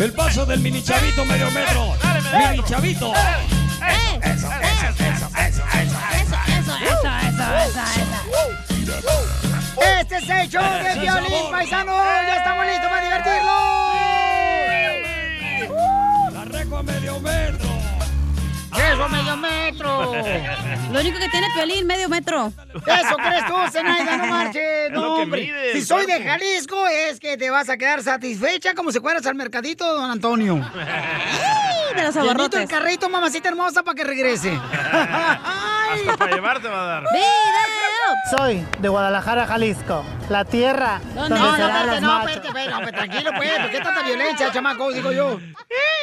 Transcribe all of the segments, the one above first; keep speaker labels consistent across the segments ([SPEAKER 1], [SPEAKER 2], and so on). [SPEAKER 1] El paso del mini chavito medio metro. Mini chavito.
[SPEAKER 2] Eso, eso, eso, eso, eso, eso, eso,
[SPEAKER 3] Este es el show de violín, paisano. Ya
[SPEAKER 1] Eh.
[SPEAKER 3] estamos listos para divertirlo.
[SPEAKER 1] La reco a medio metro.
[SPEAKER 3] Eso, medio metro.
[SPEAKER 4] Lo único que tiene Piolín, medio metro.
[SPEAKER 3] Eso crees tú, Zenaida, no marches.
[SPEAKER 4] Es lo
[SPEAKER 3] No,
[SPEAKER 4] que
[SPEAKER 3] hombre.
[SPEAKER 4] mides,
[SPEAKER 3] si soy de
[SPEAKER 4] Jorge.
[SPEAKER 3] Jalisco, es que te vas a quedar satisfecha como si fueras al mercadito, don Antonio.
[SPEAKER 4] de los
[SPEAKER 3] Llevito
[SPEAKER 4] abarrotes.
[SPEAKER 3] el carrito, mamacita hermosa, para que regrese.
[SPEAKER 5] Hasta para llevarte va a dar.
[SPEAKER 6] Soy de Guadalajara, Jalisco, la tierra
[SPEAKER 3] No,
[SPEAKER 6] donde
[SPEAKER 3] no, no,
[SPEAKER 6] serán
[SPEAKER 3] espérate,
[SPEAKER 6] los
[SPEAKER 3] no,
[SPEAKER 6] machos.
[SPEAKER 3] espérate, espérate, no, pues, tranquilo, pues, ¿por qué tanta violencia, chamaco? Digo yo.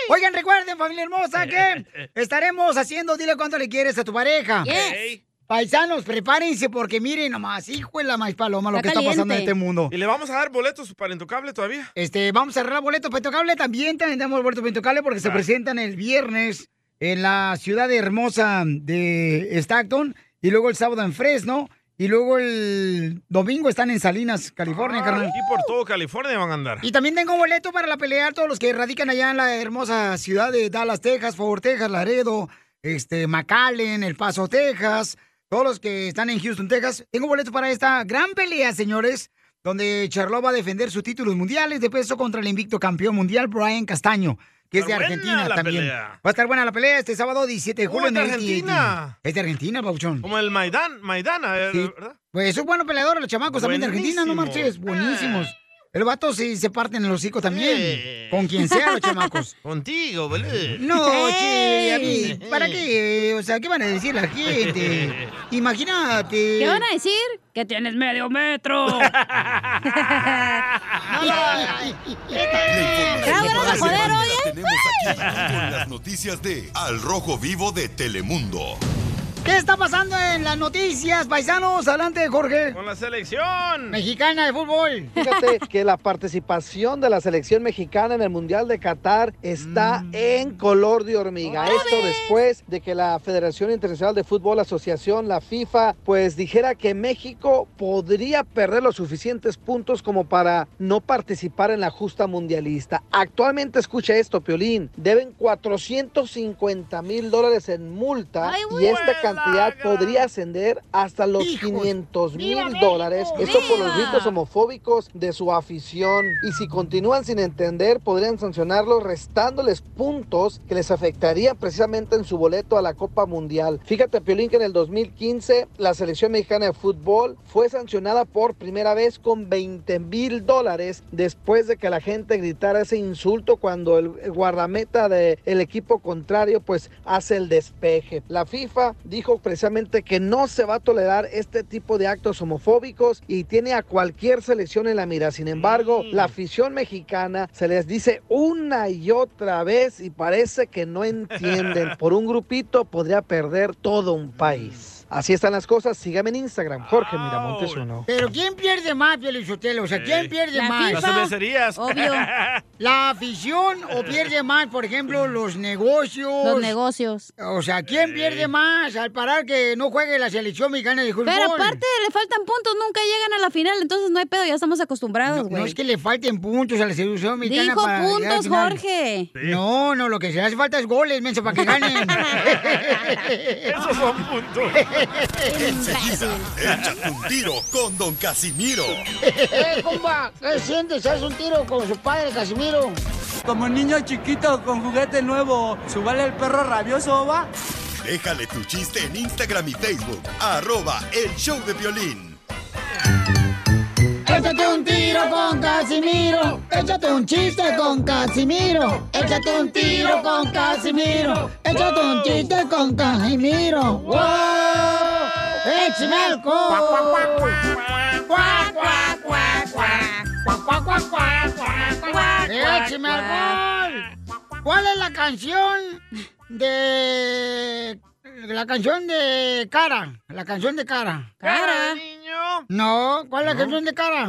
[SPEAKER 3] Oigan, recuerden, familia hermosa, que estaremos haciendo, dile cuánto le quieres a tu pareja.
[SPEAKER 5] Yes.
[SPEAKER 3] Paisanos, prepárense porque miren nomás, hijo de la maíz paloma, lo que está pasando en este mundo.
[SPEAKER 5] Y le vamos a dar boletos para Intocable todavía.
[SPEAKER 3] Este, vamos a arreglar boletos Pentocable también, también tenemos boletos Pentocable porque se presentan el viernes en la ciudad hermosa de Stockton y luego el sábado en Fresno y luego el domingo están en Salinas, California, carnal.
[SPEAKER 5] Aquí por todo California van a andar.
[SPEAKER 3] Y también tengo boleto para la pelea todos los que radican allá en la hermosa ciudad de Dallas, Texas, Fort Texas, Laredo, este, McAllen, El Paso, Texas, todos los que están en Houston, Texas. Tengo boleto para esta gran pelea, señores, donde Charlo va a defender sus títulos mundiales de peso contra el invicto campeón mundial Brian Castaño, que es de
[SPEAKER 5] Está buena
[SPEAKER 3] Argentina
[SPEAKER 5] la
[SPEAKER 3] también.
[SPEAKER 5] pelea.
[SPEAKER 3] Va a estar buena la pelea este sábado 17 de
[SPEAKER 5] ¿Cómo
[SPEAKER 3] julio.
[SPEAKER 5] es de
[SPEAKER 3] en el-
[SPEAKER 5] Argentina?
[SPEAKER 3] Es de Argentina, Pauchón.
[SPEAKER 5] Como el Maidán, Maidana, eh, ¿verdad?
[SPEAKER 3] Pues son buenos peleadores los chamacos también de Argentina, no marches, buenísimos.
[SPEAKER 5] Eh.
[SPEAKER 3] El vato sí se parte en el hocico también, con quien sea los chamacos.
[SPEAKER 5] Contigo, boludo.
[SPEAKER 3] No, che, a mí, ¿para qué? O sea, ¿qué van a decir la gente? Imagínate.
[SPEAKER 4] ¿Qué van a decir? Que tienes medio metro.
[SPEAKER 7] La información de Piolín la
[SPEAKER 4] joder,
[SPEAKER 7] tenemos aquí con las noticias de Al Rojo Vivo de Telemundo.
[SPEAKER 3] ¿Qué está pasando en las noticias, paisanos? Adelante, Jorge.
[SPEAKER 5] Con la selección.
[SPEAKER 3] Mexicana de fútbol.
[SPEAKER 8] Fíjate que la participación de la selección mexicana en el Mundial de Qatar está en color de hormiga. Esto después de que la Federación Internacional de Fútbol Asociación, la FIFA, pues dijera que México podría perder los suficientes puntos como para no participar en la justa mundialista. Actualmente, escucha esto, Piolín, deben 450 mil dólares en multa y esta cantidad podría ascender hasta los 500 mil dólares. Esto por los gritos homofóbicos de su afición. Y si continúan sin entender, podrían sancionarlos restándoles puntos que les afectarían precisamente en su boleto a la Copa Mundial. Fíjate, Piolín, que en el 2015 la selección mexicana de fútbol fue sancionada por primera vez con 20 mil dólares después de que la gente gritara ese insulto cuando el el guardameta del equipo contrario pues hace el despeje. La FIFA dijo precisamente que no se va a tolerar este tipo de actos homofóbicos y tiene a cualquier selección en la mira. Sin embargo, la afición mexicana se les dice una y otra vez y parece que no entienden. Por un grupito podría perder todo un país. Así están las cosas. Sígame en Instagram, Jorge Miramontes uno.
[SPEAKER 3] Pero ¿quién pierde más, Pielichotelo? O sea, ¿quién
[SPEAKER 8] Sí.
[SPEAKER 3] pierde
[SPEAKER 8] La
[SPEAKER 3] más?
[SPEAKER 8] FIFA, Las cervecerías. obvio.
[SPEAKER 3] ¿La afición o pierde más, por ejemplo, los negocios?
[SPEAKER 4] Los negocios.
[SPEAKER 3] O sea, ¿quién pierde más al parar que no juegue la selección mexicana de fútbol?
[SPEAKER 4] Pero aparte le faltan puntos, nunca llegan a la final, entonces no hay pedo, ya estamos acostumbrados, güey.
[SPEAKER 3] No es que le falten puntos a la selección mexicana.
[SPEAKER 4] Dijo
[SPEAKER 3] para llegar
[SPEAKER 4] puntos,
[SPEAKER 3] al final.
[SPEAKER 4] Jorge.
[SPEAKER 3] No, no, lo que se hace falta es goles, menso, para que ganen.
[SPEAKER 5] Esos son puntos.
[SPEAKER 7] Enseguida, échate un tiro con Don Casimiro.
[SPEAKER 3] ¡Eh, compa! ¿Qué sientes? ¿Haz un tiro con su padre, Casimiro?
[SPEAKER 9] Como niño chiquito con juguete nuevo, ¿subale el perro rabioso, va?
[SPEAKER 7] Déjale tu chiste en Instagram y Facebook. Arroba el show de violín.
[SPEAKER 3] Échate un tiro con Casimiro. Échate un chiste con Casimiro. Échate un tiro con Casimiro. Échate un chiste con Casimiro. ¡Wow! ¡Échame alcohol! ¡Cuac, cuac, cuac, cuac! ¡Cuac, cuac, cuac, cuac, cuac, cuac! ¡Échame alcohol! ¿Cuál es la canción de... La canción de cara. La canción de cara.
[SPEAKER 4] Cara.
[SPEAKER 3] No, ¿cuál es la canción de cara?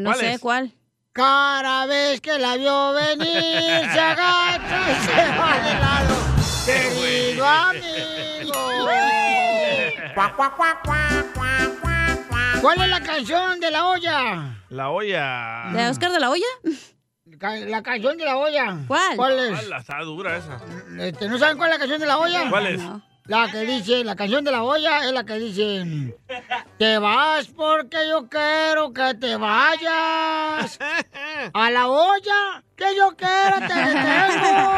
[SPEAKER 4] no ¿Cuál sé, es?
[SPEAKER 3] ¿cuál? Cada vez que la vio venir, se agacha y se va de lado. Querido amigo. Cuac, cuac, cuac, cuac, cuac, cuac, cuac. ¿Cuál es la canción de la olla?
[SPEAKER 5] La olla.
[SPEAKER 4] ¿De Oscar de la Hoya?
[SPEAKER 3] ca- la canción de la olla.
[SPEAKER 4] ¿Cuál?
[SPEAKER 3] ¿Cuál es?
[SPEAKER 5] Ala, Ah, está dura esa.
[SPEAKER 3] Este, ¿No saben cuál es la canción de la olla?
[SPEAKER 5] ¿Cuál es?
[SPEAKER 3] La que dice, la canción de la olla es la que dice, te vas porque yo quiero que te vayas a la olla que yo quiero te detengo.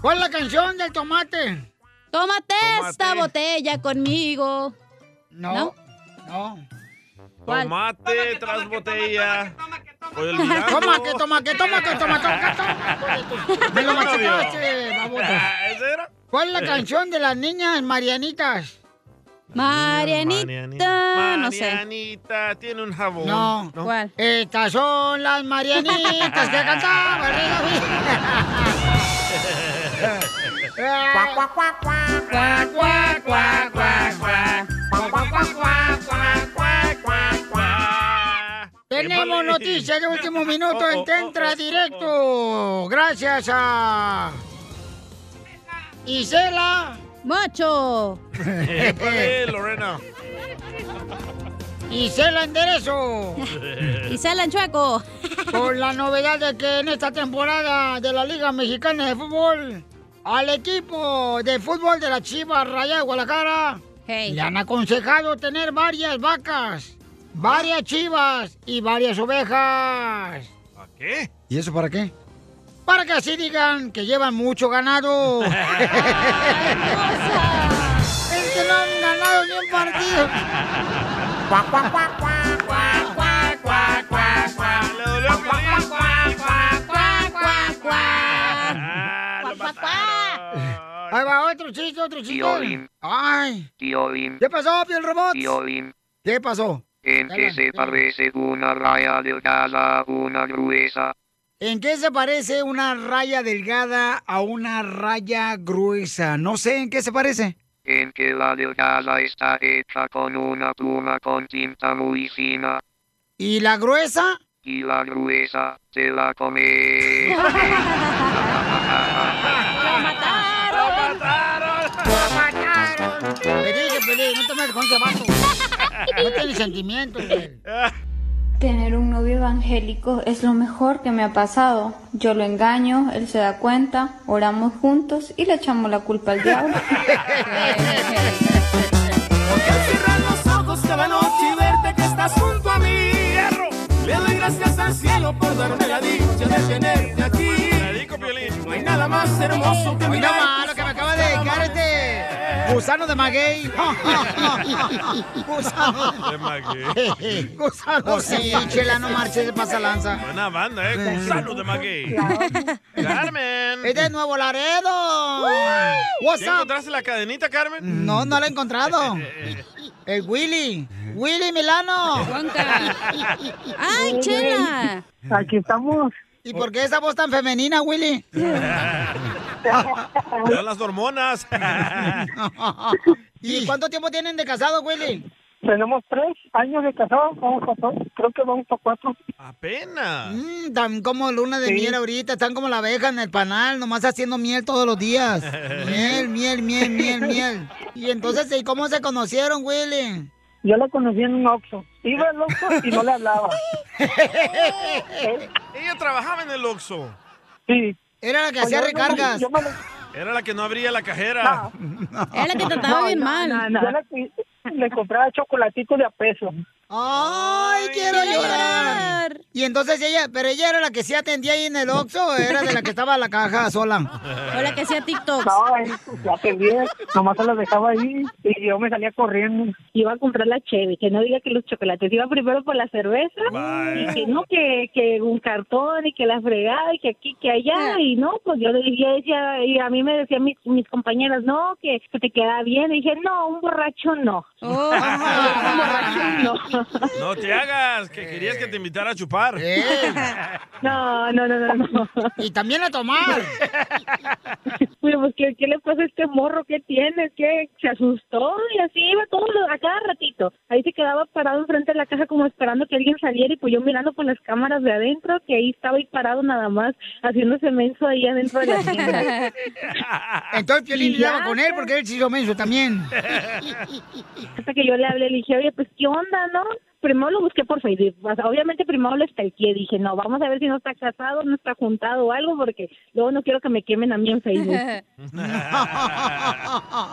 [SPEAKER 3] ¿Cuál es la canción del tomate?
[SPEAKER 4] Tómate, esta botella conmigo.
[SPEAKER 3] No.
[SPEAKER 4] ¿No?
[SPEAKER 3] No.
[SPEAKER 4] ¿Cuál?
[SPEAKER 5] Tomate tras botella.
[SPEAKER 3] Toma, que toma, que toma, que toma, toma, que toma. Me lo machucaste, babota.
[SPEAKER 5] Ah, ¿Ese era? Eh.
[SPEAKER 3] ¿Cuál es la canción de las niñas marianitas?
[SPEAKER 4] Marianita, Ah, no sé.
[SPEAKER 5] Marianita tiene un jabón.
[SPEAKER 3] No.
[SPEAKER 4] ¿Cuál?
[SPEAKER 3] Estas son las marianitas que cantaba el rey David. Tenemos noticias de
[SPEAKER 5] Oh,
[SPEAKER 3] último minuto en Tentra Directo. Pues Gracias a Isela.
[SPEAKER 4] Macho.
[SPEAKER 5] Épale, Lorena.
[SPEAKER 3] Isela Enderezo.
[SPEAKER 4] Y sale chueco.
[SPEAKER 3] Con la novedad de que en esta temporada de la Liga Mexicana de Fútbol, al equipo de fútbol de la Chivas Rayada de Guadalajara
[SPEAKER 4] Hey.
[SPEAKER 3] le han aconsejado tener varias vacas, varias chivas y varias ovejas.
[SPEAKER 5] ¿A qué?
[SPEAKER 3] ¿Y eso para qué? Para que así digan que llevan mucho ganado. es que no han ganado ni un partido.
[SPEAKER 5] Le dolió el violín. Ah, lo mataron.
[SPEAKER 3] Ahí va otro chiste, otro chiste. Ay.
[SPEAKER 10] Tío Bim,
[SPEAKER 3] ¿Qué pasó, Piel Robot?
[SPEAKER 10] tío Bim,
[SPEAKER 3] ¿Qué pasó?
[SPEAKER 10] ¿en qué se parece una raya delgada a una gruesa?
[SPEAKER 3] ¿En qué se parece una raya delgada a una raya gruesa? No sé en qué se parece.
[SPEAKER 10] En que la delgada está hecha con una pluma con tinta muy fina,
[SPEAKER 3] ¿Y la gruesa?
[SPEAKER 10] y la gruesa se la come.
[SPEAKER 5] Lo mataron.
[SPEAKER 3] Le dije, Pelín, no te metas con ese vato. No tiene sentimiento. güey.
[SPEAKER 11] Tener un novio evangélico es lo mejor que me ha pasado. Yo lo engaño, él se da cuenta, oramos juntos y le echamos la culpa al diablo.
[SPEAKER 1] cerrar los ojos cada noche y verte que estás junto a mí. Le doy gracias al cielo por darme la dicha de tenerte aquí.
[SPEAKER 5] Dedico, Piolín.
[SPEAKER 1] No hay nada más hermoso que
[SPEAKER 3] Hoy no
[SPEAKER 1] mirar
[SPEAKER 3] más, lo que me acaba de dedicar este gusano de maguey. gusano.
[SPEAKER 5] Qué maguey.
[SPEAKER 3] Gusano. Sí, chela, no marches, se pasa lanza.
[SPEAKER 5] Buena banda, ¿eh? Con salud de Maguey. Carmen.
[SPEAKER 3] Es de Nuevo Laredo. What's
[SPEAKER 5] ¿Ya
[SPEAKER 3] up?
[SPEAKER 5] encontraste la cadenita, Carmen?
[SPEAKER 3] No, no la he encontrado. El Willy. Willy Milano.
[SPEAKER 4] Juanca. Ay, chela.
[SPEAKER 6] Aquí estamos.
[SPEAKER 3] ¿Y por qué esa voz tan femenina, Willy?
[SPEAKER 5] Son las hormonas.
[SPEAKER 3] ¿Y cuánto tiempo tienen de casado, Willy?
[SPEAKER 6] Tenemos tres años de casados. Vamos a to- creo que vamos a cuatro.
[SPEAKER 5] Apenas.
[SPEAKER 3] Mm, están como luna de
[SPEAKER 6] Sí.
[SPEAKER 3] miel ahorita, están como la abeja en el panal, nomás haciendo miel todos los días. Miel, miel, miel, miel, miel. Y entonces, ¿y cómo se conocieron, Willy?
[SPEAKER 6] Yo la conocí en un Oxxo. Iba al Oxxo y no le hablaba.
[SPEAKER 5] Ella trabajaba en el Oxxo.
[SPEAKER 6] Sí.
[SPEAKER 3] Era la que
[SPEAKER 6] Pues
[SPEAKER 3] hacía
[SPEAKER 6] yo-
[SPEAKER 3] recargas.
[SPEAKER 6] Yo, me- yo me-
[SPEAKER 5] Era la que no abría la cajera.
[SPEAKER 4] Es la que te trataba
[SPEAKER 6] no,
[SPEAKER 4] bien
[SPEAKER 6] no,
[SPEAKER 4] mal.
[SPEAKER 6] no, no. Yo le, le compraba chocolatitos de a peso.
[SPEAKER 3] ¡Ay, quiero llorar! Y entonces ella, pero ella era la que sí atendía ahí en el Oxxo, o era de la que estaba la caja sola.
[SPEAKER 4] O la que hacía TikToks.
[SPEAKER 6] No, ahí ya te vi, nomás se los dejaba ahí y yo me salía corriendo.
[SPEAKER 12] Iba a comprar la cheve, que no diga que los chocolates. Iba primero por la cerveza
[SPEAKER 5] Vaya.
[SPEAKER 12] y que no, que, que un cartón y que la fregada y que aquí, que allá. Y no, pues yo le yo decía, y a mí me decían mis, mis compañeras, no, que, que te queda bien. Y dije, no, un borracho no.
[SPEAKER 4] Oh.
[SPEAKER 12] Un borracho no.
[SPEAKER 5] No te hagas, que querías que te invitara a chupar.
[SPEAKER 3] Eh.
[SPEAKER 12] No, no, no, no, no.
[SPEAKER 3] Y también a tomar.
[SPEAKER 12] Pero pues, ¿qué, qué le pasa a este morro? ¿Qué tienes? ¿Qué? Se asustó y así iba todo lo- a cada ratito. Ahí se quedaba parado enfrente de la caja como esperando que alguien saliera y pues yo mirando por las cámaras de adentro que ahí estaba ahí parado nada más haciéndose menso ahí adentro de la tienda.
[SPEAKER 3] Entonces Piolín
[SPEAKER 12] Y
[SPEAKER 3] lidiaba
[SPEAKER 12] ya,
[SPEAKER 3] con él porque él se hizo menso también.
[SPEAKER 12] Hasta que yo le hablé, le dije, oye, pues, ¿qué onda, no? Primero lo busqué por Facebook. O sea, obviamente primero lo stalkeé. Dije, no, vamos a ver si no está casado, no está juntado o algo, porque luego no quiero que me quemen a mí en Facebook.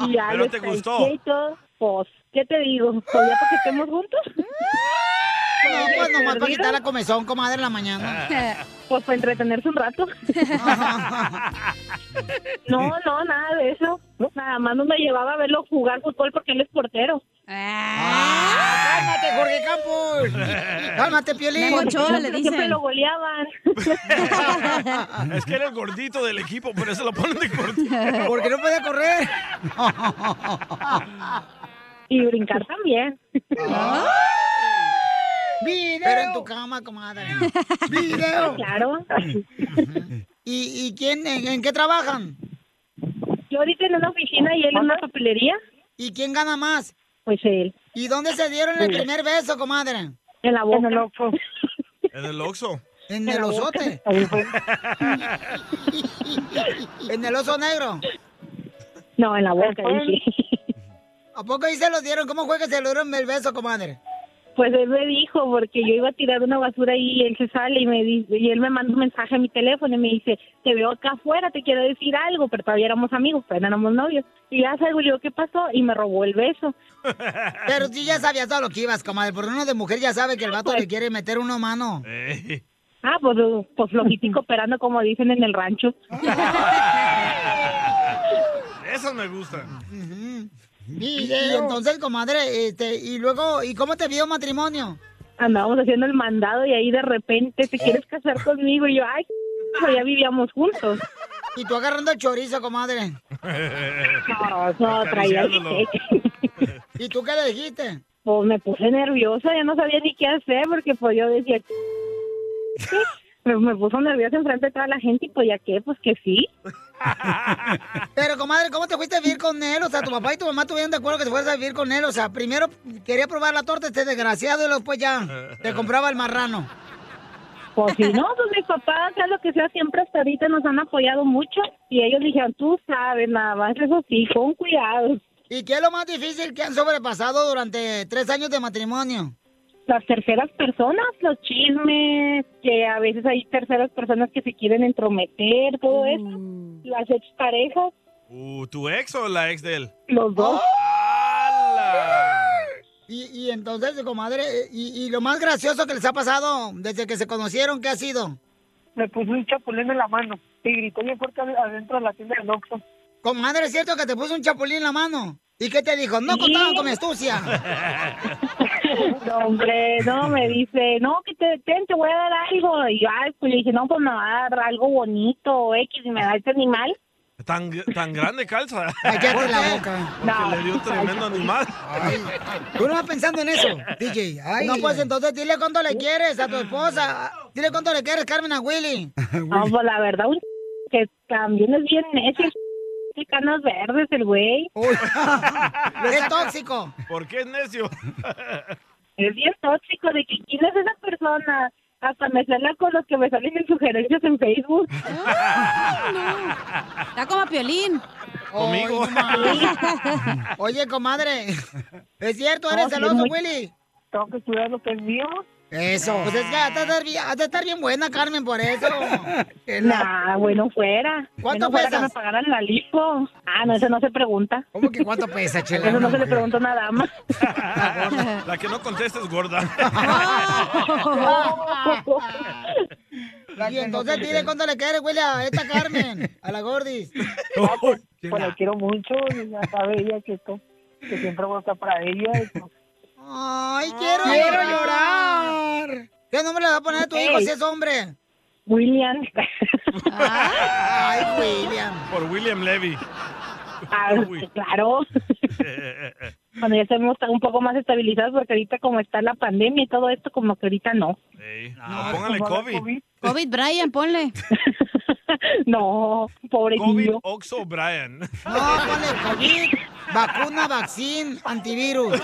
[SPEAKER 12] Y ya
[SPEAKER 5] Pero
[SPEAKER 12] lo
[SPEAKER 5] te
[SPEAKER 12] stalkeé
[SPEAKER 5] gustó.
[SPEAKER 12] y todo. Pues, ¿qué te digo? ¿Pues ya porque estemos juntos?
[SPEAKER 3] No, pues nomás para quitar la comezón, comadre, en la mañana.
[SPEAKER 12] Pues para entretenerse un rato. No, no, nada de eso. Nada más no me llevaba a verlo jugar fútbol porque él es portero.
[SPEAKER 3] Ah, ¡Cálmate, Jorge Campos! ¡Cálmate, Piolín!
[SPEAKER 12] Luego chola, le Siempre dicen. lo goleaban.
[SPEAKER 5] Es que era el gordito del equipo, pero eso lo ponen de portero.
[SPEAKER 3] Porque no podía correr.
[SPEAKER 12] y brincar también.
[SPEAKER 3] Pero en tu cama, comadre. ¡Video!
[SPEAKER 12] Claro.
[SPEAKER 3] ¿Y, y quién, en, en qué trabajan?
[SPEAKER 12] Yo ahorita en una oficina y él en una papelería.
[SPEAKER 3] ¿Y quién gana más?
[SPEAKER 12] Pues él.
[SPEAKER 3] ¿Y dónde se dieron el primer beso, comadre?
[SPEAKER 12] En la boca.
[SPEAKER 3] En el ojo.
[SPEAKER 5] En el Oxxo.
[SPEAKER 3] En el osote. En el oso negro.
[SPEAKER 12] No, en la boca, dije.
[SPEAKER 3] ¿A poco ahí se lo dieron? ¿Cómo fue que se lo dieron el beso, comadre?
[SPEAKER 12] Pues él me dijo, porque yo iba a tirar una basura ahí y él se sale y me dice, y él me manda un mensaje a mi teléfono y me dice, te veo acá afuera, te quiero decir algo, pero todavía éramos amigos, pero éramos novios. Y ya salgo y le digo, ¿qué pasó? Y me robó el beso.
[SPEAKER 3] Pero tú ya sabías todo lo que ibas, comadre, porque uno de mujer ya sabe que el vato le quiere meter una mano.
[SPEAKER 12] Ah, pues, uh, pues flojitico operando como dicen en el rancho.
[SPEAKER 5] Esas me gustan.
[SPEAKER 3] Y, y eh, entonces, comadre, este, y luego, ¿y cómo te vio matrimonio?
[SPEAKER 12] Andábamos haciendo el mandado y ahí de repente, ¿te quieres casar conmigo? Y yo, ay, pero ya vivíamos juntos.
[SPEAKER 3] Y tú agarrando el chorizo, comadre.
[SPEAKER 12] No, no, traía el
[SPEAKER 3] Acariciándolo.
[SPEAKER 12] jeque.
[SPEAKER 3] ¿Y tú qué le dijiste?
[SPEAKER 12] Pues me puse nerviosa, ya no sabía ni qué hacer porque pues yo decía... "¿Qué?". Me, me puso nerviosa enfrente de toda la gente y pues ya qué, pues que sí.
[SPEAKER 3] Pero, comadre, ¿cómo te fuiste a vivir con él? O sea, tu papá y tu mamá estuvieron de acuerdo que te fueras a vivir con él. O sea, primero quería probar la torta este desgraciado y después ya te compraba el marrano.
[SPEAKER 12] Pues si no, pues mis papás, sea lo que sea, siempre hasta ahorita nos han apoyado mucho y ellos dijeron, tú sabes, nada más, eso sí, con cuidado.
[SPEAKER 3] ¿Y qué es lo más difícil que han sobrepasado durante tres años de matrimonio?
[SPEAKER 12] Las terceras personas, los chismes, que a veces hay terceras personas que se quieren entrometer, todo eso. Las exparejas,
[SPEAKER 5] Uh, ¿Tu ex o la ex de él?
[SPEAKER 12] los dos.
[SPEAKER 3] Y, y entonces, comadre, y, y lo más gracioso que les ha pasado desde que se conocieron, ¿qué ha sido?
[SPEAKER 13] Me puso un chapulín en la mano y gritó bien fuerte ad- adentro de la tienda del Oxxo.
[SPEAKER 3] Comadre, ¿es cierto que te puso un chapulín en la mano? ¿Y qué te dijo? No contaban con mi astucia.
[SPEAKER 12] No, hombre, no, me dice, no, que te ten, te voy a dar algo. Y yo, ay, pues le dije, no, pues me va a dar algo bonito, o X, y me da este animal.
[SPEAKER 5] Tan, tan grande calza.
[SPEAKER 3] Cállate la
[SPEAKER 5] boca.
[SPEAKER 12] No.
[SPEAKER 5] le dio un tremendo animal.
[SPEAKER 3] Tú no vas pensando en eso, DJ. Ay, no, pues entonces dile cuánto le quieres a tu esposa. Dile cuánto le quieres, Carmen, a Willy.
[SPEAKER 12] No, pues la verdad, un que también es bien necio, de canas verdes el güey.
[SPEAKER 3] Es tóxico.
[SPEAKER 5] ¿Por qué es necio?
[SPEAKER 12] Es bien tóxico, de que quién es esa persona. Hasta me sale con los que me salen en sugerencias en Facebook.
[SPEAKER 4] Está como Piolín.
[SPEAKER 3] Conmigo. Ay, no más. Oye, comadre, ¿es cierto? ¿Eres
[SPEAKER 13] No, sí,
[SPEAKER 3] celoso,
[SPEAKER 13] muy-
[SPEAKER 3] Willy?
[SPEAKER 13] Tengo que cuidar lo que es mío.
[SPEAKER 3] Eso. Pues es que has de, estar bien, has de estar bien buena, Carmen, por eso.
[SPEAKER 12] Nah, bueno fuera.
[SPEAKER 3] ¿Cuánto
[SPEAKER 12] Bueno fuera
[SPEAKER 3] pesas?
[SPEAKER 12] que me pagaran la lipo. Ah, no, eso no se pregunta.
[SPEAKER 3] ¿Cómo que cuánto pesa, Chela?
[SPEAKER 12] Eso no se le pregunta a una dama.
[SPEAKER 5] La que no contesta es gorda.
[SPEAKER 3] Y entonces dile cuánto le quieres, Willy, a esta Carmen, a la Gordis.
[SPEAKER 13] Pues la quiero mucho y ya sabe ella que, esto- que siempre voy a estar para ella. y pues,
[SPEAKER 3] Ay, quiero,
[SPEAKER 13] Quiero
[SPEAKER 3] llorar. ¿Qué nombre le va a poner a tu hijo
[SPEAKER 13] Ey.
[SPEAKER 3] si es hombre?
[SPEAKER 12] William.
[SPEAKER 3] Ay, William.
[SPEAKER 5] Por William Levy.
[SPEAKER 12] Ah, claro. cuando ya estemos un poco más estabilizados, porque ahorita como está la pandemia y todo esto, como que ahorita no.
[SPEAKER 5] No, póngale COVID.
[SPEAKER 4] COVID, Brian, ponle.
[SPEAKER 12] no,
[SPEAKER 5] COVID,
[SPEAKER 12] pobrecillo.
[SPEAKER 5] Oxo, Brian.
[SPEAKER 3] No, ponle COVID, vacuna, vaccine, antivirus.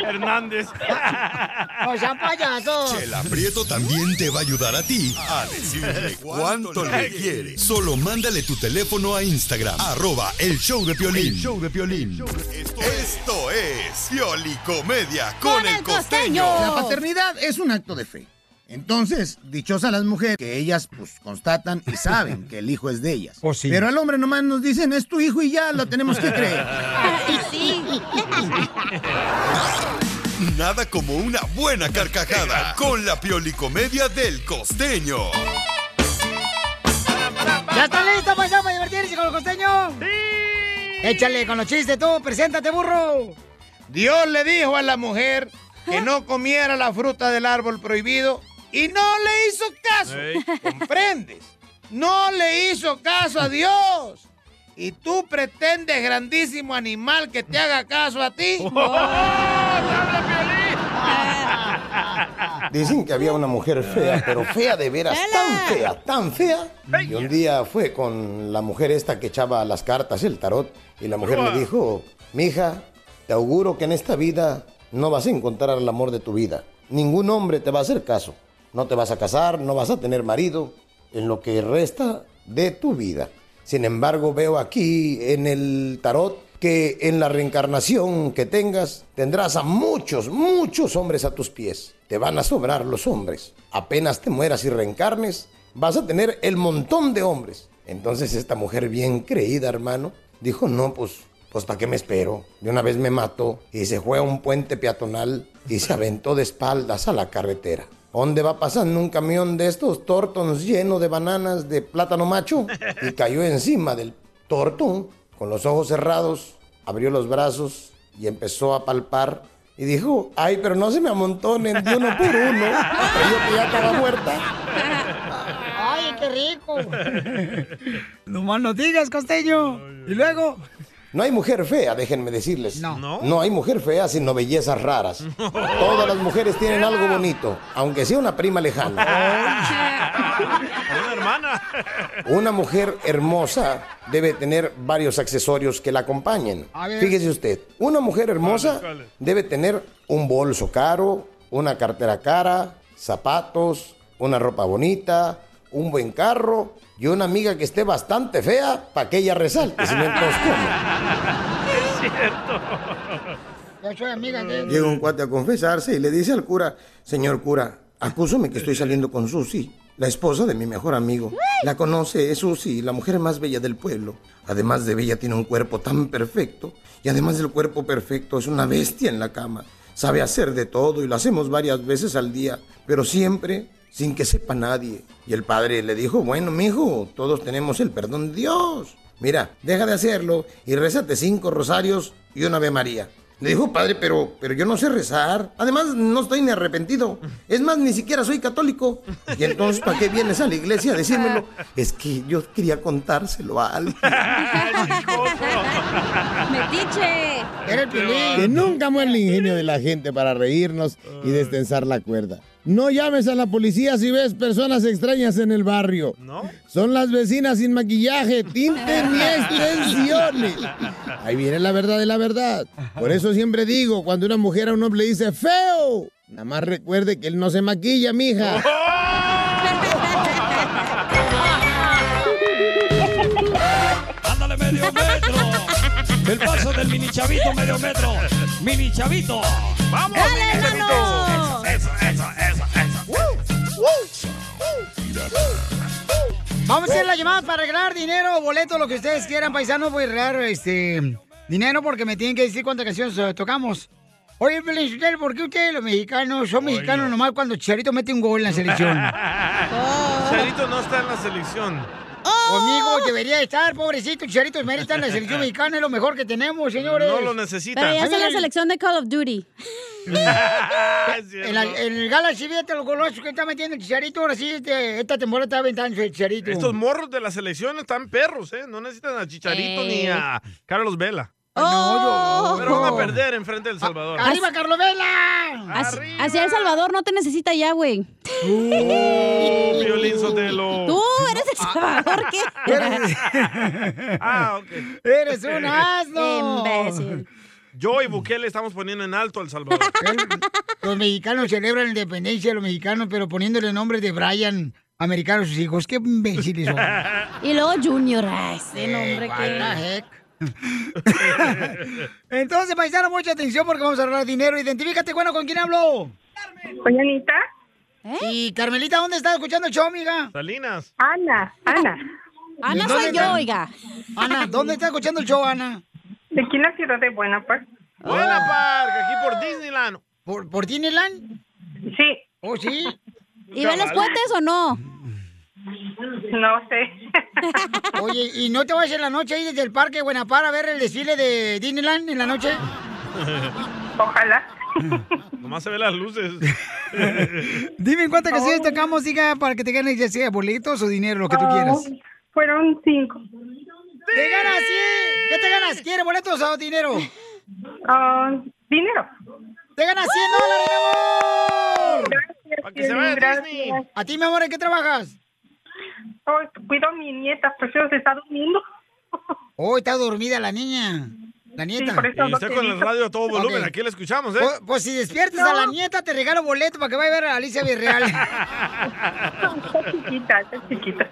[SPEAKER 5] Hernández.
[SPEAKER 3] O sea, payasos.
[SPEAKER 7] El aprieto también te va a ayudar a ti a decirle cuánto le quieres. Solo mándale tu teléfono a Instagram, arroba el show de Piolín.
[SPEAKER 14] El
[SPEAKER 7] show de Esto es Pioli Comedia con, el costeño.
[SPEAKER 14] La paternidad es un acto de fe. Entonces, dichosas las mujeres que ellas pues constatan y saben que el hijo es de ellas.
[SPEAKER 3] Pues
[SPEAKER 14] Pero al hombre nomás nos dicen, es tu hijo y ya lo tenemos que creer.
[SPEAKER 7] Nada como una buena carcajada con la Pioli Comedia del costeño.
[SPEAKER 3] ¿Ya está listo, paisano, para divertirse con el costeño? ¡Sí! Échale con los chistes tú, preséntate, burro.
[SPEAKER 11] Dios le dijo a la mujer que no comiera la fruta del árbol prohibido y no le hizo caso. ¿Comprendes? No le hizo caso a Dios. Y tú pretendes, grandísimo animal, que te haga caso a ti.
[SPEAKER 15] Dicen que había una mujer fea, pero fea de veras, tan fea, tan fea. Y un día fue con la mujer esta que echaba las cartas, el tarot, y la mujer le dijo, mija, te auguro que en esta vida no vas a encontrar el amor de tu vida. Ningún hombre te va a hacer caso. No te vas a casar, no vas a tener marido en lo que resta de tu vida. Sin embargo, veo aquí en el tarot que en la reencarnación que tengas tendrás a muchos, muchos hombres a tus pies. Te van a sobrar los hombres. Apenas te mueras y reencarnes, vas a tener el montón de hombres. Entonces esta mujer bien creída, hermano, dijo, no, pues, pues ¿para qué me espero? De una vez me mato y se fue a un puente peatonal y se aventó de espaldas a la carretera. ¿Dónde va pasando un camión de estos tortons lleno de bananas de plátano macho? Y cayó encima del tortón con los ojos cerrados, abrió los brazos y empezó a palpar y dijo, ay, pero no se me amontonen de uno por uno. Creyó que ya estaba muerta.
[SPEAKER 3] ¡Ay, qué rico! No más nos digas, costeño. Y luego...
[SPEAKER 15] No hay mujer fea, déjenme decirles. No. No hay mujer fea sino bellezas raras. Todas las mujeres tienen algo bonito, aunque sea una prima lejana.
[SPEAKER 5] Una hermana.
[SPEAKER 15] Una mujer hermosa debe tener varios accesorios que la acompañen.
[SPEAKER 5] A ver.
[SPEAKER 15] Fíjese usted, una mujer hermosa
[SPEAKER 5] ¿Cuáles, cuáles?
[SPEAKER 15] debe tener un bolso caro, una cartera cara, zapatos, una ropa bonita, un buen carro y una amiga que esté bastante fea para que ella resalte, si no entonces
[SPEAKER 2] Es cierto.
[SPEAKER 3] Yo soy amiga de...
[SPEAKER 15] Llega un cuate a confesarse y le dice al cura, señor cura, acúsame que estoy saliendo con Susi, la esposa de mi mejor amigo. La conoce, es Susi, la mujer más bella del pueblo. Además de bella, tiene un cuerpo tan perfecto. Y además del cuerpo perfecto, es una bestia en la cama. Sabe hacer de todo y lo hacemos varias veces al día, pero siempre sin que sepa nadie. Y el padre le dijo, bueno, mijo, todos tenemos el perdón de Dios. Mira, deja de hacerlo y rézate cinco rosarios y una Ave María. Le dijo, padre, pero, pero yo no sé rezar. Además, no estoy ni arrepentido. Es más, ni siquiera soy católico. Y entonces, ¿para qué vienes a la iglesia a decírmelo? Es que yo quería contárselo a alguien.
[SPEAKER 4] Metiche.
[SPEAKER 3] Era el
[SPEAKER 14] Que nunca muere el ingenio de la gente para reírnos y destensar la cuerda. No llames a la policía si ves personas extrañas en el barrio. Son las vecinas sin maquillaje, tinte ni extensiones. Ahí viene la verdad de la verdad. Por eso siempre digo, cuando una mujer a un hombre le dice feo, nada más recuerde que él no se maquilla, mija.
[SPEAKER 1] Ándale medio metro. El paso del mini chavito medio metro. Mini chavito. Vamos.
[SPEAKER 2] Dale,
[SPEAKER 1] mano. Eso, eso, eso,
[SPEAKER 3] Vamos a hacer las llamadas para regalar dinero, boleto, lo que ustedes quieran, paisano. Voy a regalar este, dinero porque me tienen que decir cuántas canciones eh, tocamos. Oye, Piolín Sotelo, ¿por qué ustedes los mexicanos son mexicanos nomás cuando Chicharito mete un gol en la selección?
[SPEAKER 5] Charito no está en la selección.
[SPEAKER 3] Conmigo debería estar, pobrecito Chicharito, merece en la selección mexicana, es lo mejor que tenemos, señores.
[SPEAKER 5] No lo necesitan.
[SPEAKER 4] Pero ya está en la selección de Call of Duty.
[SPEAKER 3] En, la- en el Galaxy, fíjate los golazos que está metiendo el Chicharito, ahora sí, este- esta temporada está aventando el Chicharito.
[SPEAKER 5] Estos morros de la selección están perros, ¿eh? No necesitan a Chicharito
[SPEAKER 3] Eh.
[SPEAKER 5] ni a Carlos Vela.
[SPEAKER 3] No, yo-
[SPEAKER 5] Pero van a perder enfrente del Salvador.
[SPEAKER 3] ¡Arriba, Carlos Vela!
[SPEAKER 4] Hacia, hacia El Salvador no te necesita ya, güey.
[SPEAKER 5] ¡Oh,
[SPEAKER 3] Uh.
[SPEAKER 5] Violín Sotelo!
[SPEAKER 4] Tú eres El Salvador, ¿qué?
[SPEAKER 5] ah, ok.
[SPEAKER 3] ¡Eres un asno!
[SPEAKER 4] Imbécil.
[SPEAKER 5] Yo y Bukele estamos poniendo en alto al Salvador.
[SPEAKER 3] Los mexicanos celebran la independencia de los mexicanos, pero poniéndole nombres de Brian americano a sus hijos. ¡Qué imbéciles son! Eh,
[SPEAKER 4] Y luego Junior, ay, ese nombre
[SPEAKER 3] what the
[SPEAKER 4] que...
[SPEAKER 3] heck? Entonces, paisano, mucha atención porque vamos a ahorrar dinero. Identifícate, bueno, ¿con quién hablo?
[SPEAKER 12] Oye, Anita.
[SPEAKER 4] ¿Eh?
[SPEAKER 3] Sí, Carmelita, ¿dónde estás escuchando el show, amiga?
[SPEAKER 5] Salinas.
[SPEAKER 12] Ana, Ana.
[SPEAKER 4] Ana Ah, soy yo, oiga.
[SPEAKER 3] Ana, ¿dónde estás escuchando el show, Ana? Ah.
[SPEAKER 12] De aquí en la ciudad de Buenaparte.
[SPEAKER 5] Buena parque, aquí por Disneyland.
[SPEAKER 3] ¿Por, por Disneyland?
[SPEAKER 12] Sí.
[SPEAKER 3] ¿Oh, sí?
[SPEAKER 4] ¿Y ven los puentes o no?
[SPEAKER 12] No sé.
[SPEAKER 3] Oye, ¿y no te vas en la noche ahí desde el parque Buenapar a ver el desfile de Disneyland en la noche?
[SPEAKER 12] Ojalá.
[SPEAKER 5] Nomás se ven las luces.
[SPEAKER 3] Dime en cuántas canciones tocamos, diga, para que te ganes ya sea boletos o dinero, lo que tú quieras.
[SPEAKER 12] Oh, Fueron cinco.
[SPEAKER 3] ¡Te ganas, sí! ¿Qué te ganas? ¿Quieres boletos o dinero?
[SPEAKER 12] Ah, dinero.
[SPEAKER 3] ¡Te ganas 100 dólares, mi amor!
[SPEAKER 5] Para que se vaya a Disney.
[SPEAKER 3] ¿A ti, mi amor, en qué trabajas?
[SPEAKER 12] Oh, cuido a mi nieta, por eso se está durmiendo.
[SPEAKER 3] Oh, está dormida la niña. La nieta.
[SPEAKER 12] Sí, por eso
[SPEAKER 5] Y usted con el radio a todo volumen, aquí la escuchamos, ¿eh?
[SPEAKER 3] Pues, pues si despiertas a la nieta, te regalo boleto para que vaya a ver a Alicia Villarreal.
[SPEAKER 12] Está chiquita, está chiquita.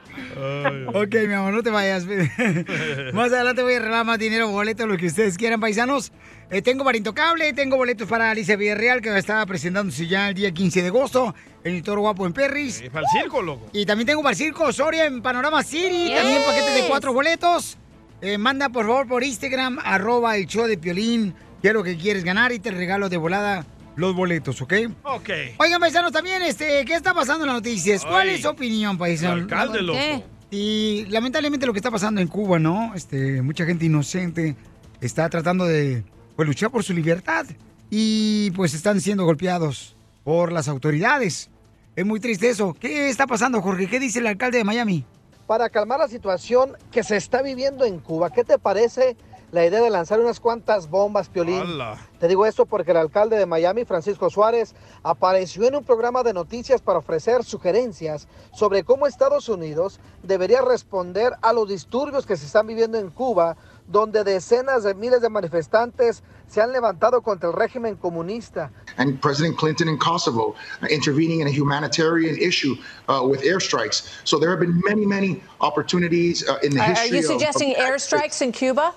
[SPEAKER 3] ok, mi amor, no te vayas. más adelante voy a regalar más dinero, boletos, lo que ustedes quieran, paisanos. Eh, tengo para Intocable, tengo boletos para Alicia Villarreal, que está presentándose ya el día 15 de agosto en el Toro Guapo en Perris.
[SPEAKER 5] Es Eh, para el circo, loco.
[SPEAKER 3] Y también tengo para el Circo Soria en Panorama City.
[SPEAKER 4] Yes.
[SPEAKER 3] También paquetes de cuatro boletos. Eh, manda por favor por Instagram, arroba el show de Piolín. ¿Qué es lo que quieres ganar? Y te regalo de volada los boletos, ¿ok?
[SPEAKER 5] Ok.
[SPEAKER 3] Oigan, paisanos, también, este, ¿qué está pasando en las noticias? ¿Cuál
[SPEAKER 5] Ay.
[SPEAKER 3] es su opinión, paisano?
[SPEAKER 5] El alcalde,
[SPEAKER 3] ¿Por qué?
[SPEAKER 5] loco.
[SPEAKER 3] Y lamentablemente lo que está pasando en Cuba, ¿no? Este, mucha gente inocente está tratando de pues, luchar por su libertad y pues están siendo golpeados por las autoridades. Es muy triste eso. ¿Qué está pasando, Jorge? ¿Qué dice el alcalde de Miami?
[SPEAKER 8] para calmar la situación que se está viviendo en Cuba. ¿Qué te parece la idea de lanzar unas cuantas bombas, Piolín?
[SPEAKER 5] ¡Hala!
[SPEAKER 8] Te digo esto porque el alcalde de Miami, Francisco Suárez, apareció en un programa de noticias para ofrecer sugerencias sobre cómo Estados Unidos debería responder a los disturbios que se están viviendo en Cuba, donde decenas de miles de manifestantes se han levantado contra el régimen comunista.
[SPEAKER 16] and President Clinton in Kosovo uh, intervening in a humanitarian issue uh, with airstrikes. So there have been many, many opportunities uh, in the
[SPEAKER 17] Are- Are
[SPEAKER 16] history.
[SPEAKER 17] you
[SPEAKER 16] of-
[SPEAKER 17] suggesting
[SPEAKER 16] of,
[SPEAKER 17] airstrikes in Cuba?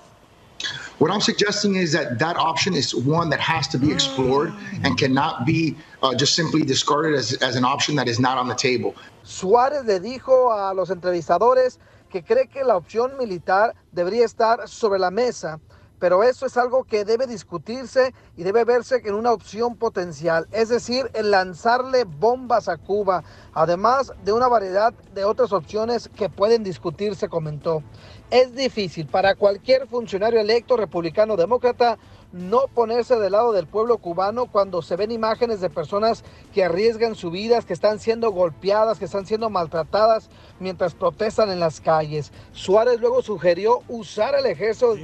[SPEAKER 16] What I'm suggesting is that that option is one that has
[SPEAKER 17] Mm.
[SPEAKER 16] to be explored and cannot be uh, just simply discarded as, as an option that is not on the table.
[SPEAKER 8] Suárez le dijo a los entrevistadores que cree que la opción militar debería estar sobre la mesa, pero eso es algo que debe discutirse y debe verse en una opción potencial, es decir, el lanzarle bombas a Cuba, además de una variedad de otras opciones que pueden discutirse, comentó. Es difícil para cualquier funcionario electo republicano o demócrata no ponerse del lado del pueblo cubano cuando se ven imágenes de personas que arriesgan su vida, que están siendo golpeadas, que están siendo maltratadas mientras protestan en las calles. Suárez luego sugirió usar el ejército.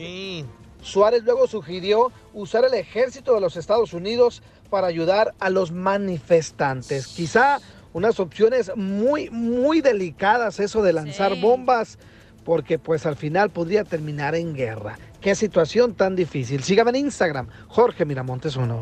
[SPEAKER 8] Suárez luego sugirió usar el ejército de los Estados Unidos para ayudar a los manifestantes. Quizá unas opciones muy, muy delicadas eso de lanzar bombas, porque pues al final podría terminar en guerra. Qué situación tan difícil. Sígame en Instagram, Jorge Miramontes uno.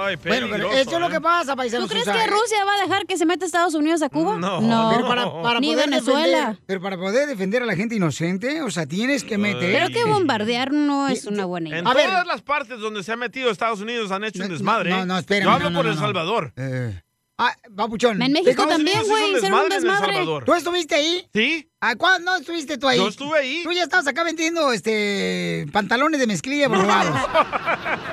[SPEAKER 5] Ay,
[SPEAKER 3] Bueno, pero
[SPEAKER 5] peligroso,
[SPEAKER 3] eso es lo
[SPEAKER 5] ¿eh?
[SPEAKER 3] que pasa, paisano.
[SPEAKER 4] ¿Tú crees que Rusia va a dejar que se meta Estados Unidos a Cuba?
[SPEAKER 5] No.
[SPEAKER 3] Pero para, para
[SPEAKER 4] Ni
[SPEAKER 3] poder
[SPEAKER 4] Venezuela.
[SPEAKER 3] defender- pero para poder defender a la gente inocente, o sea, tienes que meter.
[SPEAKER 4] Creo que bombardear no es una buena idea.
[SPEAKER 5] En todas las partes donde se ha metido Estados Unidos han hecho un desmadre.
[SPEAKER 3] no,
[SPEAKER 5] ¿eh?
[SPEAKER 3] no, espérame,
[SPEAKER 5] Yo hablo
[SPEAKER 3] no, no,
[SPEAKER 5] por
[SPEAKER 3] no,
[SPEAKER 5] El
[SPEAKER 3] no.
[SPEAKER 5] Salvador.
[SPEAKER 3] Ah, papuchón.
[SPEAKER 4] En México
[SPEAKER 3] Estados
[SPEAKER 4] también,
[SPEAKER 3] Unidos
[SPEAKER 4] güey,
[SPEAKER 3] hizo
[SPEAKER 4] hicieron un
[SPEAKER 5] desmadre en El
[SPEAKER 4] desmadre.
[SPEAKER 5] Salvador.
[SPEAKER 3] ¿Tú estuviste ahí?
[SPEAKER 5] Sí.
[SPEAKER 3] ¿A cuándo no estuviste tú ahí?
[SPEAKER 5] Yo estuve ahí.
[SPEAKER 3] Tú ya estabas acá vendiendo este pantalones de mezclilla borrados.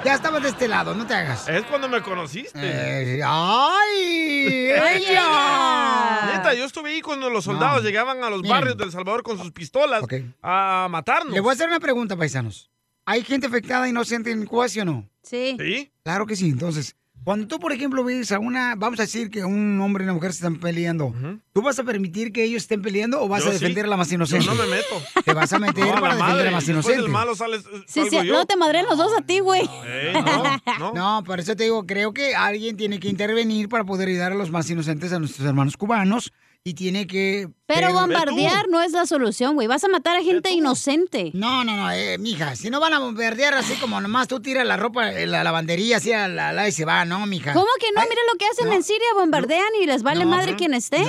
[SPEAKER 3] ya estabas de este lado, no te hagas.
[SPEAKER 5] Es cuando me conociste.
[SPEAKER 3] Eh, ¡Ay!
[SPEAKER 5] Ay,
[SPEAKER 3] ¡Ella!
[SPEAKER 5] Neta, yo estuve ahí cuando los soldados
[SPEAKER 3] No.
[SPEAKER 5] llegaban a los
[SPEAKER 3] Miren.
[SPEAKER 5] barrios del Salvador con sus pistolas a matarnos.
[SPEAKER 3] Le voy a hacer una pregunta, paisanos. ¿Hay gente afectada inocente en Cuba, sí o no?
[SPEAKER 4] Sí.
[SPEAKER 5] ¿Sí?
[SPEAKER 3] Claro que sí. Entonces, Cuando tú, por ejemplo, ves a una, vamos a decir que un hombre y una mujer se están peleando, ¿tú vas a permitir que ellos estén peleando o vas
[SPEAKER 5] Yo
[SPEAKER 3] a defender a la más
[SPEAKER 5] sí.
[SPEAKER 3] inocente?
[SPEAKER 5] Yo no me meto.
[SPEAKER 3] Te vas a meter
[SPEAKER 5] No, a la
[SPEAKER 3] para defender
[SPEAKER 5] madre.
[SPEAKER 3] a la más
[SPEAKER 5] Después
[SPEAKER 3] inocente.
[SPEAKER 5] del malo sales-
[SPEAKER 4] Sí, sí,
[SPEAKER 3] salgo yo. Eh,
[SPEAKER 4] no te madré los dos a ti, güey.
[SPEAKER 3] no, por eso te digo, creo que alguien tiene que intervenir para poder ayudar a los más inocentes, a nuestros hermanos cubanos, y tiene que...
[SPEAKER 4] Pero bombardear no es la solución, güey. Vas a matar a gente inocente.
[SPEAKER 3] No, no, no, eh, mija, si no van a bombardear así como nomás tú tiras la ropa, eh, la lavandería así a la, la y se va, ¿no, mija?
[SPEAKER 4] ¿Cómo que no? Mira lo que hacen en Siria, bombardean y les vale madre quien esté.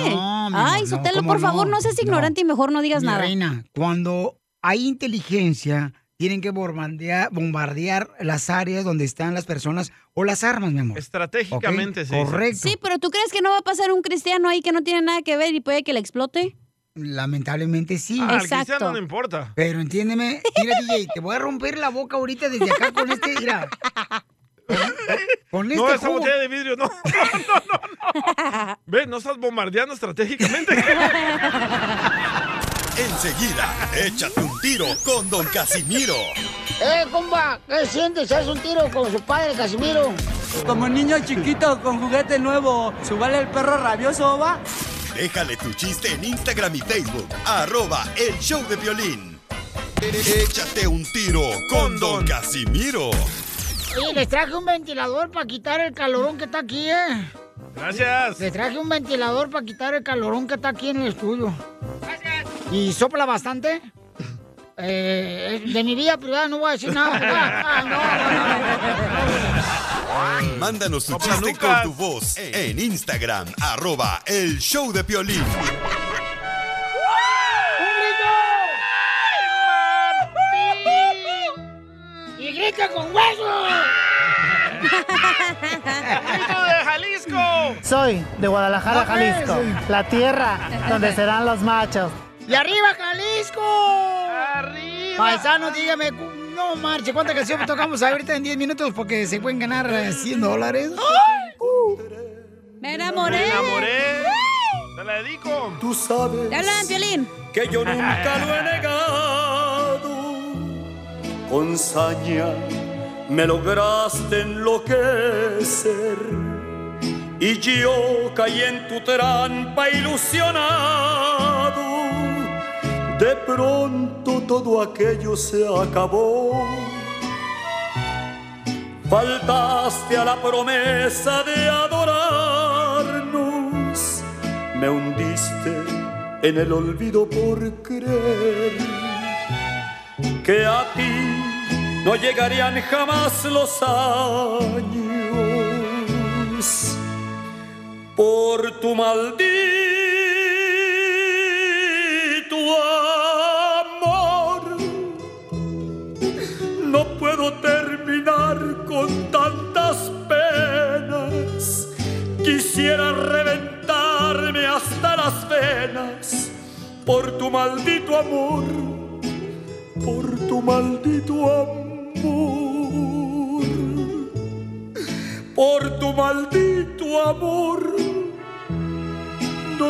[SPEAKER 4] Ay, Sotelo, por favor, no seas ignorante y mejor no digas
[SPEAKER 3] Mi
[SPEAKER 4] nada.
[SPEAKER 3] reina, cuando hay inteligencia, tienen que bombardear, bombardear las áreas donde están las personas o las armas, mi amor.
[SPEAKER 5] Estratégicamente
[SPEAKER 3] Ok,
[SPEAKER 5] se dice.
[SPEAKER 3] Correcto.
[SPEAKER 4] Sí, pero ¿tú crees que no va a pasar un cristiano ahí que no tiene nada que ver y puede que le explote?
[SPEAKER 3] Lamentablemente sí.
[SPEAKER 5] Ah, al cristiano no importa.
[SPEAKER 3] Pero entiéndeme, mira, DJ, te voy a romper la boca ahorita desde acá con este. Mira. Con
[SPEAKER 5] no,
[SPEAKER 3] este
[SPEAKER 5] esa
[SPEAKER 3] jugo.
[SPEAKER 5] botella de vidrio, no. No, no, no, no. Ve, no estás bombardeando estratégicamente.
[SPEAKER 7] Enseguida, échate un tiro con Don Casimiro.
[SPEAKER 17] ¡Eh, comba! ¿Qué sientes? ¿Haz un tiro con su padre, Casimiro?
[SPEAKER 18] Como un niño chiquito con juguete nuevo, ¿subale el perro rabioso, va?
[SPEAKER 7] Déjale tu chiste en Instagram y Facebook. Arroba el show de violín. Échate un tiro con Don Casimiro.
[SPEAKER 17] Y les traje un ventilador para quitar el calorón que está aquí, ¿eh?
[SPEAKER 5] Gracias.
[SPEAKER 17] Les traje un ventilador para quitar el calorón que está aquí en el estudio. ¿Y sopla bastante? Eh, es de mi vida privada no voy a decir nada. Ah,
[SPEAKER 7] Mándanos tu chiste con tu voz en Instagram. Arroba el show de violín.
[SPEAKER 17] no. ¡Y grita con hueso!
[SPEAKER 5] de Jalisco!
[SPEAKER 6] Soy de Guadalajara,
[SPEAKER 17] No, pues.
[SPEAKER 6] Jalisco, la tierra donde serán los machos.
[SPEAKER 17] ¡Y arriba, Jalisco! ¡Arriba!
[SPEAKER 3] Paisano, dígame, cu- no marche, ¿cuánta canción tocamos ahorita en 10 minutos? Porque se pueden ganar eh, 100 dólares.
[SPEAKER 5] ¡Oh!
[SPEAKER 4] Me enamoré.
[SPEAKER 3] Me enamoré.
[SPEAKER 5] Te la dedico.
[SPEAKER 9] Tú sabes.
[SPEAKER 4] Te hablan, Piolín.
[SPEAKER 9] Que yo nunca lo he negado. Con saña me lograste enloquecer. Y yo caí en tu trampa ilusionado. De pronto todo aquello se acabó. Faltaste a la promesa de adorarnos. Me hundiste en el olvido por creer que a ti no llegarían jamás los años por tu maldito amor. No puedo terminar con tantas penas. Quisiera reventarme hasta las venas por tu maldito amor, por tu maldito amor, por tu maldito amor. No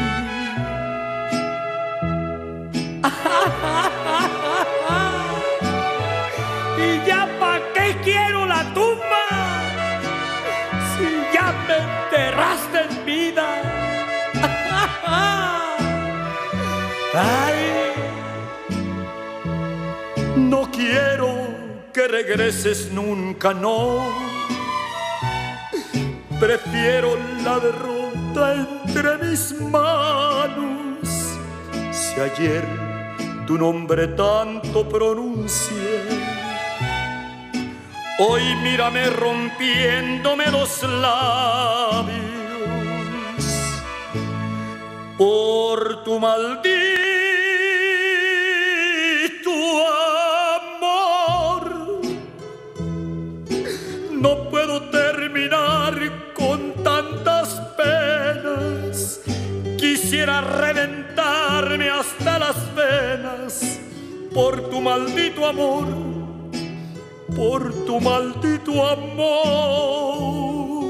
[SPEAKER 9] amor. ¿Y ya para qué quiero la tumba? Si ya me enterraste en vida. Ay, no quiero que regreses nunca, no. Prefiero la derrota entre mis manos. Si ayer tu nombre tanto pronuncié, hoy mírame rompiéndome los labios por tu maldito amor. No puedo terminar con tantas penas. Quisiera reventarme hasta las venas por tu maldito amor, por tu maldito amor,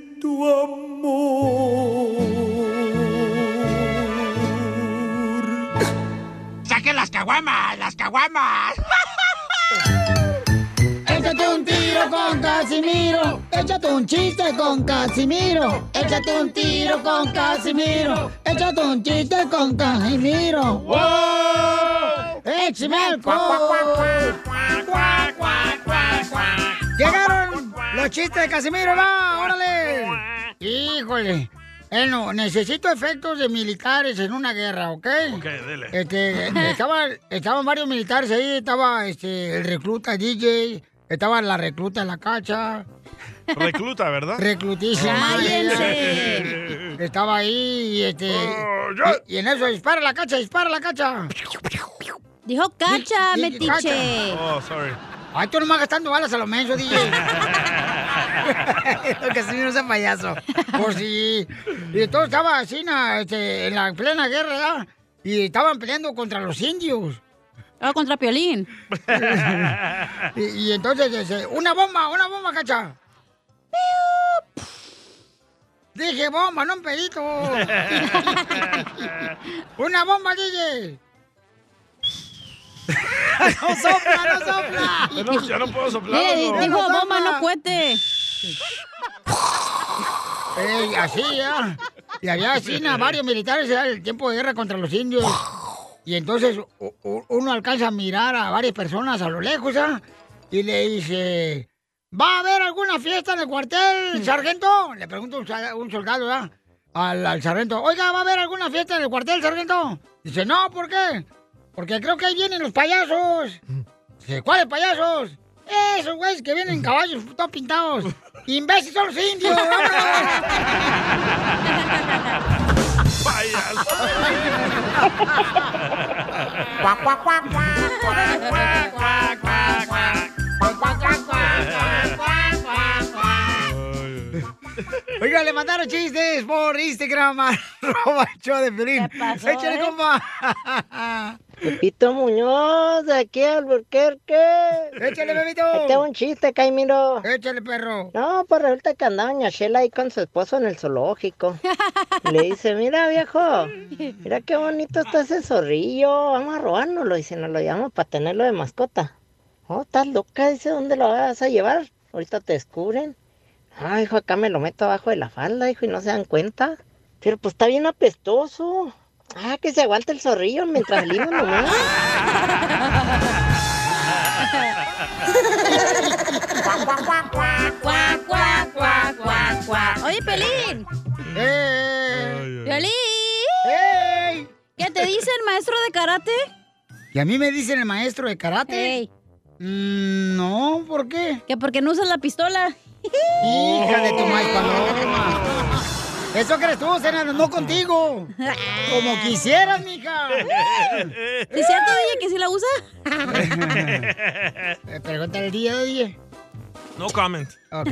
[SPEAKER 9] amor.
[SPEAKER 1] ¡Saque las caguamas! ¡Las caguamas!
[SPEAKER 3] Échate un tiro con Casimiro. Échate un chiste con Casimiro. Échate un tiro con Casimiro. Échate un chiste con Casimiro. ¡Wow! ¡Échame el Llegaron
[SPEAKER 5] ¡Oh!
[SPEAKER 3] los chistes de Casimiro, va, órale. Híjole. Eh, no, necesito efectos de militares en una guerra, ¿ok?
[SPEAKER 5] Ok, dele.
[SPEAKER 3] Este, estaba- estaban varios militares ahí, estaba este, el recluta DJ, estaba la recluta la cacha.
[SPEAKER 5] Recluta, ¿verdad?
[SPEAKER 3] Reclutísima.
[SPEAKER 5] Cállense.
[SPEAKER 3] Estaba ahí y este. y, y en eso dispara la cacha, dispara la cacha. Dijo
[SPEAKER 4] cacha, metiche.
[SPEAKER 5] Oh, sorry.
[SPEAKER 3] Ay, tú nomás gastando balas a lo menso, DJ. Lo que sí no sea payaso. Por si. Y todo estaba así na, este, en la plena guerra, ¿verdad? Y estaban peleando contra los indios. Ah, contra Piolín. y, y entonces, dice, una bomba, una bomba, cacha. Piu, pf. Dije bomba, no un pedito. una bomba, DJ.
[SPEAKER 4] Oh,
[SPEAKER 3] no sopla, no sopla.
[SPEAKER 5] Ya no- ya no puedo soplar,
[SPEAKER 4] Mire,
[SPEAKER 5] ¿o no?
[SPEAKER 4] dijo, bomba, no cuete.
[SPEAKER 3] Ey, así ya. Y había así na, varios militares era el tiempo de guerra contra los indios. Y entonces u- u- uno alcanza a mirar a varias personas a lo lejos, ¿ah? Y le dice, ¿va a haber alguna fiesta en el cuartel, sargento? Le pregunta un, sa- un soldado, ¿ah? Al, al sargento, oiga, ¿va a haber alguna fiesta en el cuartel, sargento? Dice, no, ¿por qué? Porque creo que ahí vienen los payasos. Dice, ¿cuáles payasos? Esos güeyes que vienen en caballos todos pintados. Imbéciles son los indios. vámonos". Oiga, le mandaron chistes por Instagram, arroba el show de Pelín.
[SPEAKER 1] pasó,
[SPEAKER 3] Échale,
[SPEAKER 1] eh?
[SPEAKER 3] compa.
[SPEAKER 19] Pepito Muñoz, de aquí al
[SPEAKER 3] Échale, bebito.
[SPEAKER 19] Ahí te va un chiste, Caimiro.
[SPEAKER 3] Échale, perro.
[SPEAKER 19] No, pues resulta que andaba doña Shela ahí con su esposo en el zoológico. Y Le dice, mira, viejo, mira qué bonito está ese zorrillo. Vamos a robárnoslo. Y si nos lo llevamos para tenerlo de mascota. Oh, estás loca, dice, ¿dónde lo vas a llevar? Ahorita te descubren. Ah, hijo, acá me lo meto abajo de la falda, hijo, y no se dan cuenta. Pero pues está bien apestoso. Ah, que se aguante el zorrillo mientras lindo nomás.
[SPEAKER 4] Oye, Pelín. Pelín. ¿Qué te dice el maestro de karate?
[SPEAKER 3] ¿Y a mí me dicen el maestro de karate? Mm, no, ¿por qué?
[SPEAKER 4] Que porque no usas la pistola.
[SPEAKER 3] Hija de tu madre, paloma. Eso crees tú, Senado, no contigo. Como quisieras, mija.
[SPEAKER 4] ¿Sí ¿Es cierto, DJ, que sí la usa?
[SPEAKER 3] Pregúntale al día, DJ.
[SPEAKER 5] No comment.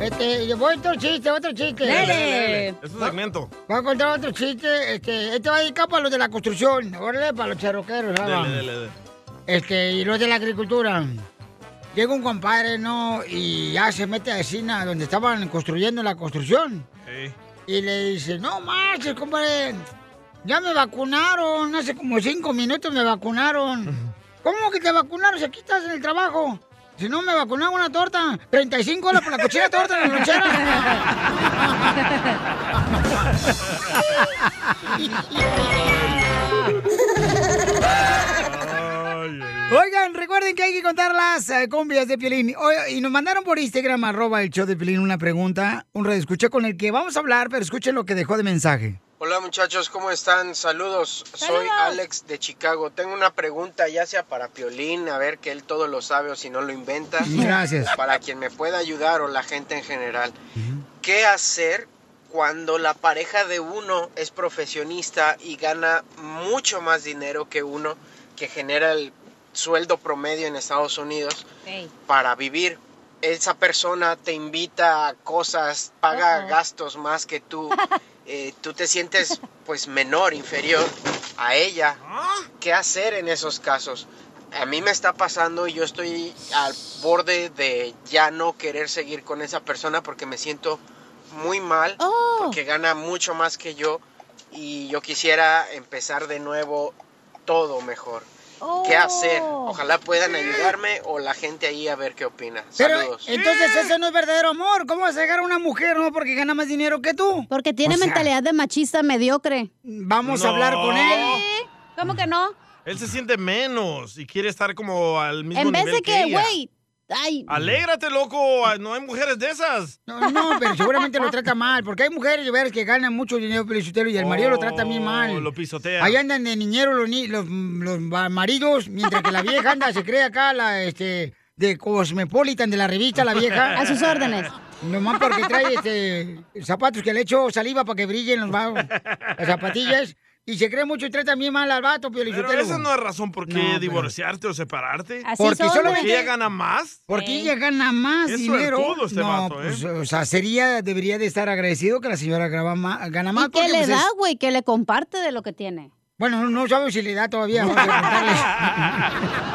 [SPEAKER 3] Este, yo voy a otro chiste, otro chiste.
[SPEAKER 5] Dele, dele. Es un segmento.
[SPEAKER 3] Voy a contar otro chiste. Este, este va a dedicar para los de la construcción. Órale, para los charroqueros. ahí va.
[SPEAKER 5] Dele, dele, dele.
[SPEAKER 3] Este, y los de la agricultura. Llega un compadre, ¿no? Y ya se mete a vecina donde estaban construyendo la construcción.
[SPEAKER 5] Ey.
[SPEAKER 3] Y le dice, no marches, compadre. Ya me vacunaron, hace como cinco minutos me vacunaron. ¿Cómo que te vacunaron si aquí estás en el trabajo? Si no me vacunaron una torta, 35 horas por la cochina torta en la lonchera. Oigan, recuerden que hay que contar las eh, cumbias de Piolín. O- y nos mandaron por Instagram, arroba el show de Piolín, una pregunta, un radio escucha con el que vamos a hablar, pero escuchen lo que dejó de mensaje.
[SPEAKER 20] Hola muchachos, ¿cómo están? Saludos, soy Alex de Chicago. Tengo una pregunta ya sea para Piolín, a ver que él todo lo sabe o si no lo inventa.
[SPEAKER 3] Gracias.
[SPEAKER 20] Para quien me pueda ayudar o la gente en general. ¿Qué hacer cuando la pareja de uno es profesionista y gana mucho más dinero que uno que genera el sueldo promedio en Estados Unidos? para vivir. Esa persona te invita a cosas, paga gastos más que tú. eh, tú te sientes pues menor, inferior a ella. ¿Qué hacer en esos casos? A mí me está pasando y yo estoy al borde de ya no querer seguir con esa persona porque me siento muy mal, porque gana mucho más que yo y yo quisiera empezar de nuevo todo mejor. ¿Qué hacer? Ojalá puedan ayudarme o la gente ahí a ver qué opina.
[SPEAKER 3] Pero
[SPEAKER 20] Saludos.
[SPEAKER 3] entonces eso no es verdadero amor. ¿Cómo vas a dejar a una mujer no porque gana más dinero que tú?
[SPEAKER 4] Porque tiene mentalidad de machista mediocre.
[SPEAKER 3] Vamos a hablar con él.
[SPEAKER 4] Sí, ¿Cómo que no?
[SPEAKER 5] Él se siente menos y quiere estar como al mismo
[SPEAKER 4] en vez
[SPEAKER 5] nivel
[SPEAKER 4] de que,
[SPEAKER 5] ella.
[SPEAKER 4] güey, ay.
[SPEAKER 5] Alégrate, loco. ay, No hay mujeres de esas.
[SPEAKER 3] No, no, pero seguramente lo trata mal, porque hay mujeres de veras que ganan mucho dinero Felicitero y el marido lo trata bien
[SPEAKER 5] Oh,
[SPEAKER 3] mal.
[SPEAKER 5] Lo pisotea.
[SPEAKER 3] Ahí andan de niñero los, ni- los, los ma- maridos, mientras que la vieja anda, se cree acá la este de Cosmopolitan de la revista La Vieja.
[SPEAKER 4] A sus órdenes.
[SPEAKER 3] Nomás porque trae este, zapatos que le echo saliva para que brillen los va- las zapatillas. Y se cree mucho y trata bien mal al vato,
[SPEAKER 5] Pero
[SPEAKER 3] Felicitero.
[SPEAKER 5] esa no es razón por qué
[SPEAKER 3] No, pero-
[SPEAKER 5] divorciarte o separarte.
[SPEAKER 3] Así Porque son, solamente-
[SPEAKER 5] ella gana más.
[SPEAKER 3] Porque ella gana más
[SPEAKER 5] Es
[SPEAKER 3] dinero.
[SPEAKER 5] suertudo este
[SPEAKER 3] no,
[SPEAKER 5] vato, ¿eh?
[SPEAKER 3] pues, o sea, sería, debería de estar agradecido que la señora graba ma- gana más.
[SPEAKER 4] ¿Y qué
[SPEAKER 3] porque,
[SPEAKER 4] le
[SPEAKER 3] pues,
[SPEAKER 4] da,
[SPEAKER 3] es-
[SPEAKER 4] güey? Que le comparte de lo que tiene.
[SPEAKER 3] Bueno, no sabemos si le da todavía. vamos a preguntarle.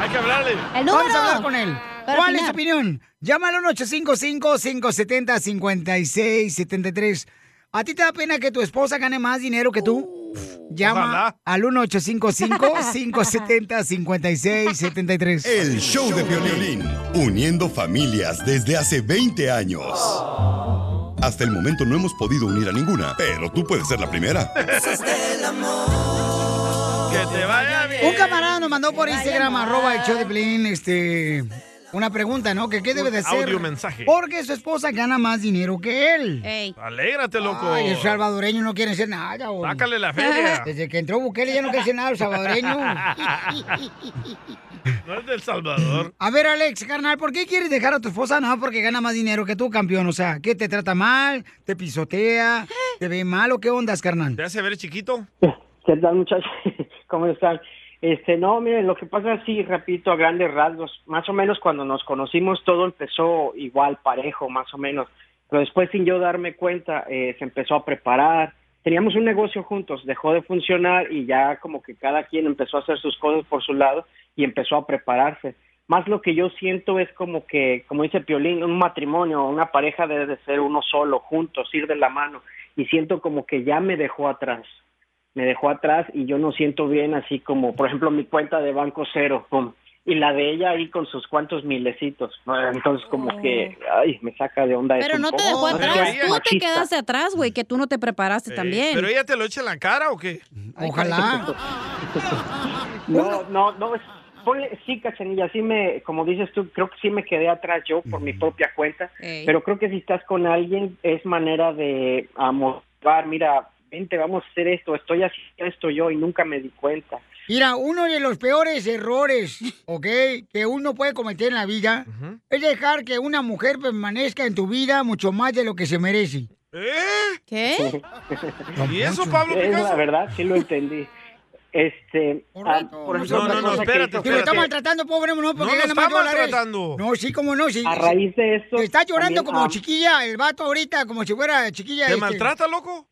[SPEAKER 5] Hay que hablarle.
[SPEAKER 3] Vamos a hablar con él.
[SPEAKER 5] Para
[SPEAKER 3] ¿Cuál es
[SPEAKER 5] opinar.
[SPEAKER 3] su opinión? Llámalo al 855-570-5673. ¿A ti te da pena que tu esposa gane más dinero que tú? Llama al 1855-570-5673.
[SPEAKER 7] El show de violín, uniendo familias desde hace 20 años. Hasta el momento no hemos podido unir a ninguna, pero tú puedes ser la primera.
[SPEAKER 5] Que te vaya bien.
[SPEAKER 3] Un camarada nos mandó por Instagram, arroba el show de Piolín, este, una pregunta, ¿no? Que qué debe de
[SPEAKER 5] Un
[SPEAKER 3] hacer.
[SPEAKER 5] audio mensaje.
[SPEAKER 3] Porque su esposa gana más dinero que él.
[SPEAKER 5] Alégrate, loco.
[SPEAKER 3] Ay, el salvadoreño no quiere hacer nada, güey.
[SPEAKER 5] Sácale la feria.
[SPEAKER 3] Desde que entró Bukele ya no quiere hacer nada el salvadoreño.
[SPEAKER 5] No es del Salvador.
[SPEAKER 3] A ver, Alex, carnal, ¿por qué quieres dejar a tu esposa? No, porque gana más dinero que tú, campeón. O sea, ¿qué te trata mal? ¿Te pisotea? ¿Te ve mal o qué ondas, carnal?
[SPEAKER 5] ¿Te hace ver chiquito?
[SPEAKER 21] ¿Qué tal, muchachos? pues, ¿Cómo están? Este, no, miren, lo que pasa así, repito, a grandes rasgos, más o menos cuando nos conocimos todo empezó igual, parejo, más o menos. Pero después, sin yo darme cuenta, eh, se empezó a preparar. Teníamos un negocio juntos, dejó de funcionar y ya como que cada quien empezó a hacer sus cosas por su lado y empezó a prepararse. Más lo que yo siento es como que, como dice Piolín, un matrimonio, una pareja debe de ser uno solo, juntos, ir de la mano. Y siento como que ya me dejó atrás me dejó atrás y yo no siento bien así como, por ejemplo, mi cuenta de banco cero, pum, y la de ella ahí con sus cuantos milecitos. ¿no? Entonces como que, ay, me saca de onda eso
[SPEAKER 4] Pero
[SPEAKER 21] un
[SPEAKER 4] no te
[SPEAKER 21] poco.
[SPEAKER 3] Oh,
[SPEAKER 4] dejó
[SPEAKER 21] O sea,
[SPEAKER 4] atrás. Tú te
[SPEAKER 21] machista.
[SPEAKER 4] quedaste atrás, güey, que tú no te
[SPEAKER 3] Este
[SPEAKER 4] preparaste también.
[SPEAKER 5] Eh, ¿Pero ella te lo echa en la cara o qué?
[SPEAKER 21] No, no, no, es- ponle, sí, Cachanilla, sí me, como dices tú, creo que sí me quedé atrás yo por mi propia cuenta,
[SPEAKER 22] Ey.
[SPEAKER 21] eh, pero creo que si estás con alguien es manera de ah, motivar, mira, vente, vamos a hacer esto, estoy haciendo esto yo y nunca me di cuenta.
[SPEAKER 3] Mira, uno de los peores errores, ¿ok? Que uno puede cometer en la vida es dejar que una mujer permanezca en tu vida mucho más de lo que se merece.
[SPEAKER 5] ¿Eh?
[SPEAKER 4] ¿Eh?
[SPEAKER 21] ¿Qué?
[SPEAKER 5] ¿Y eso, Pablo
[SPEAKER 21] Es la
[SPEAKER 5] Picasso?
[SPEAKER 21] verdad, sí lo entendí. Este, ah, por ejemplo,
[SPEAKER 5] No, no,
[SPEAKER 21] otra
[SPEAKER 5] no,
[SPEAKER 21] cosa que
[SPEAKER 5] espérate,
[SPEAKER 21] hizo-
[SPEAKER 3] Si lo está maltratando, pobre, no, porque
[SPEAKER 21] No lo
[SPEAKER 3] gana más
[SPEAKER 21] está
[SPEAKER 3] dólares.
[SPEAKER 21] maltratando.
[SPEAKER 3] No, sí, cómo no. Sí,
[SPEAKER 21] A raíz de esto,
[SPEAKER 3] Está llorando
[SPEAKER 21] también,
[SPEAKER 3] como
[SPEAKER 21] ah,
[SPEAKER 3] chiquilla el vato ahorita, como si fuera chiquilla.
[SPEAKER 21] ¿Te
[SPEAKER 3] este.
[SPEAKER 21] maltrata,
[SPEAKER 5] loco?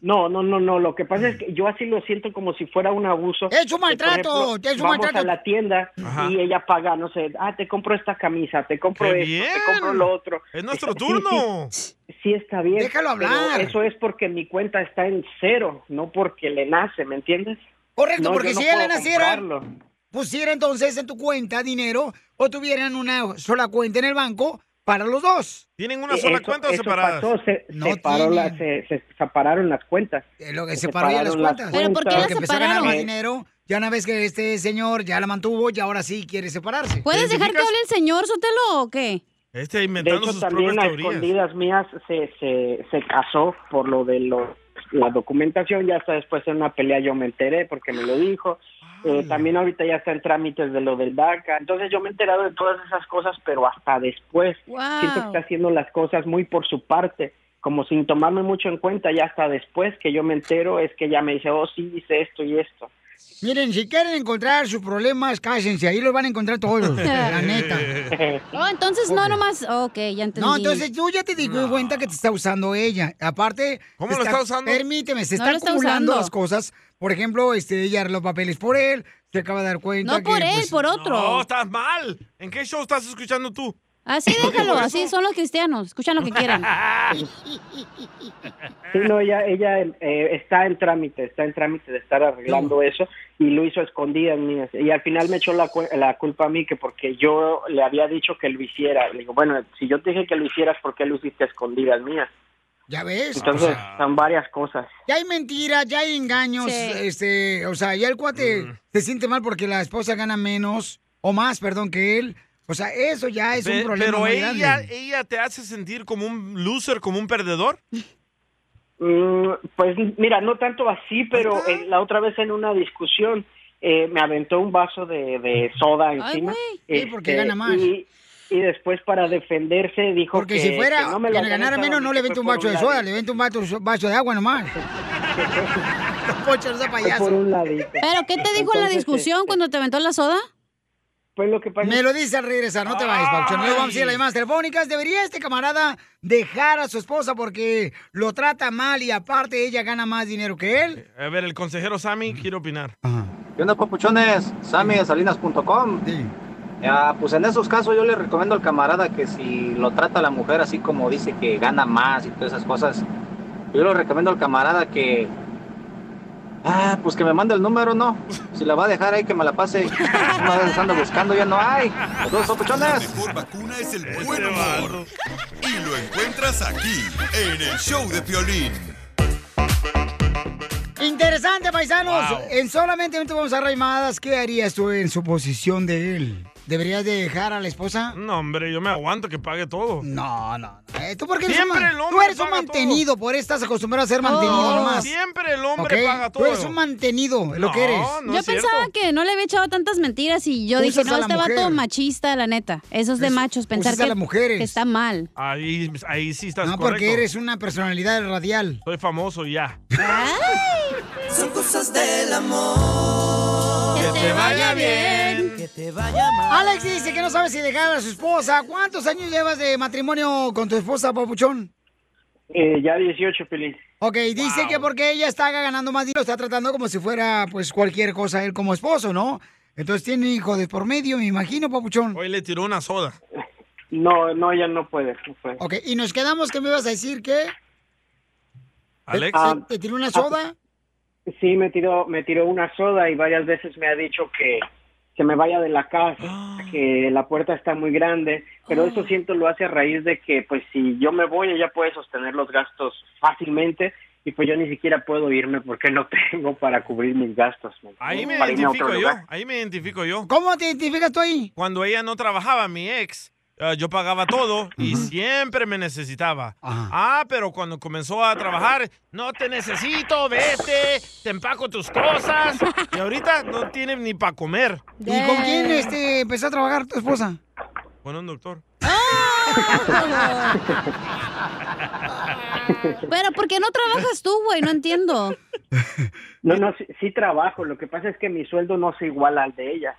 [SPEAKER 21] No, no, no, no. Lo que pasa es que yo así lo siento como si fuera un abuso.
[SPEAKER 3] Es un
[SPEAKER 21] Que, por
[SPEAKER 3] maltrato,
[SPEAKER 21] ejemplo,
[SPEAKER 3] es un
[SPEAKER 21] vamos
[SPEAKER 3] maltrato.
[SPEAKER 21] a la tienda
[SPEAKER 5] Ajá.
[SPEAKER 21] y ella paga, no sé, ah, te compro esta camisa, te compro
[SPEAKER 5] ¡Qué
[SPEAKER 21] esto,
[SPEAKER 5] bien!
[SPEAKER 21] te compro lo otro.
[SPEAKER 5] Es nuestro
[SPEAKER 21] Está- sí,
[SPEAKER 5] turno.
[SPEAKER 21] Sí, sí está bien.
[SPEAKER 5] Déjalo
[SPEAKER 21] pero
[SPEAKER 5] hablar.
[SPEAKER 21] Eso es porque mi cuenta está en cero, no porque le nace, ¿me entiendes?
[SPEAKER 3] Correcto,
[SPEAKER 21] No,
[SPEAKER 3] porque
[SPEAKER 21] yo no
[SPEAKER 3] si ella le
[SPEAKER 21] puedo
[SPEAKER 3] naciera,
[SPEAKER 21] comprarlo.
[SPEAKER 3] pusiera entonces en tu cuenta dinero o tuvieran una sola cuenta en el banco para los dos.
[SPEAKER 5] ¿Tienen
[SPEAKER 21] Eh, eso- eso pasó, se,
[SPEAKER 3] No
[SPEAKER 21] separó
[SPEAKER 3] tienen.
[SPEAKER 21] la- se, se separaron las cuentas.
[SPEAKER 3] Eh, lo que
[SPEAKER 21] Se
[SPEAKER 3] separaron las Eh, cuentas.
[SPEAKER 21] Pero ¿por qué
[SPEAKER 3] Porque empezó a ganar más
[SPEAKER 5] Eh,
[SPEAKER 3] dinero. Ya una vez que este señor ya la mantuvo, ya ahora sí quiere separarse.
[SPEAKER 4] ¿Puedes dejar que hable el señor, Sotelo, o qué?
[SPEAKER 5] Este
[SPEAKER 21] De
[SPEAKER 5] inventando
[SPEAKER 21] hecho,
[SPEAKER 5] sus
[SPEAKER 21] también
[SPEAKER 5] propias
[SPEAKER 21] a
[SPEAKER 5] teorías.
[SPEAKER 21] escondidas mías se, se, se casó por lo de los la documentación, ya hasta después en una pelea yo me enteré porque me lo dijo.
[SPEAKER 5] Ah,
[SPEAKER 21] Eh, también ahorita ya está en trámites de lo del DACA. Entonces yo me he enterado de todas esas cosas, pero hasta después.
[SPEAKER 23] Wow.
[SPEAKER 21] Siento
[SPEAKER 3] Ah,
[SPEAKER 21] que está haciendo las cosas muy por su parte, como sin tomarme mucho en cuenta. Ya hasta después que yo me entero es que ya me dice, oh, sí, hice esto y esto.
[SPEAKER 3] Miren, si quieren encontrar sus problemas, cásense. Ahí los van a encontrar todos, la neta.
[SPEAKER 4] Oh, entonces no nomás. Ok, ya entendí.
[SPEAKER 3] No, entonces tú ya te di cuenta que te está usando ella. Aparte.
[SPEAKER 4] ¿Cómo
[SPEAKER 3] te
[SPEAKER 4] lo está usando?
[SPEAKER 3] Permíteme, se
[SPEAKER 4] No
[SPEAKER 3] está
[SPEAKER 4] lo está
[SPEAKER 3] acumulando
[SPEAKER 4] usando.
[SPEAKER 3] las cosas. Por ejemplo, este, ella arregló papeles por él. Se acaba de dar cuenta. pues,
[SPEAKER 4] No por él, por otro.
[SPEAKER 5] No, estás mal. ¿En qué show estás escuchando tú?
[SPEAKER 4] Así déjalo, así son los cristianos. Escuchan lo que quieran.
[SPEAKER 3] Ah.
[SPEAKER 21] Sí, no, ella, ella eh, está en trámite, está en trámite de estar arreglando eso y lo hizo a escondidas mías. Y al final me echó la, cu- la culpa a mí que porque yo le había dicho que lo hiciera. Le digo, bueno, si yo te dije que lo hicieras, ¿por qué lo hiciste a escondidas mías?
[SPEAKER 3] Ya ves.
[SPEAKER 21] Entonces,
[SPEAKER 3] O sea,
[SPEAKER 21] son varias cosas.
[SPEAKER 3] ya hay mentiras, ya hay engaños.
[SPEAKER 21] Sí.
[SPEAKER 3] Este, o sea, ya el cuate se siente mal porque la esposa gana menos o más, perdón, que él. O sea, eso ya es
[SPEAKER 5] Pe-
[SPEAKER 3] un problema.
[SPEAKER 5] pero
[SPEAKER 3] muy
[SPEAKER 5] ella,
[SPEAKER 3] grande.
[SPEAKER 5] ella te hace sentir como un loser, como un perdedor.
[SPEAKER 21] Mm, pues mira, no tanto así, pero eh, la otra vez en una discusión eh, me aventó un vaso de, de soda encima.
[SPEAKER 3] güey.
[SPEAKER 21] este,
[SPEAKER 3] Sí, porque gana más.
[SPEAKER 21] Y, y después para defenderse dijo
[SPEAKER 3] Porque
[SPEAKER 21] que
[SPEAKER 3] si fuera,
[SPEAKER 21] que
[SPEAKER 3] que,
[SPEAKER 21] no me lo
[SPEAKER 3] le ganara
[SPEAKER 21] aventaron,
[SPEAKER 3] menos, no le
[SPEAKER 21] que
[SPEAKER 3] vente un
[SPEAKER 21] fue
[SPEAKER 3] vaso
[SPEAKER 21] por
[SPEAKER 3] de
[SPEAKER 21] un
[SPEAKER 3] soda, le vente un vaso, vaso de agua nomás. Poncho, no sea
[SPEAKER 21] ladito,
[SPEAKER 3] payaso.
[SPEAKER 21] por un ladito.
[SPEAKER 4] ¿Pero qué te dijo en la
[SPEAKER 21] Entonces, este,
[SPEAKER 4] discusión cuando te aventó la soda?
[SPEAKER 21] Pues lo que pasa
[SPEAKER 3] Me lo dice al regresar, no te vayas, Pauchón. Luego vamos a ir a las llamadas telefónicas. Debería este camarada dejar a su esposa porque lo trata mal y aparte ella gana más dinero que él.
[SPEAKER 5] A ver, el consejero Sammy quiere opinar.
[SPEAKER 13] ¿Qué onda, papuchones? Sammy de Salinas.com. Ah, pues en esos casos yo le recomiendo al camarada que si lo trata la mujer así como dice que gana más y todas esas cosas, yo le recomiendo al camarada que. Ah, pues que me mande el número, ¿no? Si la va a dejar ahí, que me la pase. Una vez ando buscando, ya no hay. Los dos papuchones.
[SPEAKER 7] vacuna es el buen
[SPEAKER 1] Este
[SPEAKER 7] humor. Y lo encuentras aquí, en el show de Piolín.
[SPEAKER 3] Interesante, paisanos.
[SPEAKER 7] Wow.
[SPEAKER 3] En solamente minutos vamos a Raimadas. ¿Qué harías tú en su posición de él? ¿Deberías de dejar a la esposa?
[SPEAKER 5] No, hombre, yo me aguanto que pague todo.
[SPEAKER 3] No, no, no. Eh, ¿Tú por qué eres un,
[SPEAKER 5] Siempre
[SPEAKER 3] man-
[SPEAKER 5] el
[SPEAKER 3] tú
[SPEAKER 5] hombre
[SPEAKER 3] eres un
[SPEAKER 5] paga
[SPEAKER 3] mantenido? Por eso estás acostumbrado a ser
[SPEAKER 5] No,
[SPEAKER 3] mantenido nomás.
[SPEAKER 5] siempre el hombre
[SPEAKER 3] ¿Ok?
[SPEAKER 5] paga
[SPEAKER 3] Tú
[SPEAKER 5] todo.
[SPEAKER 3] eres un mantenido, es lo que eres.
[SPEAKER 4] yo pensaba que no le había echado tantas mentiras y yo
[SPEAKER 3] Usas
[SPEAKER 4] dije,
[SPEAKER 3] a
[SPEAKER 4] no,
[SPEAKER 3] la
[SPEAKER 4] este
[SPEAKER 3] mujer.
[SPEAKER 4] vato machista, la neta. Eso es de machos, pensar
[SPEAKER 3] usas a
[SPEAKER 4] que,
[SPEAKER 3] las mujeres.
[SPEAKER 4] que está mal.
[SPEAKER 5] Ahí, ahí sí estás
[SPEAKER 3] No,
[SPEAKER 5] correcto.
[SPEAKER 3] porque eres una personalidad radial.
[SPEAKER 5] Soy famoso ya.
[SPEAKER 9] Son cosas del amor.
[SPEAKER 5] Que te vaya
[SPEAKER 9] bien. Que te vaya
[SPEAKER 3] Alex dice que no sabe si dejar a su esposa. ¿Cuántos años llevas de matrimonio con tu esposa, Papuchón?
[SPEAKER 21] Eh, ya 18, Pelín.
[SPEAKER 3] Ok, dice que porque ella está ganando más dinero, está tratando como si fuera pues cualquier cosa él como esposo, ¿no? Entonces tiene hijo de por medio, me imagino, Papuchón.
[SPEAKER 5] Hoy le tiró una soda.
[SPEAKER 21] No, no, ya no puede. No puede.
[SPEAKER 3] Ok, y nos quedamos que me ibas a decir que
[SPEAKER 5] Alex.
[SPEAKER 21] Ah, pues,
[SPEAKER 3] te tiró una soda.
[SPEAKER 21] Sí, me tiró, me tiró una soda y varias veces me ha dicho que, que me vaya de la
[SPEAKER 5] Ah.
[SPEAKER 21] casa, que la puerta está muy grande, pero eso siento lo hace a raíz de que, pues, si yo me voy, ella puede sostener los gastos fácilmente y pues yo ni siquiera puedo irme porque no tengo para cubrir mis gastos. ¿me
[SPEAKER 5] Ahí me
[SPEAKER 21] entiendes? Para irme a otro
[SPEAKER 5] identifico yo.
[SPEAKER 21] lugar.
[SPEAKER 5] Ahí me identifico yo.
[SPEAKER 3] ¿Cómo te identificas tú ahí?
[SPEAKER 5] Cuando ella no trabajaba, mi ex, eh, yo pagaba todo y siempre me necesitaba. Ah, pero cuando comenzó a trabajar, no te necesito, vete, te empaco tus cosas. Y ahorita no tiene ni para comer.
[SPEAKER 3] ¿Y con quién este, empezó a trabajar tu esposa?
[SPEAKER 5] Con un doctor.
[SPEAKER 4] Pero ¿por qué no trabajas tú, güey? No entiendo.
[SPEAKER 21] No, no, sí, sí trabajo, lo que pasa es que mi sueldo no se iguala al de ella.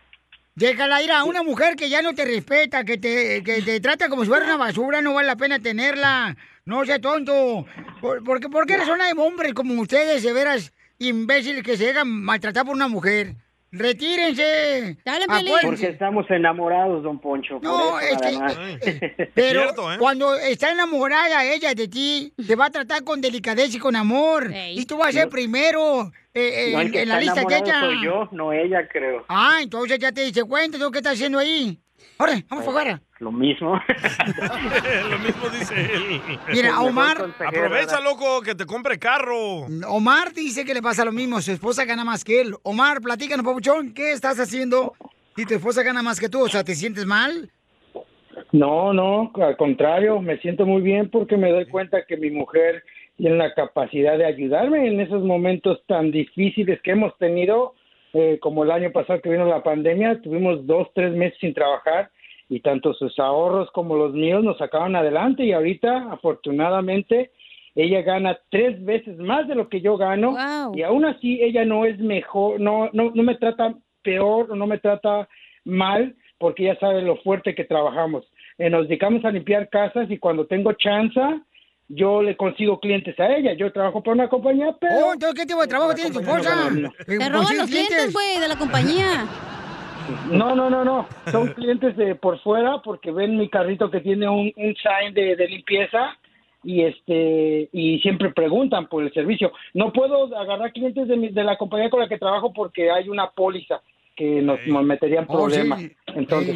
[SPEAKER 3] Déjala ir a una mujer que ya no te respeta, que te, que te trata como si fuera una basura, no vale la pena tenerla. No sea tonto. ¿Por, por, qué- por qué son de hombres como ustedes, de veras imbéciles, que se dejan maltratar por una mujer? Retírense.
[SPEAKER 5] Ah,
[SPEAKER 21] Porque
[SPEAKER 3] Acuérdense.
[SPEAKER 21] estamos enamorados, don Poncho.
[SPEAKER 3] No,
[SPEAKER 21] por
[SPEAKER 3] es
[SPEAKER 21] eso,
[SPEAKER 3] que-
[SPEAKER 21] nada más.
[SPEAKER 3] Pero
[SPEAKER 5] ¿eh?
[SPEAKER 21] ¿eh?
[SPEAKER 3] cuando está enamorada ella de ti, te va a tratar con delicadeza y con amor. Y tú vas a ser primero eh, eh,
[SPEAKER 21] No, el
[SPEAKER 3] en,
[SPEAKER 21] que
[SPEAKER 3] en la
[SPEAKER 21] está
[SPEAKER 3] lista de ella.
[SPEAKER 21] enamorado soy yo, no ella, creo.
[SPEAKER 3] Ah, entonces ya te dice cuenta, ¿tú qué estás haciendo ahí? Ahora, vamos para afuera.
[SPEAKER 21] Lo mismo.
[SPEAKER 5] Lo mismo dice él.
[SPEAKER 3] Mira, a Omar-
[SPEAKER 5] Aprovecha, loco, que te compre carro.
[SPEAKER 3] Omar dice que le pasa lo mismo, su esposa gana más que él. Omar, platícanos, papuchón, ¿qué estás haciendo si tu esposa gana más que tú? O sea, ¿te sientes mal?
[SPEAKER 22] No, no, al contrario, me siento muy bien porque me doy cuenta que mi mujer
[SPEAKER 24] y en la capacidad de ayudarme en esos momentos tan difíciles que hemos tenido, eh, como el año pasado que vino la pandemia, tuvimos dos, tres meses sin trabajar y tanto sus ahorros como los míos nos sacaban adelante y ahorita, afortunadamente, ella gana tres veces más de lo que yo gano y aún así ella no es mejor, no, no, no me trata peor, no me trata mal porque ella sabe lo fuerte que trabajamos. Eh, nos dedicamos a limpiar casas y cuando tengo chance, yo le consigo clientes a ella. Yo trabajo para una compañía, pero...
[SPEAKER 3] Oh, entonces, ¿qué tipo de trabajo tiene tu esposa?
[SPEAKER 4] Te roban los clientes, güey, de la compañía.
[SPEAKER 24] No, no, no, no. Son clientes de por fuera porque ven mi carrito que tiene un, un sign de, de limpieza y este y siempre preguntan por el servicio. No puedo agarrar clientes de, mi- de la compañía con la que trabajo porque hay una póliza que nos, nos metería en
[SPEAKER 6] Oh, sí.
[SPEAKER 24] problemas. Entonces,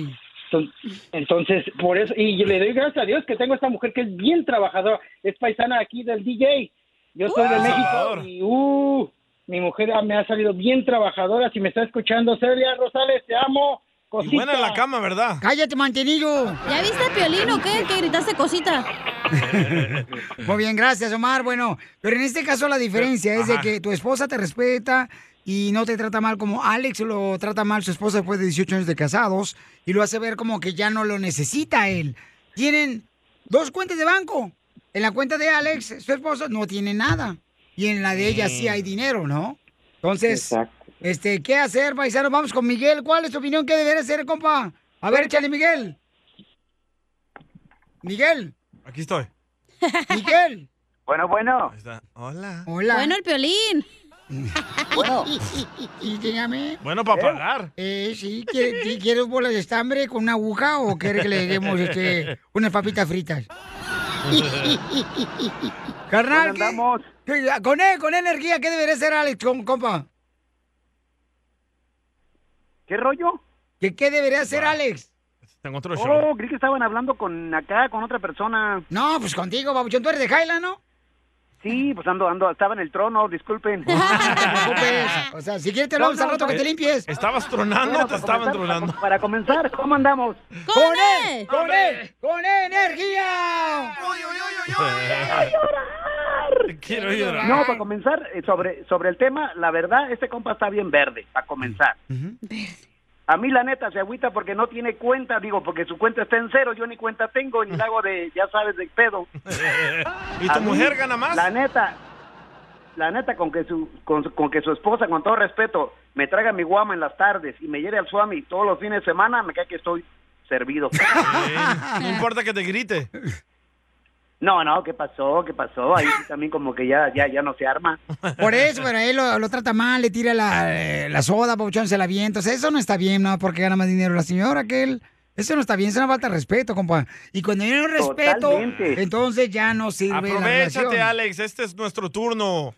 [SPEAKER 24] Enton- Entonces, por eso, y yo le doy gracias a Dios que tengo esta mujer que es bien trabajadora, es paisana aquí del DJ. Yo soy de
[SPEAKER 5] ¡Uh!
[SPEAKER 24] México y uh, mi mujer me ha salido bien trabajadora. Si me está escuchando, Celia Rosales, te amo. Cosita.
[SPEAKER 5] buena en la cama, ¿verdad?
[SPEAKER 3] Cállate, mantenido.
[SPEAKER 4] ¿Ya viste a Piolín o qué? Que gritaste cosita.
[SPEAKER 3] Muy bien, gracias, Omar. Bueno, pero en este caso la diferencia es de
[SPEAKER 4] Ajá.
[SPEAKER 3] que tu esposa te respeta y no te trata mal como Alex lo trata mal su esposa después de 18 años de casados y lo hace ver como que ya no lo necesita él. Tienen dos cuentas de banco. En la cuenta de Alex, su esposa no tiene nada. Y en la de ella sí hay dinero, ¿no? Entonces, este, ¿qué hacer, paisano? Vamos con Miguel. ¿Cuál es tu opinión? ¿Qué debería hacer, compa? A ver, échale, Miguel. Miguel.
[SPEAKER 5] Aquí estoy.
[SPEAKER 3] Miguel.
[SPEAKER 22] Bueno, bueno.
[SPEAKER 5] Hola.
[SPEAKER 3] Hola.
[SPEAKER 4] Bueno, el Piolín.
[SPEAKER 22] Bueno.
[SPEAKER 3] Y dígame.
[SPEAKER 5] Bueno, para pagar.
[SPEAKER 3] Eh, sí, ¿quiere- qui- ¿quieres bolas de estambre con una aguja o quiere que le demos este, unas papitas fritas? Carnal, ¿qué- qué- con, él, con energía, ¿qué debería hacer Alex, com- compa?
[SPEAKER 22] ¿Qué rollo?
[SPEAKER 3] ¿Qué, qué debería hacer Alex?
[SPEAKER 5] Tengo otro show.
[SPEAKER 22] Oh, creí que estaban hablando con acá, con otra persona.
[SPEAKER 3] No, pues contigo, babuchón. Tú eres de Highland, ¿no?
[SPEAKER 22] Sí, pues ando, ando, estaba en el trono, disculpen. no
[SPEAKER 3] O sea, si quieres te hablamos al rato que te limpies.
[SPEAKER 5] eh, Estabas tronando, te estaban tronando.
[SPEAKER 22] Para comenzar, ¿cómo andamos?
[SPEAKER 3] ¡Con él! ¡Con él! eh. ¡Con energía!
[SPEAKER 5] Quiero
[SPEAKER 22] llorar. No, para comenzar, eh, sobre, sobre el tema, la verdad, este compa está bien verde, para comenzar. A mí la neta se agüita porque no tiene cuenta, digo, porque su cuenta está en cero, yo ni cuenta tengo, ni la hago de, ya sabes, de pedo.
[SPEAKER 5] ¿Y tu
[SPEAKER 22] A mí,
[SPEAKER 5] mujer gana más?
[SPEAKER 22] La neta, la neta, con que su, con, su- con que su esposa, con todo respeto, me traiga mi guama en las tardes y me lleve al suami todos los fines de semana, me cae que estoy servido.
[SPEAKER 5] No importa que te grite.
[SPEAKER 22] No, no, ¿qué pasó? ¿Qué pasó? Ahí sí también como que ya, ya, ya no se arma.
[SPEAKER 3] Por eso, pero él lo, lo trata mal, le tira la, eh, la soda, Pabuchón se la avienta. O sea, eso no está bien, ¿no? Porque gana más dinero la señora que él. Eso no está bien, es una falta de respeto, compa. Y cuando hay un respeto,
[SPEAKER 22] Totalmente.
[SPEAKER 3] entonces ya no sirve la
[SPEAKER 5] Aprovechate,
[SPEAKER 3] relación.
[SPEAKER 5] Alex. Este es nuestro turno.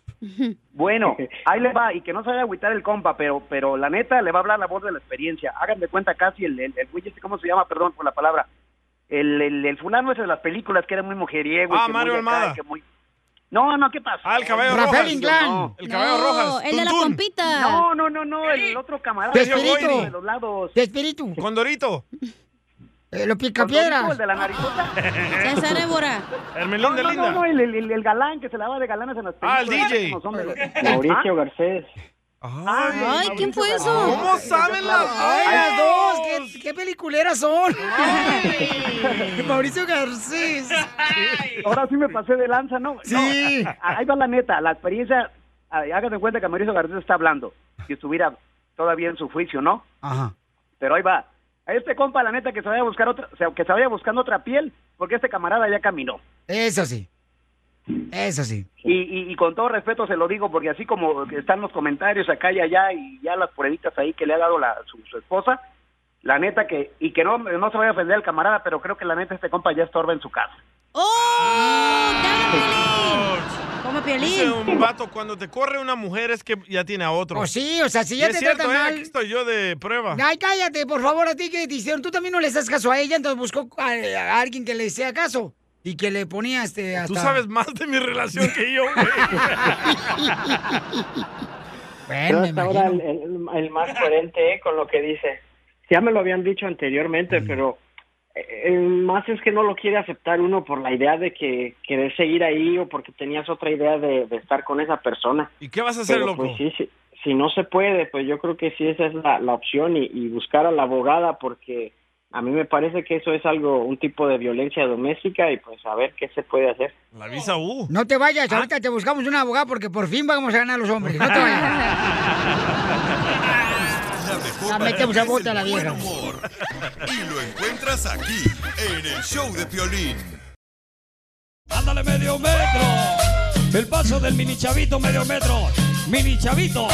[SPEAKER 22] Bueno, ahí le va, y que no se vaya a agüitar el compa, pero, pero la neta le va a hablar la voz de la experiencia. Háganme cuenta casi el, el, el güey este, ¿cómo se llama? Perdón por la palabra. El, el, el fulano ese de las películas que era muy mujeriego. y
[SPEAKER 5] Ah,
[SPEAKER 22] que
[SPEAKER 5] Mario
[SPEAKER 22] muy acá,
[SPEAKER 5] Almada.
[SPEAKER 22] y que muy- No, no, ¿qué pasó? Ah, el
[SPEAKER 5] Caballo Rafael Rojas. Inclán. El Caballo No, Rojas. el de la Tuntún.
[SPEAKER 22] compita. No, no, no, no, el otro camarada.
[SPEAKER 5] Chespirito.
[SPEAKER 22] El de los lados.
[SPEAKER 3] Chespirito.
[SPEAKER 5] Condorito.
[SPEAKER 3] Eh, lo
[SPEAKER 22] Condorito, El de la narizota.
[SPEAKER 5] César Évora. El melón
[SPEAKER 22] no,
[SPEAKER 5] de
[SPEAKER 22] no,
[SPEAKER 5] Linda.
[SPEAKER 22] No, no, el, el- el galán que se lava de galanas en las
[SPEAKER 5] Ah,
[SPEAKER 22] películas.
[SPEAKER 5] el DJ.
[SPEAKER 22] Como son de los-
[SPEAKER 24] Mauricio
[SPEAKER 22] Garcés.
[SPEAKER 5] Ay,
[SPEAKER 22] Ay,
[SPEAKER 3] ¿quién fue
[SPEAKER 22] Mauricio
[SPEAKER 3] eso?
[SPEAKER 22] Garcés.
[SPEAKER 3] ¿Cómo saben las- Ay, las dos? ¿Qué, qué peliculeras son? Mauricio Garcés.
[SPEAKER 22] Ahora sí me pasé de lanza, ¿no?
[SPEAKER 3] Sí.
[SPEAKER 22] ahí va la neta, la experiencia, ay, hágase cuenta que Mauricio Garcés está hablando, si estuviera todavía en su juicio, ¿no?
[SPEAKER 3] Ajá.
[SPEAKER 22] Pero ahí va. A este compa, la neta, que se vaya a buscar otra, o sea, que se vaya buscando otra piel, porque este camarada ya caminó.
[SPEAKER 3] Eso sí. Eso sí.
[SPEAKER 22] Y, y- y con todo respeto se lo digo, porque así como están los comentarios acá y allá y ya las pruebitas ahí que le ha dado la, su, su esposa, la neta que, y que no, no se vaya a ofender al camarada, pero creo que la neta este compa ya estorba en su casa.
[SPEAKER 5] Oh,
[SPEAKER 4] Come Piolín.
[SPEAKER 5] Dice un vato, cuando te corre una mujer es que ya tiene a otro.
[SPEAKER 3] Pues sí, o sea, si ya
[SPEAKER 5] Y es
[SPEAKER 3] te
[SPEAKER 5] cierto,
[SPEAKER 3] tratan
[SPEAKER 5] eh,
[SPEAKER 3] mal-
[SPEAKER 5] Aquí estoy yo de prueba.
[SPEAKER 3] Ay, cállate, por favor, a ti que te hicieron. Tú también no le das caso a ella, entonces buscó a, a alguien que le hiciera caso. Y que le ponía este. Hasta...
[SPEAKER 5] Tú sabes más de mi relación que yo, güey.
[SPEAKER 3] Bueno, me
[SPEAKER 24] hasta
[SPEAKER 3] ahora
[SPEAKER 24] el,
[SPEAKER 22] el- el más coherente eh, con lo que dice.
[SPEAKER 3] Mm.
[SPEAKER 24] Ya me lo habían dicho anteriormente, pero
[SPEAKER 21] eh, más es que no lo quiere aceptar uno por la idea de que querer seguir ahí o porque tenías otra idea de, de estar con esa persona.
[SPEAKER 5] ¿Y qué vas a hacer,
[SPEAKER 21] Pero,
[SPEAKER 5] loco?
[SPEAKER 21] pues, sí, sí, si no se puede, pues yo creo que sí esa es la, la opción y, y buscar a la abogada porque a mí me parece que eso es algo, un tipo de violencia doméstica y pues a ver qué se puede hacer.
[SPEAKER 5] La visa U.
[SPEAKER 3] No te vayas, ahorita te buscamos una abogada porque por fin vamos a ganar los hombres. No te vayas. La metemos a bota a la vieja.
[SPEAKER 7] Y lo encuentras aquí, en el show de Piolín.
[SPEAKER 1] Ándale medio metro. El paso del mini chavito medio metro. Mini chavito.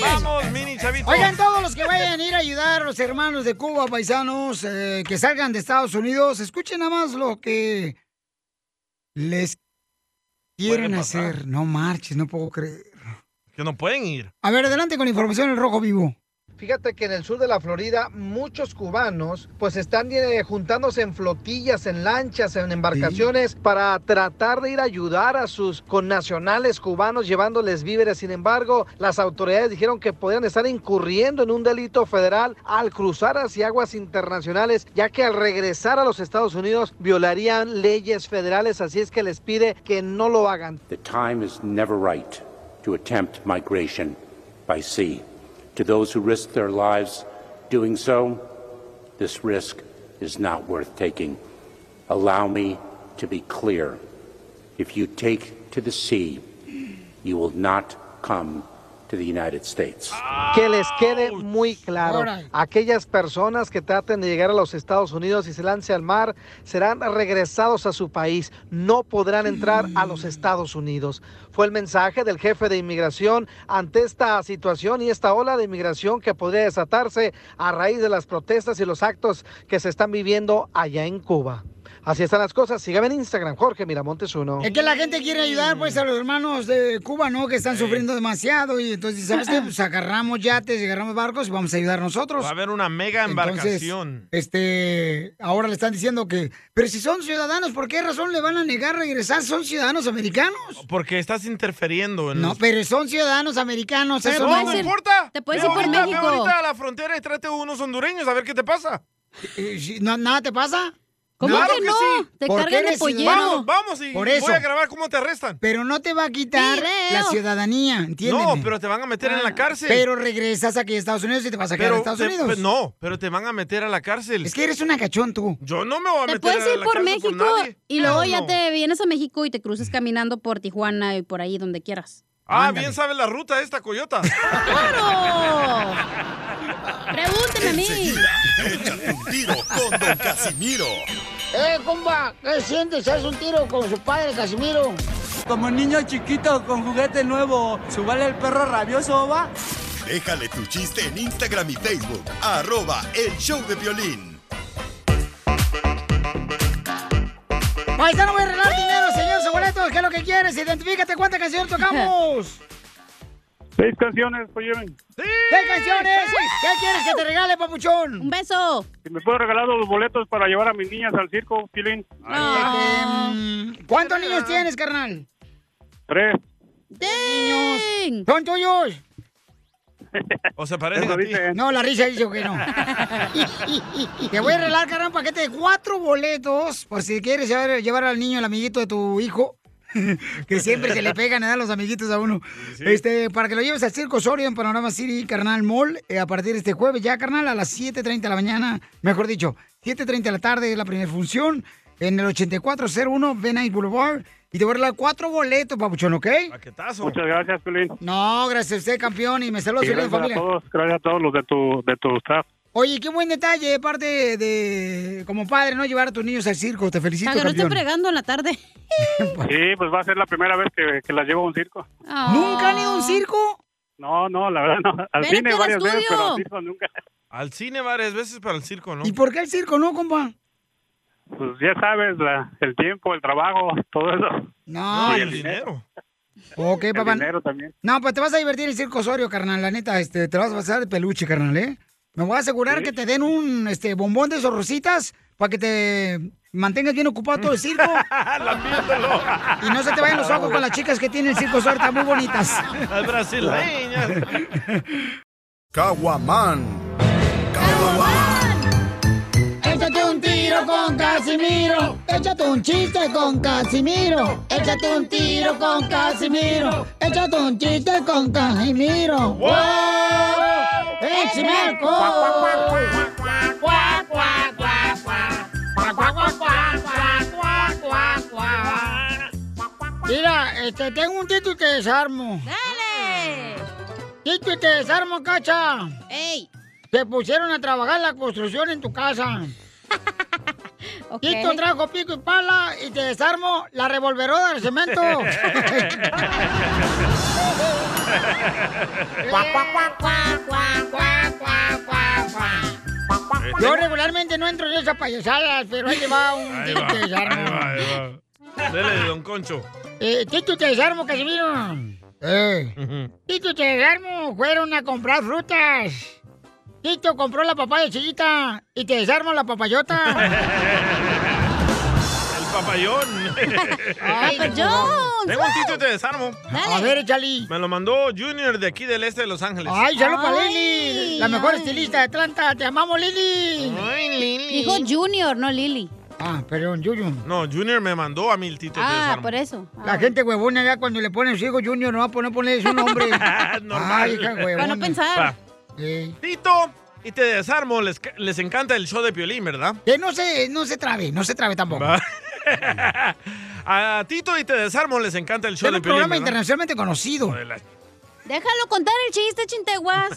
[SPEAKER 5] Vamos, mini chavito.
[SPEAKER 3] Oigan, todos los que vayan a ir a ayudar a los hermanos de Cuba, paisanos, eh, que salgan de Estados Unidos, escuchen nada más lo que les quieren hacer. No marches, no puedo creer.
[SPEAKER 5] Que no pueden ir.
[SPEAKER 3] A ver, adelante con la información el rojo vivo.
[SPEAKER 8] Fíjate que en el sur de la Florida muchos cubanos pues están eh, juntándose en flotillas, en lanchas, en embarcaciones para tratar de ir a ayudar a sus connacionales cubanos llevándoles víveres. Sin embargo, las autoridades dijeron que podían estar incurriendo en un delito federal al cruzar hacia aguas internacionales, ya que al regresar a los Estados Unidos violarían leyes federales, así es que les pide que no lo hagan.
[SPEAKER 14] The time is never right to attempt migration by sea. To those who risk their lives doing so, this risk is not worth taking. Allow me to be clear. If you take to the sea, you will not come to the United States.
[SPEAKER 8] Que les quede muy claro,
[SPEAKER 14] Órale.
[SPEAKER 8] aquellas personas que traten de llegar a los Estados Unidos y se lance al mar serán regresados a su país, no podrán entrar a
[SPEAKER 3] Mm.
[SPEAKER 8] los Estados Unidos. Fue el mensaje del jefe de inmigración ante esta situación y esta ola de inmigración que podría desatarse a raíz de las protestas y los actos que se están viviendo allá en Cuba. Así están las cosas. Síganme en Instagram, Jorge Miramontes uno.
[SPEAKER 3] Es que la gente quiere ayudar pues a los hermanos de Cuba, ¿no? Que están sufriendo demasiado y entonces, ¿sabes qué? Pues agarramos yates, agarramos barcos y vamos a ayudar nosotros.
[SPEAKER 5] Va a haber una mega embarcación.
[SPEAKER 3] Entonces, este, ahora le están diciendo que, pero si son ciudadanos, ¿por qué razón le van a negar regresar? Son ciudadanos americanos.
[SPEAKER 5] Porque estás interfiriendo en
[SPEAKER 3] No, pero son ciudadanos americanos. ¿eh? Pues
[SPEAKER 5] Pero
[SPEAKER 3] eso
[SPEAKER 5] no me importa.
[SPEAKER 3] Te puedes
[SPEAKER 5] Ve
[SPEAKER 3] ir por
[SPEAKER 5] ahorita, ve
[SPEAKER 3] México.
[SPEAKER 5] ahorita a la frontera y trate unos hondureños a ver qué te pasa.
[SPEAKER 3] Eh, no, ¿Nada te pasa?
[SPEAKER 5] ¿Cómo
[SPEAKER 3] Claro
[SPEAKER 5] que no?
[SPEAKER 3] sí.
[SPEAKER 5] Te
[SPEAKER 3] ¿Por
[SPEAKER 5] cargan
[SPEAKER 3] qué
[SPEAKER 5] de
[SPEAKER 3] eres
[SPEAKER 5] pollero.
[SPEAKER 3] ciudadano?
[SPEAKER 5] Vamos, vamos y voy a grabar cómo te arrestan.
[SPEAKER 3] Pero no te va a quitar
[SPEAKER 5] Video.
[SPEAKER 3] la ciudadanía, ¿entiendes?
[SPEAKER 5] No, pero te van a meter en la cárcel.
[SPEAKER 3] Pero regresas aquí a Estados Unidos y te vas a quedar en Estados
[SPEAKER 5] te-
[SPEAKER 3] Unidos.
[SPEAKER 5] pe- no, pero te van a meter a la cárcel. Es
[SPEAKER 3] que eres una cachón tú.
[SPEAKER 5] Yo no me voy a
[SPEAKER 4] Te
[SPEAKER 5] meter
[SPEAKER 4] puedes
[SPEAKER 5] a
[SPEAKER 4] ir
[SPEAKER 5] la
[SPEAKER 4] por
[SPEAKER 5] cárcel
[SPEAKER 4] México
[SPEAKER 5] nadie.
[SPEAKER 4] y luego
[SPEAKER 5] Claro,
[SPEAKER 4] ya
[SPEAKER 5] no.
[SPEAKER 4] te vienes a México y te cruzas caminando por Tijuana y por ahí donde quieras.
[SPEAKER 5] Ah, bien sabe la ruta esta coyota.
[SPEAKER 4] ¡Claro! Pregúnteme a mí.
[SPEAKER 7] Échate un tiro con Don Casimiro.
[SPEAKER 17] ¡Eh, comba! ¿Qué sientes? ¿Haz un tiro con su padre, Casimiro?
[SPEAKER 18] Como niño chiquito con juguete nuevo, ¿subale el perro rabioso, va?
[SPEAKER 7] Déjale tu chiste en Instagram y Facebook. Arroba el show de violín.
[SPEAKER 3] Paisano, voy a arreglar dinero, señores boletos. ¿Qué es lo que quieres? Identifícate cuánta canción tocamos.
[SPEAKER 11] Seis canciones, pues lleven.
[SPEAKER 3] ¿Qué canciones? ¿Qué quieres que te regale, papuchón?
[SPEAKER 4] Un beso.
[SPEAKER 11] Si me puedo regalar los boletos para llevar a mis niñas al circo, Ah. Pilín.
[SPEAKER 3] ¿Cuántos niños tienes, carnal?
[SPEAKER 11] Tres.
[SPEAKER 3] Niños. ¿Son tuyos?
[SPEAKER 5] O se parecen a ti.
[SPEAKER 3] No, la risa dice que no. Te voy a regalar, carnal, un paquete de cuatro boletos por si quieres llevar, llevar al niño, el amiguito de tu hijo. que siempre se le pegan a los amiguitos a uno. Este, para que lo lleves al Circo Soria en Panorama City, carnal Mall, eh, a partir de este jueves ya, carnal, a las 7.30 de la mañana, mejor dicho, 7.30 de la tarde es la primera función, en el 8401 Van Nuys Boulevard, y te voy a regalar cuatro boletos, papuchón, ¿ok?
[SPEAKER 11] Muchas gracias, Pilín.
[SPEAKER 3] No, gracias a usted, campeón, y me saluda
[SPEAKER 11] Y
[SPEAKER 3] su
[SPEAKER 11] gracias a
[SPEAKER 3] familia.
[SPEAKER 11] todos, gracias a todos los de tu, de tu staff.
[SPEAKER 3] Oye, qué buen detalle de parte de, como padre, ¿no? Llevar a tus niños al circo. Te felicito,
[SPEAKER 4] Para que no esté
[SPEAKER 3] campeón.
[SPEAKER 4] fregando en la tarde.
[SPEAKER 11] Sí, pues va a ser la primera vez que, que las llevo a un circo.
[SPEAKER 3] ¿Nunca han ido a un circo?
[SPEAKER 11] No, no, la verdad no. Al
[SPEAKER 5] Vete
[SPEAKER 11] cine
[SPEAKER 5] al
[SPEAKER 11] varias veces,
[SPEAKER 5] estudio.
[SPEAKER 11] pero al circo nunca.
[SPEAKER 5] Al cine varias veces, pero al circo no.
[SPEAKER 3] ¿Y por qué el circo no, compa?
[SPEAKER 11] Pues ya sabes, la- el tiempo, el trabajo, todo eso.
[SPEAKER 3] No,
[SPEAKER 11] Y el
[SPEAKER 3] no.
[SPEAKER 11] dinero.
[SPEAKER 3] Ok,
[SPEAKER 11] El
[SPEAKER 3] papá.
[SPEAKER 11] dinero también.
[SPEAKER 3] No, pues te vas a divertir en el circo Osorio, carnal. La neta, este, te lo vas a pasar de peluche, carnal, ¿eh? Me voy a asegurar que te den un este, bombón de esos rositas para que te mantengas bien ocupado todo el circo. y no se te vayan los ojos con las chicas que tienen el circo Osorio, están muy bonitas.
[SPEAKER 5] Las brasileñas.
[SPEAKER 15] Caguaman.
[SPEAKER 3] Échate un tiro con Échate un chiste con Casimiro. Échate un tiro con Casimiro. Échate un chiste con Casimiro. ¡Eh, ¡Wow! ¡Échame alcohol! Mira, este, tengo un tito y te desarmo.
[SPEAKER 4] ¡Dale!
[SPEAKER 3] Tito y te desarmo, cacha.
[SPEAKER 4] ¡Ey!
[SPEAKER 3] Te pusieron a trabajar la construcción en tu casa. Tito trajo pico y pala y te desarmo la revolverona del cemento. Yo regularmente no entro en esas payasadas, pero ahí te va un
[SPEAKER 5] Ahí
[SPEAKER 3] tito
[SPEAKER 5] va,
[SPEAKER 3] y te desarmo.
[SPEAKER 5] ahí va, ahí va. Dele, don Concho.
[SPEAKER 3] Eh, tito y te desarmo, Casimiro. Eh. Tito y te desarmo fueron a comprar frutas. Tito compró la papaya chiquita y te desarmo la papayota.
[SPEAKER 5] El papayón.
[SPEAKER 3] ¡Papayón!
[SPEAKER 5] Tengo un tito y te desarmo.
[SPEAKER 3] Dale. A ver, Chali.
[SPEAKER 5] Me lo mandó Junior de aquí del este de Los Ángeles.
[SPEAKER 3] Ay, saludos para Lili, la mejor estilista de Atlanta. Te amamos, Lili.
[SPEAKER 5] Ay, Lili.
[SPEAKER 4] Dijo Junior, no Lili.
[SPEAKER 3] Ah, perdón, Junior.
[SPEAKER 5] No, Junior me mandó a mí el tito y te
[SPEAKER 4] Ah,
[SPEAKER 5] desarmo.
[SPEAKER 4] por eso. Ah.
[SPEAKER 3] La gente huevona ya cuando le ponen su hijo Junior no va a poner ponerle su nombre. Ay, hija huevona.
[SPEAKER 5] Para no pensar. Va. Tito y te desarmo. Les, les encanta el show de Piolín, ¿verdad?
[SPEAKER 3] Que no se, no se trabe, no se trabe tampoco.
[SPEAKER 5] a Tito y te desarmo les encanta el show
[SPEAKER 3] Es
[SPEAKER 5] de
[SPEAKER 3] un
[SPEAKER 5] Piolín.
[SPEAKER 3] programa internacionalmente conocido.
[SPEAKER 4] Déjalo contar el chiste, chinteguas.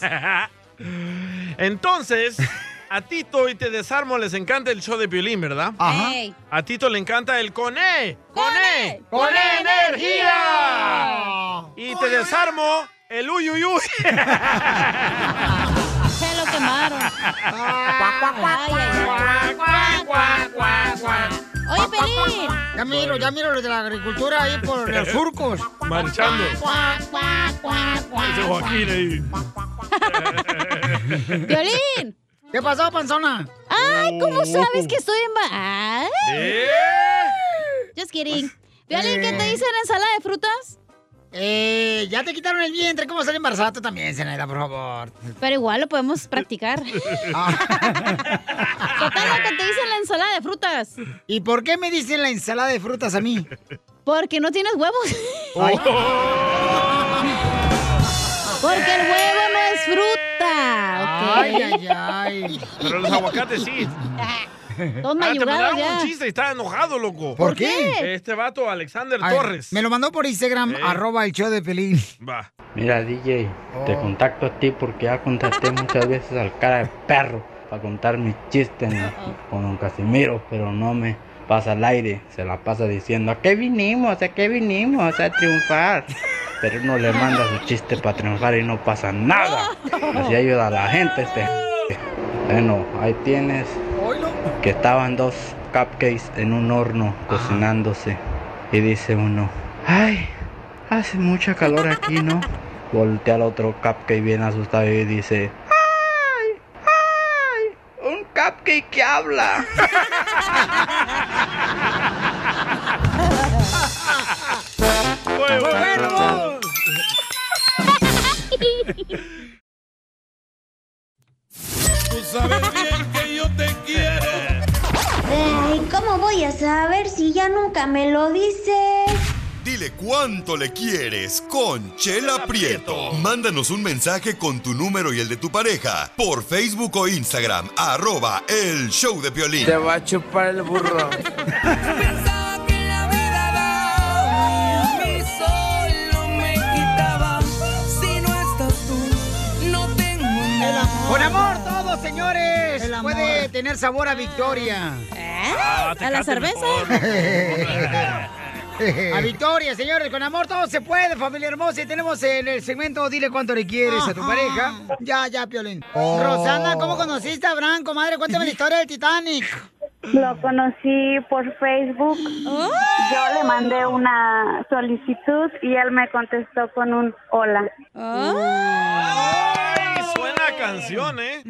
[SPEAKER 5] ¿verdad? Entonces, a Tito y te desarmo les encanta el show de Piolín, ¿verdad?
[SPEAKER 4] Ajá. Ey.
[SPEAKER 5] A Tito le encanta el E. Coné. Coné.
[SPEAKER 1] ¡Con E
[SPEAKER 5] energía! Y te desarmo el uyuyuy.
[SPEAKER 4] Se lo quemaron.
[SPEAKER 3] Oye, Pelín. Ya miro, ya miro los de la agricultura ahí por los surcos.
[SPEAKER 5] Marchando. Ese Joaquín ahí.
[SPEAKER 3] ¡Violín! ¿Qué pasó, panzona?
[SPEAKER 4] Ay, ¿cómo Ah, sabes que estoy en... ba- Ay. Just kidding.
[SPEAKER 3] Pues,
[SPEAKER 4] Violín, ¿qué te hice en ensalada de frutas?
[SPEAKER 3] Eh, ya te quitaron el vientre, ¿cómo sale embarazada tú también, Zenaida, por favor?
[SPEAKER 4] Pero igual lo podemos practicar.
[SPEAKER 3] Ah.
[SPEAKER 4] Total, lo que te hice en la ensalada de frutas.
[SPEAKER 3] ¿Y por qué me dicen la ensalada de frutas a mí?
[SPEAKER 4] Porque no tienes huevos.
[SPEAKER 3] Ay.
[SPEAKER 5] Oh.
[SPEAKER 4] Porque el huevo no es
[SPEAKER 11] Ah.
[SPEAKER 4] fruta. ¿ok?
[SPEAKER 5] Ay, ay, ay. Pero los aguacates sí.
[SPEAKER 4] Todos
[SPEAKER 5] ah, te
[SPEAKER 4] mayugados
[SPEAKER 5] mandaron
[SPEAKER 4] ya.
[SPEAKER 5] un chiste y estaba enojado, loco.
[SPEAKER 3] ¿Por qué?
[SPEAKER 5] Este vato, Alexander
[SPEAKER 3] A ver,
[SPEAKER 5] Torres.
[SPEAKER 3] Me lo mandó por Instagram, arroba el show de Pelín.
[SPEAKER 5] Va.
[SPEAKER 2] Mira, DJ, te
[SPEAKER 3] Oh.
[SPEAKER 2] contacto a ti porque ya contraté muchas veces al cara de perro para contar mis chistes ¿no? con don Casimiro, pero no me pasa al aire. Se la pasa diciendo, ¿a qué vinimos? ¿A qué vinimos? A triunfar. Pero uno le manda su chiste para triunfar y no pasa nada. Así ayuda a la gente este. Bueno, ahí tienes que estaban dos cupcakes en un horno cocinándose. Y dice uno, Ay, hace mucha calor aquí, ¿no? Voltea al otro cupcake bien asustado y dice, Un cupcake que habla.
[SPEAKER 1] Tú sabes bien que yo te quiero.
[SPEAKER 11] Ay, ¿cómo voy a saber si ya nunca me lo dices?
[SPEAKER 7] Dile cuánto le quieres con Chela Prieto. Mándanos un mensaje con tu número y el de tu pareja por Facebook o Instagram, arroba el show de Piolín. Te va a chupar el burro.
[SPEAKER 1] A mí solo me quitaba. Si no estás tú, no tengo nada.
[SPEAKER 3] Con amor todos, señores. Puede tener sabor a victoria.
[SPEAKER 4] ¿Eh?
[SPEAKER 5] Ah,
[SPEAKER 4] ¿A la cerveza?
[SPEAKER 3] A victoria, señores, con amor todo se puede, familia hermosa. Y tenemos en el segmento Dile cuánto le quieres a tu
[SPEAKER 17] Ajá.
[SPEAKER 3] pareja. Ya, ya, Piolín.
[SPEAKER 17] Oh.
[SPEAKER 3] Rosana, ¿cómo conociste a Abraham, comadre? Cuéntame la historia del Titanic.
[SPEAKER 11] Lo conocí por Facebook. Yo le mandé una solicitud y él me contestó con un hola.
[SPEAKER 5] Ay, suena canción, ¿eh?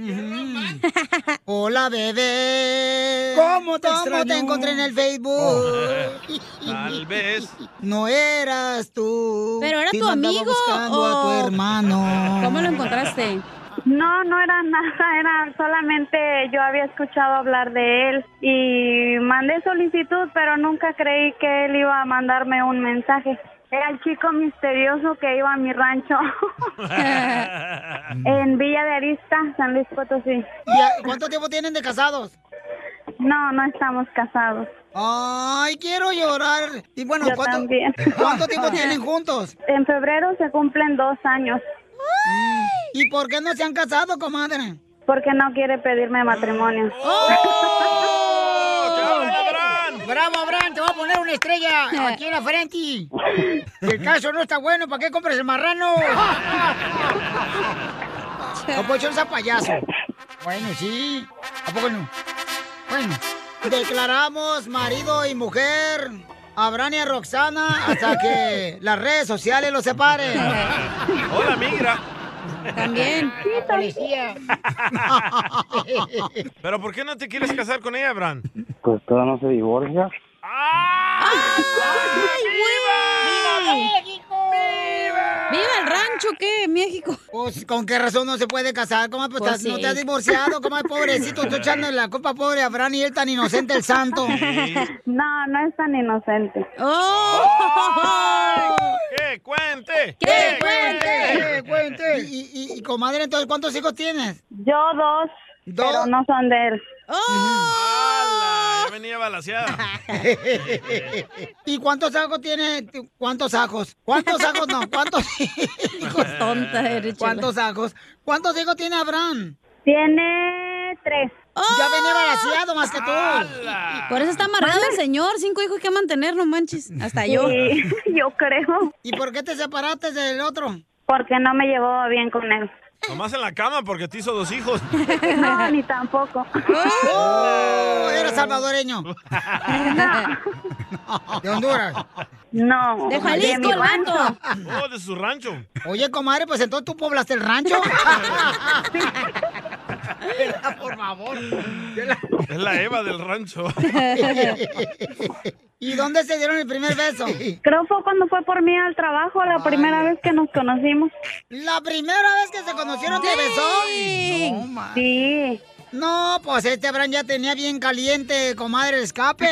[SPEAKER 3] Hola, bebé. ¿Cómo te, Oh. encontré en el Facebook?
[SPEAKER 5] Tal vez.
[SPEAKER 3] No eras tú.
[SPEAKER 4] Pero era
[SPEAKER 3] Yo
[SPEAKER 4] tu
[SPEAKER 3] andaba
[SPEAKER 4] amigo,
[SPEAKER 3] buscando a
[SPEAKER 4] ¿o?
[SPEAKER 3] tu hermano.
[SPEAKER 4] ¿Cómo lo encontraste?
[SPEAKER 11] No, no era nada, era solamente yo había escuchado hablar de él y mandé solicitud, pero nunca creí que él iba a mandarme un mensaje. Era el chico misterioso que iba a mi rancho en Villa de Arista, San Luis Potosí.
[SPEAKER 3] ¿Cuánto tiempo tienen de casados?
[SPEAKER 11] No, no estamos casados.
[SPEAKER 3] Ay, quiero llorar. Y bueno,
[SPEAKER 11] Yo
[SPEAKER 3] ¿cuánto,
[SPEAKER 11] también.
[SPEAKER 3] cuánto tiempo tienen juntos?
[SPEAKER 11] En febrero se cumplen dos años.
[SPEAKER 3] ¿Y por qué no se han casado, comadre?
[SPEAKER 11] Porque no quiere pedirme matrimonio.
[SPEAKER 6] ¡Oh!
[SPEAKER 3] ¡Oh! ¡Bravo, Abraham! Te voy a poner una estrella aquí en la frente. Si el caso no está bueno, ¿para qué compras el marrano? Ah, pues No puede ser un payaso. Bueno, sí. ¿A poco no? Bueno. Declaramos marido y mujer a Abraham y a Roxana hasta que las redes sociales los separen.
[SPEAKER 5] Hola, migra.
[SPEAKER 3] También. La policía.
[SPEAKER 5] ¿Pero por qué no te quieres casar con ella, Bran?
[SPEAKER 6] Pues todavía no se divorcia.
[SPEAKER 3] ¡Viva el rancho, qué! México. Pues, ¿con qué razón no se puede casar? ¿Cómo pues,
[SPEAKER 4] Pues,
[SPEAKER 3] estás- no
[SPEAKER 4] sí.
[SPEAKER 3] te has divorciado? ¿Cómo es pobrecito? Tú echando la copa pobre a Abraham y él tan inocente, el santo.
[SPEAKER 11] No, no es tan inocente.
[SPEAKER 6] ¡Oh!
[SPEAKER 5] ¡Que cuente!
[SPEAKER 3] ¡Que cuente! ¡Que cuente! Y, y- y, comadre, entonces, ¿cuántos hijos tienes?
[SPEAKER 11] Yo dos, pero no son de él.
[SPEAKER 5] ¡Hala! Ya venía balaseada.
[SPEAKER 3] ¿Y cuántos ajos tiene? tu- ¿Cuántos ajos? ¿Cuántos ajos no? ¿Cuántos hijos?
[SPEAKER 5] Tonta eres, chela.
[SPEAKER 3] ¿Cuántos ajos? ¿Cuántos hijos tiene Abraham?
[SPEAKER 11] Tiene tres.
[SPEAKER 3] Ya venía balaseado más que tú.
[SPEAKER 4] Ah. Por eso está amargado el señor. Cinco hijos que mantener, no manches. Hasta yo.
[SPEAKER 11] Sí, yo creo.
[SPEAKER 3] ¿Y por qué te separaste del otro?
[SPEAKER 11] Porque no me llevó bien con él.
[SPEAKER 5] Nomás en la cama porque te hizo dos hijos.
[SPEAKER 11] No, ni tampoco.
[SPEAKER 3] ¡Oh! Era salvadoreño. ¿De Honduras?
[SPEAKER 11] No.
[SPEAKER 3] De
[SPEAKER 5] de
[SPEAKER 3] Jalisco,
[SPEAKER 5] mi
[SPEAKER 3] el vato.
[SPEAKER 5] Oh, de su rancho.
[SPEAKER 3] Oye, comadre, pues entonces tú poblaste el rancho. Por favor.
[SPEAKER 5] Es la Eva del rancho.
[SPEAKER 3] ¿Y dónde se dieron el primer beso?
[SPEAKER 11] Creo fue cuando fue por mí al trabajo la primera vez que nos conocimos.
[SPEAKER 3] La primera vez que se conocieron te besó. No, ma.
[SPEAKER 11] Sí.
[SPEAKER 3] No, pues este Abraham ya tenía bien caliente, comadre, el escape.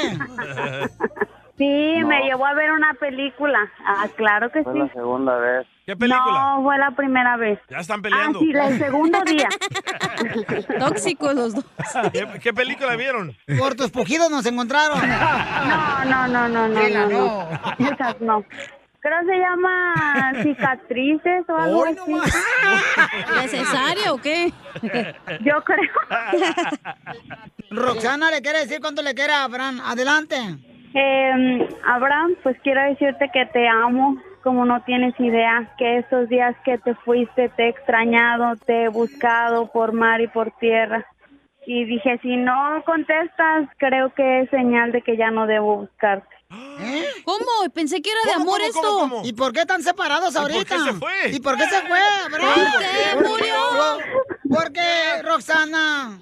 [SPEAKER 11] Sí,
[SPEAKER 6] No.
[SPEAKER 11] me llevó a ver una película. Ah, claro que
[SPEAKER 6] Fue la
[SPEAKER 11] sí.
[SPEAKER 6] segunda vez.
[SPEAKER 5] ¿Qué
[SPEAKER 11] No, fue la primera vez.
[SPEAKER 5] Ya están
[SPEAKER 11] Ah,
[SPEAKER 5] peleando.
[SPEAKER 11] sí, la- el segundo día.
[SPEAKER 4] Tóxicos los dos.
[SPEAKER 5] ¿Qué, qué película vieron?
[SPEAKER 3] Por tus pujidos nos encontraron.
[SPEAKER 11] No, no, no, no, no.
[SPEAKER 3] Chela,
[SPEAKER 11] no, no. Esas no. Creo se llama cicatrices o algo
[SPEAKER 4] Hoy
[SPEAKER 11] así.
[SPEAKER 4] ¿Necesaria o qué?
[SPEAKER 11] Yo creo.
[SPEAKER 3] Roxana le quiere decir cuánto le quiere a Abraham. Adelante.
[SPEAKER 11] Eh, Abraham, pues quiero decirte que te amo como no tienes idea, que estos días que te fuiste te he extrañado, te he buscado por mar y por tierra. Y dije, si no contestas, creo que es señal de que ya no debo buscarte.
[SPEAKER 17] ¿Eh?
[SPEAKER 4] ¿Cómo? Pensé que era de
[SPEAKER 3] ¿Cómo,
[SPEAKER 4] amor
[SPEAKER 3] cómo,
[SPEAKER 4] esto.
[SPEAKER 3] cómo, cómo? ¿Y por qué están separados
[SPEAKER 4] Pues, por
[SPEAKER 3] ahorita?
[SPEAKER 4] qué se fue?
[SPEAKER 3] ¿Y por qué se fue, Abraham?
[SPEAKER 4] ¿Por qué murió?
[SPEAKER 3] ¿Por qué, Roxana?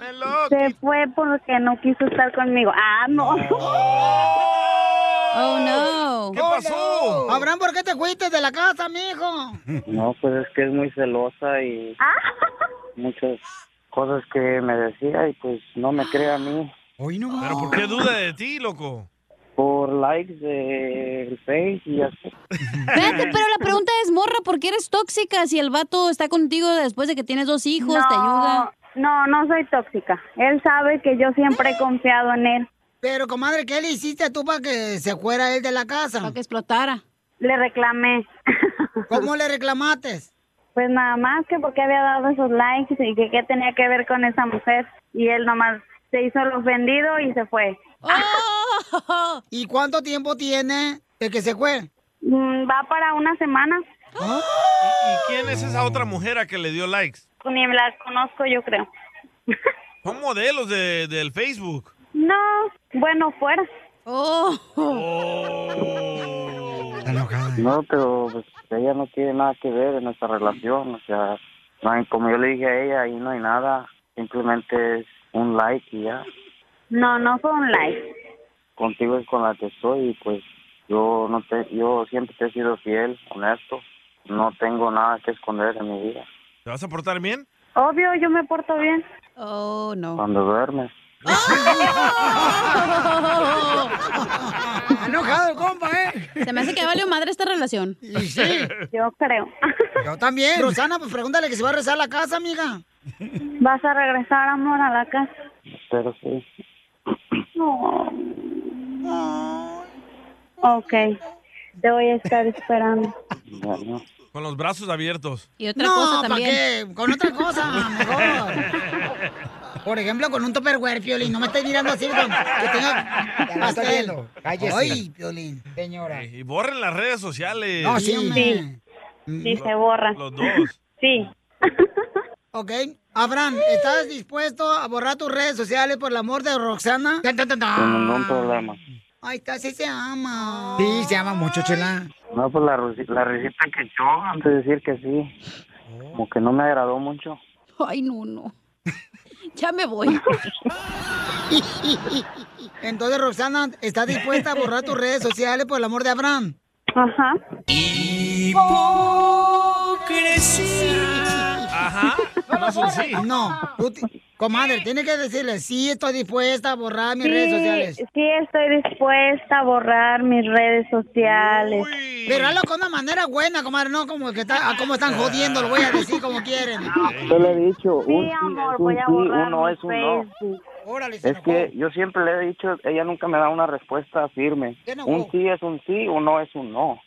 [SPEAKER 11] Se fue porque no quiso estar conmigo. Ah, no.
[SPEAKER 4] Oh, no.
[SPEAKER 11] ¿Qué pasó?
[SPEAKER 3] Abraham, ¿por qué te fuiste de la casa, mijo?
[SPEAKER 6] No, Ah. pues es que es muy celosa y muchas cosas que me decía y pues no me cree a mí.
[SPEAKER 3] Hoy no
[SPEAKER 5] ¿Pero por qué duda de ti, loco?
[SPEAKER 6] Por likes de Face y así.
[SPEAKER 4] Espérate, pero la pregunta es, morra, ¿por qué eres tóxica si el vato está contigo después de que tienes dos hijos, te ayuda?
[SPEAKER 11] No, no soy tóxica. Él sabe que yo siempre he confiado en él.
[SPEAKER 3] Pero, comadre, ¿qué le hiciste tú para que se fuera él de la casa? Para
[SPEAKER 4] que explotara.
[SPEAKER 11] Le reclamé.
[SPEAKER 3] ¿Cómo le reclamaste?
[SPEAKER 11] Pues nada más que porque había dado esos likes y que qué tenía que ver con esa mujer. Y él nomás se hizo el ofendido y se fue.
[SPEAKER 3] ¿Y cuánto tiempo tiene de que se fue?
[SPEAKER 11] Mm, Va para una semana.
[SPEAKER 5] ¿Y quién es esa otra mujer a que le dio likes?
[SPEAKER 11] Ni la conozco, yo creo.
[SPEAKER 5] Son modelos de, del Facebook.
[SPEAKER 11] No, bueno, fuera.
[SPEAKER 4] Oh.
[SPEAKER 3] ¿eh?
[SPEAKER 6] No, pero pues, ella no tiene nada que ver en nuestra relación. O sea, no hay- como yo le dije a ella, ahí no hay nada. Simplemente es un like y ya.
[SPEAKER 11] No, no fue un like.
[SPEAKER 6] Contigo es con la que estoy y pues yo, no te, yo siempre te he sido fiel, honesto. No tengo nada que esconder en mi vida.
[SPEAKER 5] ¿Te vas a portar bien?
[SPEAKER 12] Obvio, yo me porto bien.
[SPEAKER 4] Oh, no.
[SPEAKER 6] Cuando duermes.
[SPEAKER 4] Enojado, compa, ¿eh? Se me hace que vale madre esta relación.
[SPEAKER 3] sí.
[SPEAKER 12] Yo creo.
[SPEAKER 3] Yo también. Rosana, pues pregúntale que se va a rezar a la casa, amiga.
[SPEAKER 12] ¿Vas a regresar, amor, a la casa?
[SPEAKER 6] Pero sí.
[SPEAKER 12] No. Ok. Te voy a estar esperando.
[SPEAKER 6] Bueno.
[SPEAKER 5] Con los brazos abiertos.
[SPEAKER 4] Y
[SPEAKER 5] otra
[SPEAKER 3] no,
[SPEAKER 5] cosa
[SPEAKER 3] ¿pa'
[SPEAKER 5] también.
[SPEAKER 3] qué? Con otra cosa, mejor. Por ejemplo, con un topperware, Piolín. No me estés mirando así, con- que tenga
[SPEAKER 17] lo estoy
[SPEAKER 3] pastel.
[SPEAKER 17] viendo.
[SPEAKER 5] Cállese.
[SPEAKER 3] Ay, Piolín, señora.
[SPEAKER 5] Y borren las redes sociales.
[SPEAKER 3] No, sí, hombre.
[SPEAKER 12] Sí, se borra.
[SPEAKER 5] Los dos.
[SPEAKER 12] Sí.
[SPEAKER 3] Ok. Abraham, ¿estás dispuesto a borrar tus redes sociales por el amor de Roxana? Tan, tan, tan,
[SPEAKER 6] Sin
[SPEAKER 3] tan.
[SPEAKER 6] ningún problema.
[SPEAKER 3] Ay, casi se ama. Sí, se ama mucho, chela.
[SPEAKER 6] No, pues la, reci- la receta que echó antes de decir que sí. Como que no me agradó mucho.
[SPEAKER 4] Ay, no, no. Ya me voy.
[SPEAKER 3] Entonces, Roxana, ¿estás dispuesta a borrar tus redes sociales por el amor de Abraham?
[SPEAKER 12] Ajá.
[SPEAKER 5] Ajá.
[SPEAKER 3] No, tú, ti- comadre, tienes que decirle, sí, estoy dispuesta a borrar mis
[SPEAKER 12] Sí,
[SPEAKER 3] redes sociales.
[SPEAKER 12] sí, estoy dispuesta a borrar mis redes sociales.
[SPEAKER 3] Pero hazlo con una manera buena, comadre, no como que está, ah, como están jodiendo, lo voy a decir como quieren.
[SPEAKER 6] Yo le he dicho,
[SPEAKER 3] Sí,
[SPEAKER 6] un sí
[SPEAKER 3] amor,
[SPEAKER 6] es
[SPEAKER 3] voy
[SPEAKER 6] un
[SPEAKER 3] a
[SPEAKER 6] sí,
[SPEAKER 3] borrar
[SPEAKER 6] uno
[SPEAKER 3] mi
[SPEAKER 6] es un no.
[SPEAKER 3] Órale, se
[SPEAKER 6] Es que yo siempre le he dicho, ella nunca me da una respuesta firme.
[SPEAKER 3] ¿Qué no?
[SPEAKER 6] Un sí es un sí, un no es un no.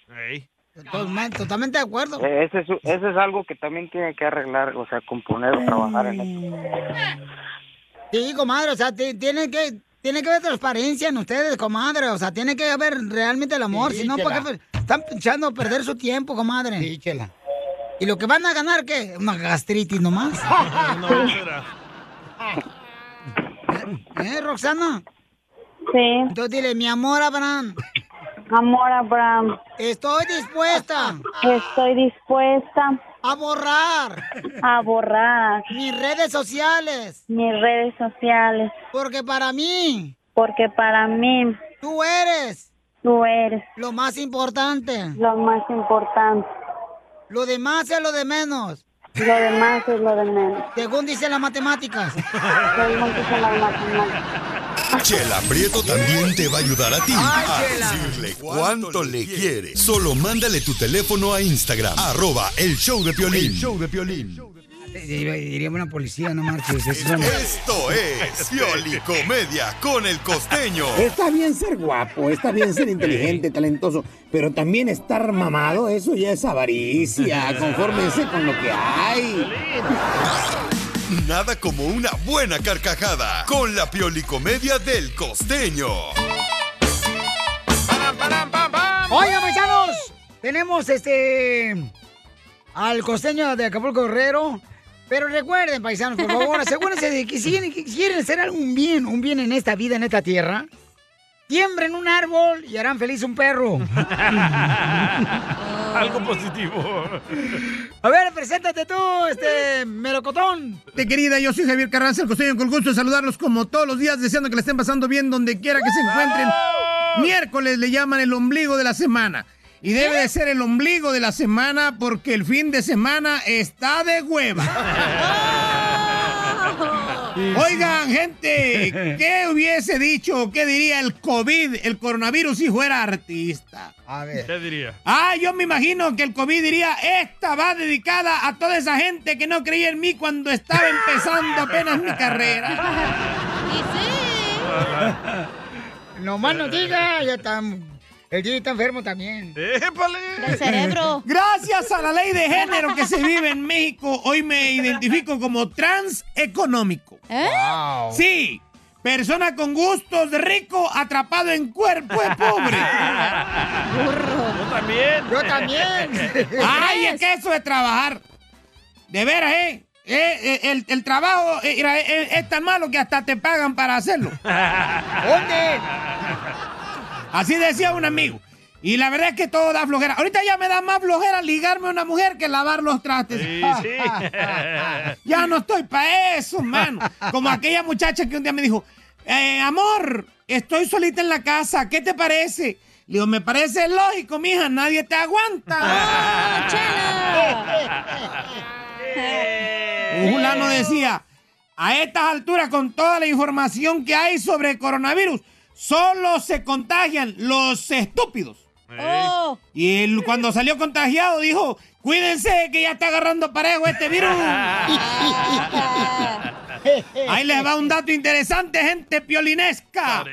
[SPEAKER 3] Totalmente, totalmente de acuerdo.
[SPEAKER 6] Eh, Ese es, ese es algo que también tiene que arreglar, o sea, componer o trabajar en eso.
[SPEAKER 3] Sí, comadre, o sea, ti- tiene que tiene que haber transparencia en ustedes, comadre, o sea, tiene que haber realmente el amor,
[SPEAKER 17] Sí,
[SPEAKER 3] si no, ¿para
[SPEAKER 17] chela.
[SPEAKER 3] qué? Están echando a perder su tiempo, comadre. Sí, chela. ¿Y lo que van a ganar qué? Una gastritis nomás. ¿Eh, Roxana?
[SPEAKER 12] Sí.
[SPEAKER 3] Entonces dile, mi amor, Abraham.
[SPEAKER 12] Amor, Abraham.
[SPEAKER 3] Estoy dispuesta
[SPEAKER 12] Estoy dispuesta
[SPEAKER 3] a borrar
[SPEAKER 12] a borrar
[SPEAKER 3] mis redes sociales
[SPEAKER 12] mis redes sociales
[SPEAKER 3] porque para mí
[SPEAKER 12] porque para mí
[SPEAKER 3] tú eres
[SPEAKER 12] tú eres
[SPEAKER 3] lo más importante.
[SPEAKER 12] lo más importante.
[SPEAKER 3] Lo demás es lo de menos.
[SPEAKER 12] Lo demás es lo de menos.
[SPEAKER 3] Según dicen las matemáticas.
[SPEAKER 12] Según dicen las matemáticas.
[SPEAKER 7] Chela Prieto también te va a ayudar a ti Ah, a decirle cuánto le quiere. Solo mándale tu teléfono a Instagram, arroba el show de Piolín.
[SPEAKER 3] El Diría una policía, no marches.
[SPEAKER 7] Esto es Piolicomedia con el costeño.
[SPEAKER 15] Está bien ser guapo, está bien ser inteligente, talentoso, pero también estar mamado, eso ya es avaricia. Confórmense con lo que hay.
[SPEAKER 7] Nada como una buena carcajada con la Piolicomedia del costeño.
[SPEAKER 3] Oigan, paisanos, tenemos este al costeño de Acapulco Guerrero. Pero recuerden, paisanos, por favor, asegúrense de que si quieren, que quieren hacer algún bien, un bien en esta vida, en esta tierra, tiembren un árbol y harán feliz un perro.
[SPEAKER 5] Algo positivo.
[SPEAKER 3] A ver, preséntate tú, este melocotón.
[SPEAKER 16] Gente querida, yo soy Javier Carranza, el costeño, con el gusto de saludarlos como todos los días, deseando que la estén pasando bien donde quiera que se encuentren. Miércoles le llaman el ombligo de la semana. Y debe de ser el ombligo de la semana porque el fin de semana está de
[SPEAKER 3] ¡Ah!
[SPEAKER 16] hueva. Oigan, gente, ¿qué hubiese dicho o qué diría el COVID, el coronavirus, si fuera artista?
[SPEAKER 3] A ver.
[SPEAKER 5] ¿Qué diría?
[SPEAKER 16] Ah, yo me imagino que el COVID diría, esta va dedicada a toda esa gente que no creía en mí cuando estaba empezando apenas mi carrera.
[SPEAKER 3] Nomás no diga, ya está. El DJ está enfermo también.
[SPEAKER 5] ¡Épale!
[SPEAKER 16] Gracias a la ley de género que se vive en México, hoy me identifico como trans económico.
[SPEAKER 3] Wow.
[SPEAKER 16] Sí, persona con gustos de rico atrapado en cuerpo de pobre.
[SPEAKER 5] Yo también.
[SPEAKER 16] Ay, es que eso de trabajar. De veras, ¿eh? Eh, eh, el, el trabajo eh, mira, eh, eh, es tan malo que hasta te pagan para hacerlo.
[SPEAKER 3] ¿Dónde?
[SPEAKER 16] Así decía un amigo. Y la verdad es que todo da flojera. Ahorita ya me da más flojera ligarme a una mujer que lavar los trastes. ya no estoy para eso, mano. Como aquella muchacha que un día me dijo, eh, amor, estoy solita en la casa, ¿qué te parece? Le digo, me parece lógico, mija, nadie te aguanta. Un fulano decía, a estas alturas con toda la información que hay sobre coronavirus, solo se contagian los estúpidos. Y él cuando salió contagiado dijo, cuídense que ya está agarrando parejo este virus. Ahí les va un dato interesante, gente piolinesca.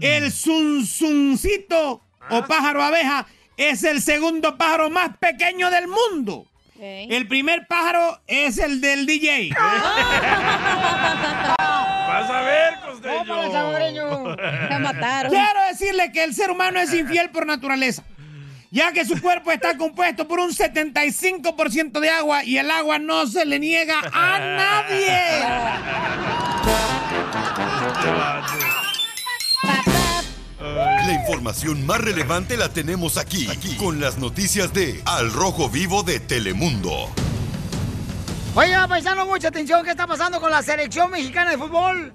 [SPEAKER 16] El zunzuncito o pájaro abeja es el segundo pájaro más pequeño del mundo. El primer pájaro es el del DJ.
[SPEAKER 5] Vas a ver, pues,
[SPEAKER 17] Este
[SPEAKER 5] costeño.
[SPEAKER 16] Quiero decirle que el ser humano es infiel por naturaleza. Ya que su cuerpo está compuesto por un 75% de agua y el agua no se le niega a nadie.
[SPEAKER 7] La información más relevante la tenemos aquí, aquí, con las noticias de Al Rojo Vivo de Telemundo.
[SPEAKER 3] Oiga, paisano, mucha atención. ¿Qué está pasando con la selección mexicana de fútbol?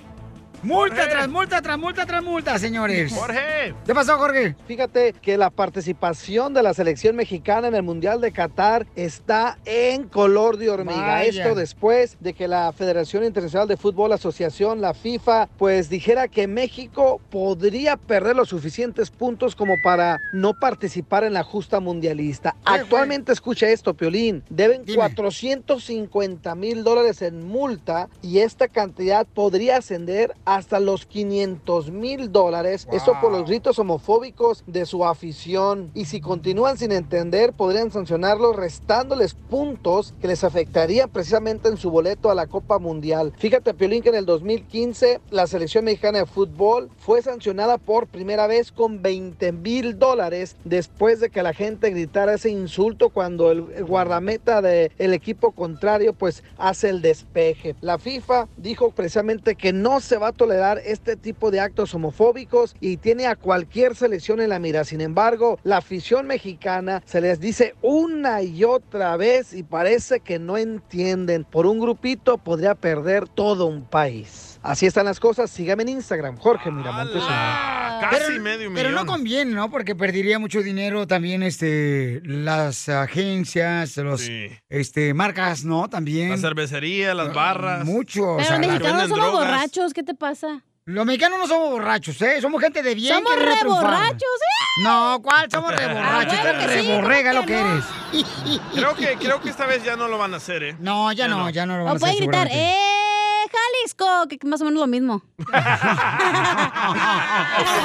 [SPEAKER 3] Multa tras multa, tras multa, tras multa, señores.
[SPEAKER 8] Jorge.
[SPEAKER 3] ¿Qué pasó, Jorge?
[SPEAKER 8] Fíjate que la participación de la selección mexicana en el Mundial de Qatar está en color de hormiga.
[SPEAKER 20] Vaya.
[SPEAKER 8] Esto después de que la Federación Internacional de Fútbol Asociación, la FIFA, pues dijera que México podría perder los suficientes puntos como para no participar en la justa mundialista. Actualmente, escucha esto, Piolín, deben 450 mil dólares en multa y esta cantidad podría ascender hasta los 500 mil dólares. Esto por los gritos homofóbicos de su afición. Y si continúan sin entender, podrían sancionarlos restándoles puntos que les afectaría precisamente en su boleto a la Copa Mundial. Fíjate, Piolín, que en el 2015 la selección mexicana de fútbol fue sancionada por primera vez con 20 mil dólares después de que la gente gritara ese insulto cuando el el guardameta del equipo contrario pues hace el despeje. La FIFA dijo precisamente que no se va a tolerar este tipo de actos homofóbicos y tiene a cualquier selección en la mira. Sin embargo, la afición mexicana se les dice una y otra vez y parece que no entienden. Por un grupito podría perder todo un país. Así están las cosas. Sígame en Instagram, Jorge Miramontes.
[SPEAKER 5] Casi medio
[SPEAKER 3] Ah, Pero no
[SPEAKER 5] millón.
[SPEAKER 3] conviene, ¿no? Porque perdería mucho dinero también este las agencias, los este marcas, ¿no? También.
[SPEAKER 5] La cervecería, las barras.
[SPEAKER 3] Mucho. o
[SPEAKER 4] Pero
[SPEAKER 3] sea,
[SPEAKER 4] los
[SPEAKER 3] la-
[SPEAKER 4] mexicanos somos borrachos, ¿qué te pasa?
[SPEAKER 3] Los mexicanos no somos borrachos, ¿eh? Somos gente de bien.
[SPEAKER 4] Somos
[SPEAKER 3] que viene a triunfar.
[SPEAKER 4] reborrachos, ¿eh?
[SPEAKER 3] No, ¿cuál? Somos
[SPEAKER 5] Ah,
[SPEAKER 3] reborrachos.
[SPEAKER 5] bueno
[SPEAKER 3] Tú eres
[SPEAKER 5] que sí,
[SPEAKER 3] reborrega
[SPEAKER 5] ¿cómo
[SPEAKER 3] lo
[SPEAKER 5] que
[SPEAKER 3] que
[SPEAKER 5] no?
[SPEAKER 3] eres.
[SPEAKER 5] Creo que, creo que esta vez ya no lo van a hacer, ¿eh?
[SPEAKER 3] No, ya no, ya no lo van
[SPEAKER 4] O
[SPEAKER 3] a hacer.
[SPEAKER 4] puede gritar,
[SPEAKER 3] seguramente.
[SPEAKER 4] ¡eh, Jalisco! Que más o menos lo mismo.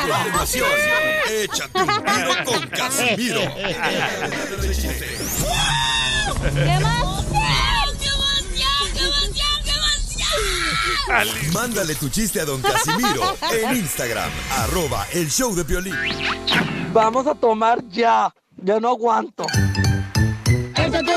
[SPEAKER 7] Información, échate un tiro con Casimiro.
[SPEAKER 4] ¿Qué más?
[SPEAKER 7] Mándale tu chiste a don Casimiro en Instagram, arroba el show de Piolín.
[SPEAKER 18] Vamos a tomar ya. Yo no aguanto.
[SPEAKER 17] Échate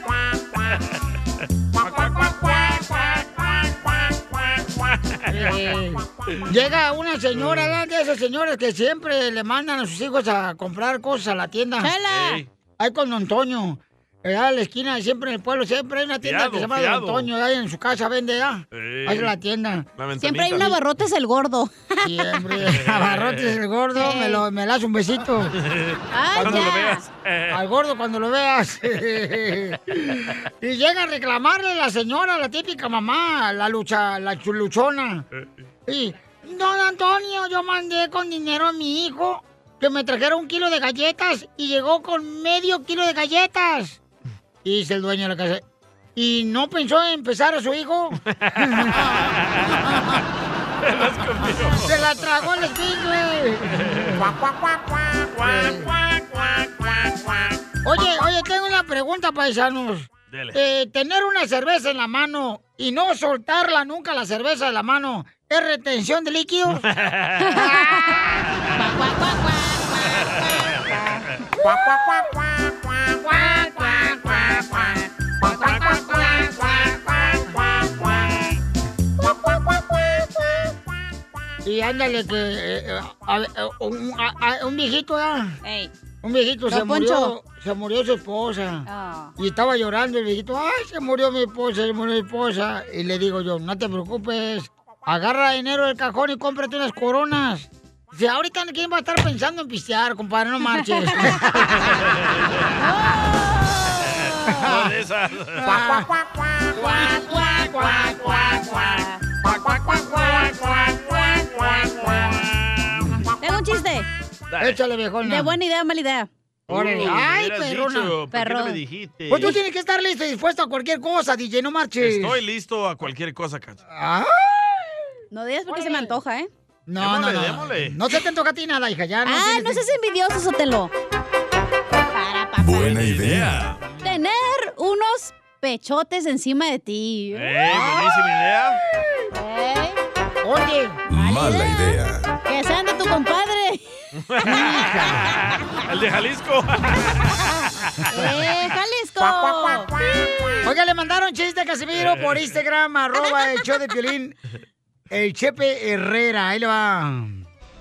[SPEAKER 3] Llega una señora, ¿verdad? de esas señoras que siempre le mandan a sus hijos a comprar cosas a la tienda.
[SPEAKER 4] ¡Chela! Ey.
[SPEAKER 3] Ahí con Don Antonio. Allá en la esquina, siempre en el pueblo, siempre hay una tienda
[SPEAKER 4] Fiado,
[SPEAKER 3] que se llama
[SPEAKER 4] fiado.
[SPEAKER 3] Don Antonio. Ahí en su casa vende, ¿ah?
[SPEAKER 4] Ey.
[SPEAKER 3] Ahí en la tienda.
[SPEAKER 4] Siempre hay un abarrotes el gordo.
[SPEAKER 3] Siempre. Abarrotes el gordo, me, lo, me le das un besito.
[SPEAKER 4] Cuando lo Ah, ya. veas. Eh.
[SPEAKER 3] Al gordo cuando lo veas. y llega a reclamarle la señora, la típica mamá, la lucha, la chuluchona. Y, don Antonio, yo mandé con dinero a mi hijo que me trajera un kilo de galletas y llegó con medio kilo de galletas. Y dice el dueño de la casa. ¿Y no pensó en empezar a su hijo? ¡Se la tragó el estingue! Oye, oye, tengo una pregunta, paisanos.
[SPEAKER 5] Dele.
[SPEAKER 3] Eh, tener una cerveza en la mano y no soltarla nunca la cerveza de la mano, ¿es retención de líquidos?
[SPEAKER 1] Ah.
[SPEAKER 3] Y ándale que eh, eh, a- a- un, a- a- un viejito, ¿ah? Un viejito se
[SPEAKER 4] Don Poncho. Ah.
[SPEAKER 3] murió, se murió su esposa. Y estaba llorando el viejito, ay, se murió mi esposa, se murió mi esposa. Y le digo yo, no te preocupes, agarra dinero del cajón y cómprate unas coronas. Dice, ahorita quién va a estar pensando en pistear, compadre, no marches.
[SPEAKER 1] No de esas.
[SPEAKER 3] Cuac,
[SPEAKER 4] Tengo un chiste.
[SPEAKER 3] Échale, viejona.
[SPEAKER 4] De buena idea, mala idea.
[SPEAKER 3] Órale. Ay, perrona. Pues tú tienes que estar listo y dispuesto a cualquier cosa, DJ, no
[SPEAKER 4] "Eh,
[SPEAKER 3] marches.
[SPEAKER 5] Estoy listo a cualquier cosa, Cacho.
[SPEAKER 4] No digas porque se me antoja, ¿eh?
[SPEAKER 3] Ah, No, no, no. No se te antoja a ti nada, hija, ya. No
[SPEAKER 4] Ah,
[SPEAKER 3] tienes-
[SPEAKER 4] no seas envidioso, Sotelo.
[SPEAKER 7] Buena idea.
[SPEAKER 4] Tener unos pechotes encima de ti.
[SPEAKER 7] ¡Eh, buenísima idea!
[SPEAKER 3] Oye,
[SPEAKER 7] Mala idea.
[SPEAKER 4] que sean de tu compadre.
[SPEAKER 5] El de Jalisco.
[SPEAKER 4] ¡Eh, Jalisco!
[SPEAKER 3] Oiga, le mandaron chiste a Casimiro por Instagram, arroba el show de Piolín. El Chepe Herrera, ahí le va.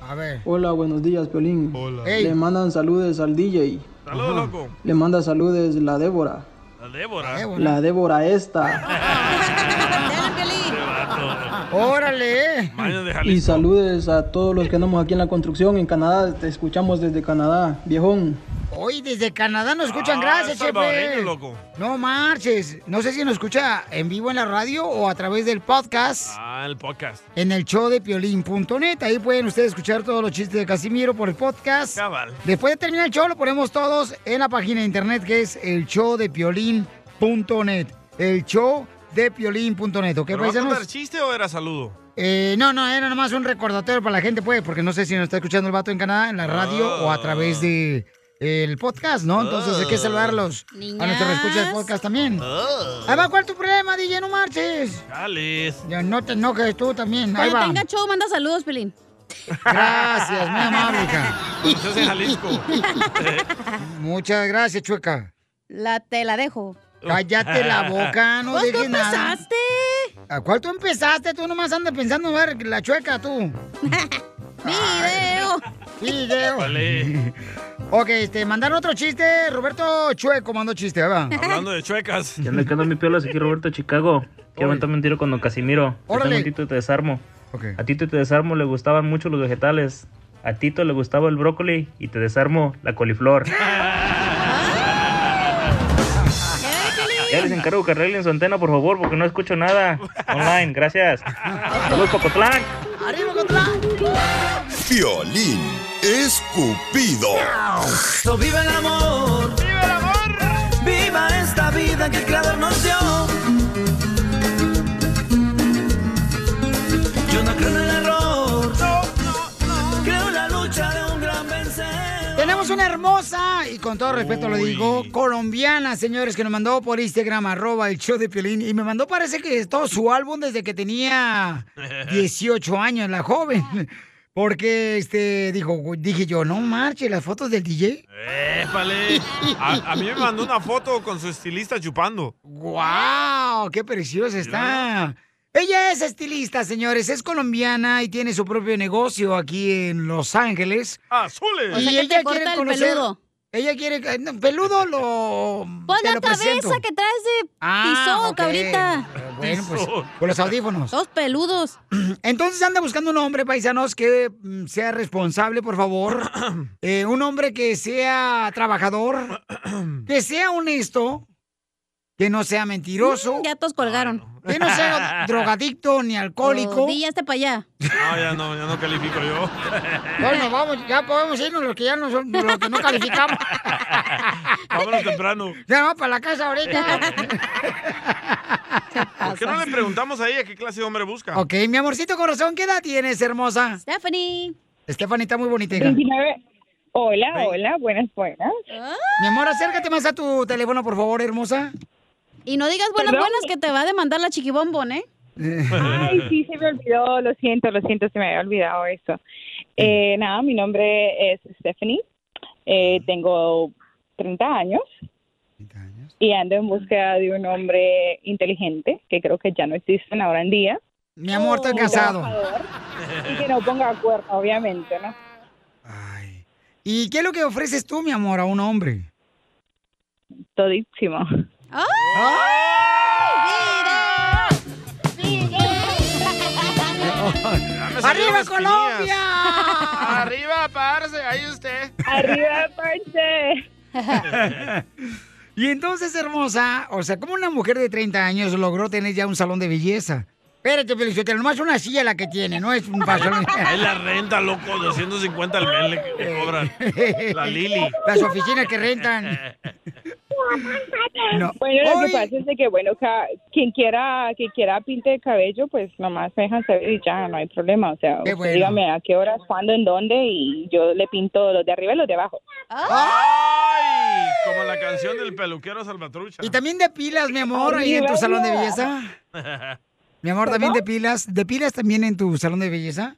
[SPEAKER 3] A ver.
[SPEAKER 25] Hola, buenos días, Piolín.
[SPEAKER 3] Ey.
[SPEAKER 25] Le mandan saludes al DJ.
[SPEAKER 5] Saludos, loco.
[SPEAKER 25] Le manda saludes la Débora.
[SPEAKER 5] La Débora.
[SPEAKER 25] La Débora esta.
[SPEAKER 3] Órale.
[SPEAKER 25] Y saludes a todos los que andamos aquí en la construcción en Canadá. Te escuchamos desde Canadá, viejón.
[SPEAKER 3] Hoy desde Canadá nos escuchan,
[SPEAKER 25] Ah,
[SPEAKER 3] gracias,
[SPEAKER 25] salvadoreño,
[SPEAKER 3] Chepe.
[SPEAKER 25] loco.
[SPEAKER 3] No marches. No sé si nos escucha en vivo en la radio o a través del podcast.
[SPEAKER 5] Ah, el podcast.
[SPEAKER 3] en el show de piolín.net. Ahí pueden ustedes escuchar todos los chistes de Casimiro por el podcast.
[SPEAKER 5] Cabal.
[SPEAKER 3] Después de terminar el show, lo ponemos todos en la página de internet que es el show de piolín.net. El show de piolín.net. ¿Ok,
[SPEAKER 5] ¿Pero va a contar
[SPEAKER 3] paisanos?
[SPEAKER 5] chiste o era saludo?
[SPEAKER 3] Eh, no, no, era nomás un recordatorio para la gente, pues, porque no sé si nos está escuchando el vato en Canadá, en la radio o a través de el podcast, ¿no? Entonces hay que saludarlos a nuestros escuchas del podcast también. Ahí va, ¿cuál es tu problema, DJ? No marches.
[SPEAKER 5] Dale.
[SPEAKER 3] Ya no te enojes tú también. Ahí
[SPEAKER 4] Cuando
[SPEAKER 3] va.
[SPEAKER 4] tenga show, manda saludos, Pelín.
[SPEAKER 3] Ah, Gracias, muy amable, hija.
[SPEAKER 5] Entonces en Pues Jalisco.
[SPEAKER 3] Muchas gracias, chueca.
[SPEAKER 4] La, te la dejo.
[SPEAKER 3] Cállate la boca, no
[SPEAKER 4] Pues tú
[SPEAKER 3] dejes nada.
[SPEAKER 4] empezaste.
[SPEAKER 3] ¿A cuál tú empezaste? Tú nomás andas pensando en ver la chueca, tú.
[SPEAKER 4] Video.
[SPEAKER 3] Video. Ok, este, mandaron otro chiste. Roberto Chueco mandó chiste, ahí va.
[SPEAKER 5] Hablando de chuecas.
[SPEAKER 26] Ya me quedo mi piolas aquí, Roberto Chicago.
[SPEAKER 3] Oye.
[SPEAKER 26] Quiero aventarme un tiro con Don Casimiro. Yo
[SPEAKER 3] Órale.
[SPEAKER 26] tengo un Tito y te desarmo. A Tito y te desarmo le gustaban mucho los vegetales. A Tito le gustaba el brócoli y te desarmo la coliflor. Ya les encargo que arreglen su antena, por favor, porque no escucho nada online. Gracias. Saludos, Cocotlán.
[SPEAKER 3] ¡Arriba, contra!
[SPEAKER 7] Piolín escupido.
[SPEAKER 1] So, viva el amor. Viva el amor. Viva esta vida que el creador nos dio. Yo no creo en el error. Creo en la lucha de un gran vencedor.
[SPEAKER 3] Tenemos una hermosa, y con todo respeto lo digo, colombiana, señores, que nos mandó por Instagram, arroba el show de Piolín, y me mandó parece que todo su álbum desde que tenía 18 años, la joven. Porque, este, dijo, dije yo, no marche, las fotos del DJ.
[SPEAKER 5] Épale. A, a mí me mandó una foto con su estilista chupando.
[SPEAKER 3] ¡Wow! ¡Qué preciosa está! Ella es estilista, señores, es colombiana y tiene su propio negocio aquí en Los Ángeles.
[SPEAKER 5] ¡Azules!
[SPEAKER 3] y ella quiere conocer. Ella quiere. no, peludo lo.
[SPEAKER 4] Pon
[SPEAKER 3] te
[SPEAKER 4] la
[SPEAKER 3] lo
[SPEAKER 4] cabeza
[SPEAKER 3] presento.
[SPEAKER 4] que traes de
[SPEAKER 3] Ah,
[SPEAKER 4] tizón,
[SPEAKER 3] ok.
[SPEAKER 4] cabrita.
[SPEAKER 3] Bueno, pues, con los audífonos.
[SPEAKER 4] Dos peludos.
[SPEAKER 3] Entonces anda buscando un hombre, paisanos, que mm, sea responsable, por favor. Eh, un hombre que sea trabajador, que sea honesto, que no sea mentiroso.
[SPEAKER 4] Mm, Ya todos colgaron.
[SPEAKER 3] Que no sea drogadicto ni alcohólico.
[SPEAKER 4] Oh, di, ya está para allá.
[SPEAKER 5] No, ya no, ya no califico yo.
[SPEAKER 3] Bueno, vamos, ya podemos irnos los que ya no son, los que no calificamos.
[SPEAKER 5] Vámonos temprano.
[SPEAKER 3] Ya vamos para la casa ahorita.
[SPEAKER 5] ¿Por qué no le preguntamos a ella qué clase de hombre busca?
[SPEAKER 3] Ok, mi amorcito corazón, ¿qué edad tienes, hermosa?
[SPEAKER 4] Stephanie.
[SPEAKER 3] Stephanie está muy bonita. hija.
[SPEAKER 27] 29. Hola, hola, buenas, buenas.
[SPEAKER 3] Mi amor, acércate más a tu teléfono, por favor, hermosa.
[SPEAKER 4] Y no digas buenas,
[SPEAKER 27] Perdón.
[SPEAKER 4] buenas que te va a demandar la chiquibombón, ¿eh?
[SPEAKER 27] Ay, sí, se me olvidó, lo siento, lo siento, se me había olvidado eso. Eh, nada, mi nombre es Stephanie, eh, tengo 30 años y ando en busca de un hombre inteligente, que creo que ya no existen ahora en día.
[SPEAKER 3] Mi amor, estoy
[SPEAKER 27] Un
[SPEAKER 3] casado.
[SPEAKER 27] trabajador, Y que no ponga acuerdo, obviamente, ¿no?
[SPEAKER 3] ¿Y qué es lo que ofreces tú, mi amor, a un hombre?
[SPEAKER 27] todísimo.
[SPEAKER 5] ¡Arriba,
[SPEAKER 27] Colombia!
[SPEAKER 5] ¡Arriba, parce! Ahí usted.
[SPEAKER 27] parce!
[SPEAKER 3] y entonces, hermosa, o sea, ¿cómo una mujer de 30 años logró tener ya un salón de belleza? Espérate, Felicitelo, nomás una silla la que tiene, no es un paso.
[SPEAKER 5] Es la renta, loco. 250 al mes le le cobran. La Lili.
[SPEAKER 3] Las oficinas que rentan. No.
[SPEAKER 27] Bueno, lo
[SPEAKER 3] Hoy-
[SPEAKER 27] que pasa es de que, bueno, ca- quien quiera quien quiera pinte el cabello, pues nomás me dejan saber y ya, no hay problema. O sea,
[SPEAKER 3] Qué
[SPEAKER 27] usted
[SPEAKER 3] bueno.
[SPEAKER 27] dígame a qué horas, cuándo, en dónde y yo le pinto los de arriba y los de abajo.
[SPEAKER 5] ¡Ay! Como la canción del peluquero Salvatrucha.
[SPEAKER 3] Y también depilas, mi amor, ahí en tu salón de belleza. Mi amor, ¿también depilas? ¿Depilas también en tu salón de belleza?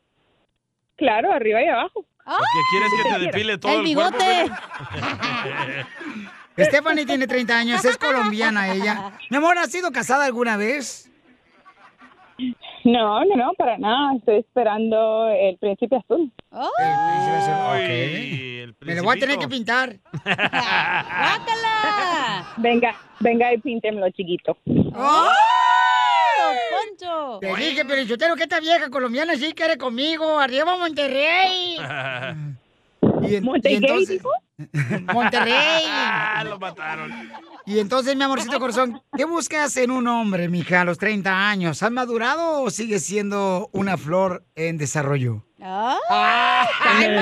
[SPEAKER 27] Claro, arriba y abajo.
[SPEAKER 5] ¿Qué quieres que te depile todo el, cuerpo?
[SPEAKER 3] Stephanie tiene 30 años, es colombiana ella. Mi amor, ¿has sido casada alguna vez?
[SPEAKER 27] No, no, no, para nada. Estoy esperando el príncipe azul.
[SPEAKER 3] Me lo voy a tener que pintar.
[SPEAKER 27] Venga, venga y píntemelo chiquito.
[SPEAKER 3] ¡Poncho! Te dije, pero que esta vieja colombiana sí quiere conmigo. ¡Arriba Monterrey! Y en-
[SPEAKER 27] ¿Monterrey,
[SPEAKER 3] entonces-
[SPEAKER 27] dijo?
[SPEAKER 3] ¡Monterrey!
[SPEAKER 5] Ah, lo mataron.
[SPEAKER 3] Y entonces, mi amorcito corazón, ¿qué buscas en un hombre, mija, a los 30 años? ¿Has madurado o sigues siendo una flor en desarrollo?
[SPEAKER 27] Ay, yo,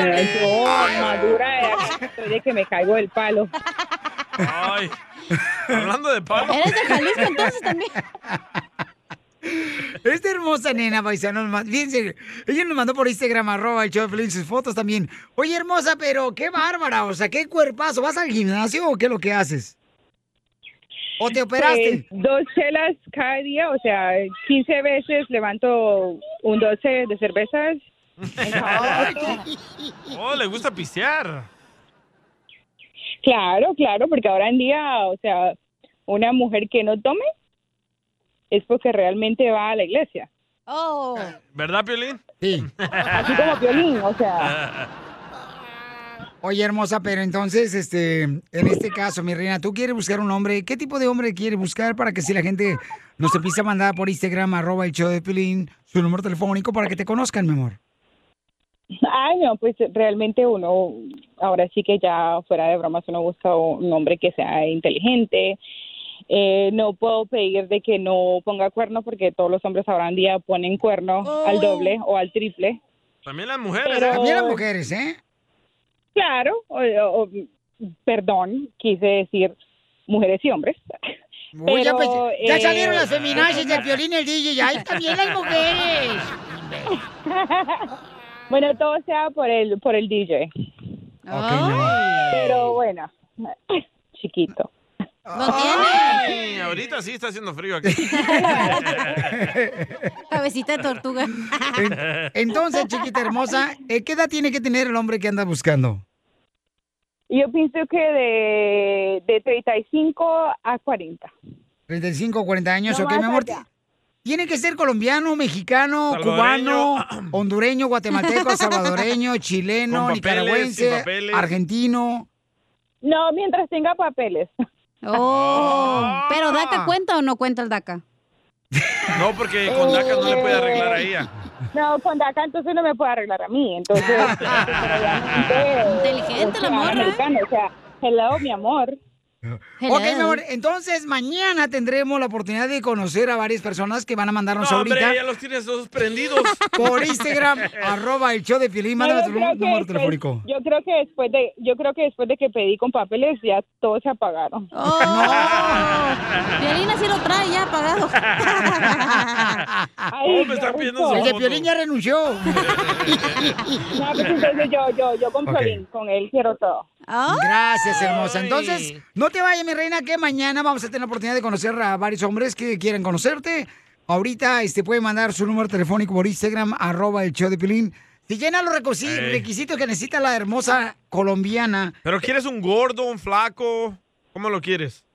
[SPEAKER 27] madura, eh, estoy de que me caigo del palo.
[SPEAKER 5] Ay. Hablando de palo.
[SPEAKER 27] también?
[SPEAKER 3] Esta hermosa nena, paisanos, ma- fíjense, ella nos mandó por Instagram, arroba el show de Piolín, sus fotos también. Oye, hermosa, pero qué bárbara, o sea, qué cuerpazo. ¿Vas al gimnasio o qué es lo que haces? ¿O te operaste?
[SPEAKER 27] Pues, dos chelas cada día, o sea, 15 veces levanto un 12 de cervezas.
[SPEAKER 5] Oh, le gusta pistear.
[SPEAKER 27] Claro, claro, porque ahora en día, o sea, una mujer que no tome es porque realmente va a la iglesia.
[SPEAKER 4] Oh.
[SPEAKER 5] ¿Verdad, Piolín?
[SPEAKER 3] Sí.
[SPEAKER 27] Así como violín, o sea.
[SPEAKER 3] Oye, hermosa, pero entonces, este, en este caso, mi reina, ¿tú quieres buscar un hombre? ¿Qué tipo de hombre quieres buscar para que si la gente nos empieza a mandar por Instagram, arroba el show de Piolín, su número telefónico para que te conozcan, mi amor?
[SPEAKER 27] Ay, no, pues realmente uno, ahora sí que ya fuera de bromas, uno busca un hombre que sea inteligente. Eh, no puedo pedir de que no ponga cuerno porque todos los hombres ahora en día ponen cuerno al doble o al triple.
[SPEAKER 5] También las mujeres.
[SPEAKER 27] Pero-
[SPEAKER 5] ¿eh?
[SPEAKER 27] También las
[SPEAKER 3] mujeres, ¿eh?
[SPEAKER 27] Claro, o- o- perdón, quise decir mujeres y hombres.
[SPEAKER 3] Uy, ya,
[SPEAKER 27] Pero,
[SPEAKER 3] pues, ya
[SPEAKER 27] eh,
[SPEAKER 3] salieron las feminazis del violín y el DJ, ahí también las mujeres.
[SPEAKER 27] Bueno, todo sea por el, por el DJ. Pero bueno, chiquito.
[SPEAKER 5] Ay, ahorita sí está haciendo frío aquí.
[SPEAKER 4] Cabecita de tortuga.
[SPEAKER 3] Entonces, chiquita hermosa, eh, ¿qué edad tiene que tener el hombre que anda buscando?
[SPEAKER 27] Yo pienso que de, de 35 a 40.
[SPEAKER 3] ¿35 o 40 años?
[SPEAKER 27] No
[SPEAKER 3] ok, mi
[SPEAKER 27] más
[SPEAKER 3] amor.
[SPEAKER 27] allá.
[SPEAKER 3] Tiene que ser colombiano, mexicano,
[SPEAKER 27] Salvadoreño.
[SPEAKER 3] cubano, hondureño, guatemalteco, salvadoreño, chileno,
[SPEAKER 27] Con papeles, sin
[SPEAKER 3] nicaragüense,
[SPEAKER 27] papeles.
[SPEAKER 3] argentino.
[SPEAKER 27] No, mientras tenga papeles.
[SPEAKER 4] Oh.
[SPEAKER 3] Ah.
[SPEAKER 4] Pero DACA cuenta o no cuenta el DACA?
[SPEAKER 5] No, porque con DACA no le puede arreglar a ella.
[SPEAKER 27] No, con DACA entonces no me puede arreglar a mí. Entonces,
[SPEAKER 5] Ah.
[SPEAKER 4] Inteligente
[SPEAKER 27] la morra. o sea, hello, mi amor.
[SPEAKER 3] Ok, mi amor, entonces mañana tendremos la oportunidad de conocer a varias personas que van a mandarnos
[SPEAKER 5] No, hombre,
[SPEAKER 3] ahorita
[SPEAKER 5] ya los tienes todos prendidos.
[SPEAKER 3] por Instagram, arroba el show de Piolín, mándame
[SPEAKER 27] No,
[SPEAKER 3] tu
[SPEAKER 27] yo creo que
[SPEAKER 3] número
[SPEAKER 27] después-
[SPEAKER 3] telefónico.
[SPEAKER 27] Yo creo que después de, yo creo que después de que pedí con papeles ya todos se apagaron.
[SPEAKER 4] ¡Oh! Violina sí lo trae ya apagado.
[SPEAKER 27] Ay, Oh, me están pidiendo su
[SPEAKER 3] El de
[SPEAKER 27] foto.
[SPEAKER 3] Piolín ya renunció.
[SPEAKER 27] No, pues entonces yo, yo, yo con
[SPEAKER 3] Ok.
[SPEAKER 27] Piolín, con él quiero todo.
[SPEAKER 3] Gracias, hermosa. Entonces, no te vayas, mi reina, que mañana vamos a tener la oportunidad de conocer a varios hombres que quieren conocerte. Ahorita este puede mandar su número telefónico por Instagram, arroba el show de Piolín. Si llena los recusi-
[SPEAKER 5] Ey.
[SPEAKER 3] requisitos que necesita la hermosa colombiana.
[SPEAKER 5] Pero quieres un gordo, un flaco. ¿Cómo lo quieres?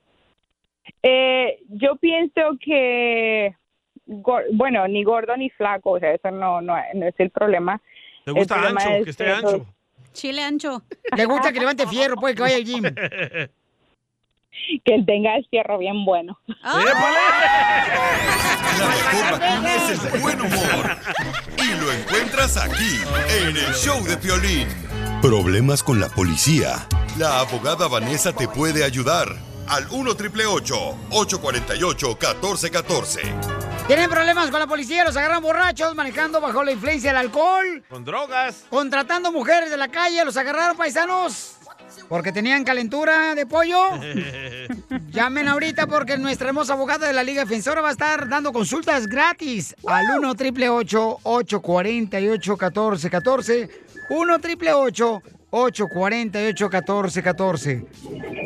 [SPEAKER 27] Eh, yo pienso que, gor- bueno, ni gordo ni flaco, o sea, eso no, no, no es el problema.
[SPEAKER 5] ¿Te
[SPEAKER 27] El
[SPEAKER 5] gusta
[SPEAKER 27] problema
[SPEAKER 5] ancho?
[SPEAKER 27] es
[SPEAKER 5] Que esté ancho.
[SPEAKER 27] eso-
[SPEAKER 4] Chile ancho.
[SPEAKER 3] Le gusta que levante fierro, pues, que vaya al gym.
[SPEAKER 27] que él tenga el fierro bien bueno.
[SPEAKER 3] Ah.
[SPEAKER 7] La mejor vacuna es el buen humor. Y lo encuentras aquí, en el show de Piolín. Problemas con la policía. La abogada Vanessa te puede ayudar. Al 1 triple 848 1414.
[SPEAKER 3] Tienen problemas con la policía, los agarran borrachos, manejando bajo la influencia del alcohol.
[SPEAKER 5] Con drogas.
[SPEAKER 3] Contratando mujeres de la calle, los agarraron paisanos. Porque tenían calentura de pollo. Llamen ahorita porque nuestra hermosa abogada de la Liga Defensora va a estar dando consultas gratis al 1 triple 848 1414 1 triple 848 1414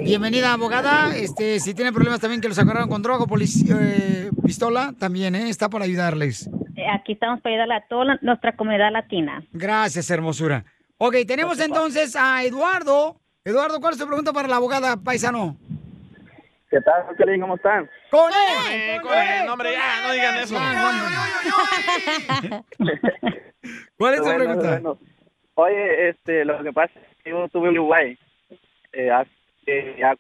[SPEAKER 3] Bienvenida, abogada. Este, si tiene
[SPEAKER 4] Ah.
[SPEAKER 3] problemas también que los agarraron con droga o polic- eh, pistola, también eh, está para ayudarles.
[SPEAKER 23] Eh, Aquí estamos para ayudar a toda la- nuestra comunidad latina.
[SPEAKER 3] Gracias, hermosura. Ok, tenemos entonces a Eduardo. Eduardo, ¿cuál es tu pregunta para la abogada paisano?
[SPEAKER 13] ¿Qué tal, Piolín? ¿Cómo están?
[SPEAKER 3] ¡Con
[SPEAKER 5] él! ¡Con él! No, hombre, ya, no digan eso.
[SPEAKER 3] ¿Cuál
[SPEAKER 13] es tu pregunta? Oye, este, lo que pasa es que yo estuve en Uruguay. eh, hace- ya-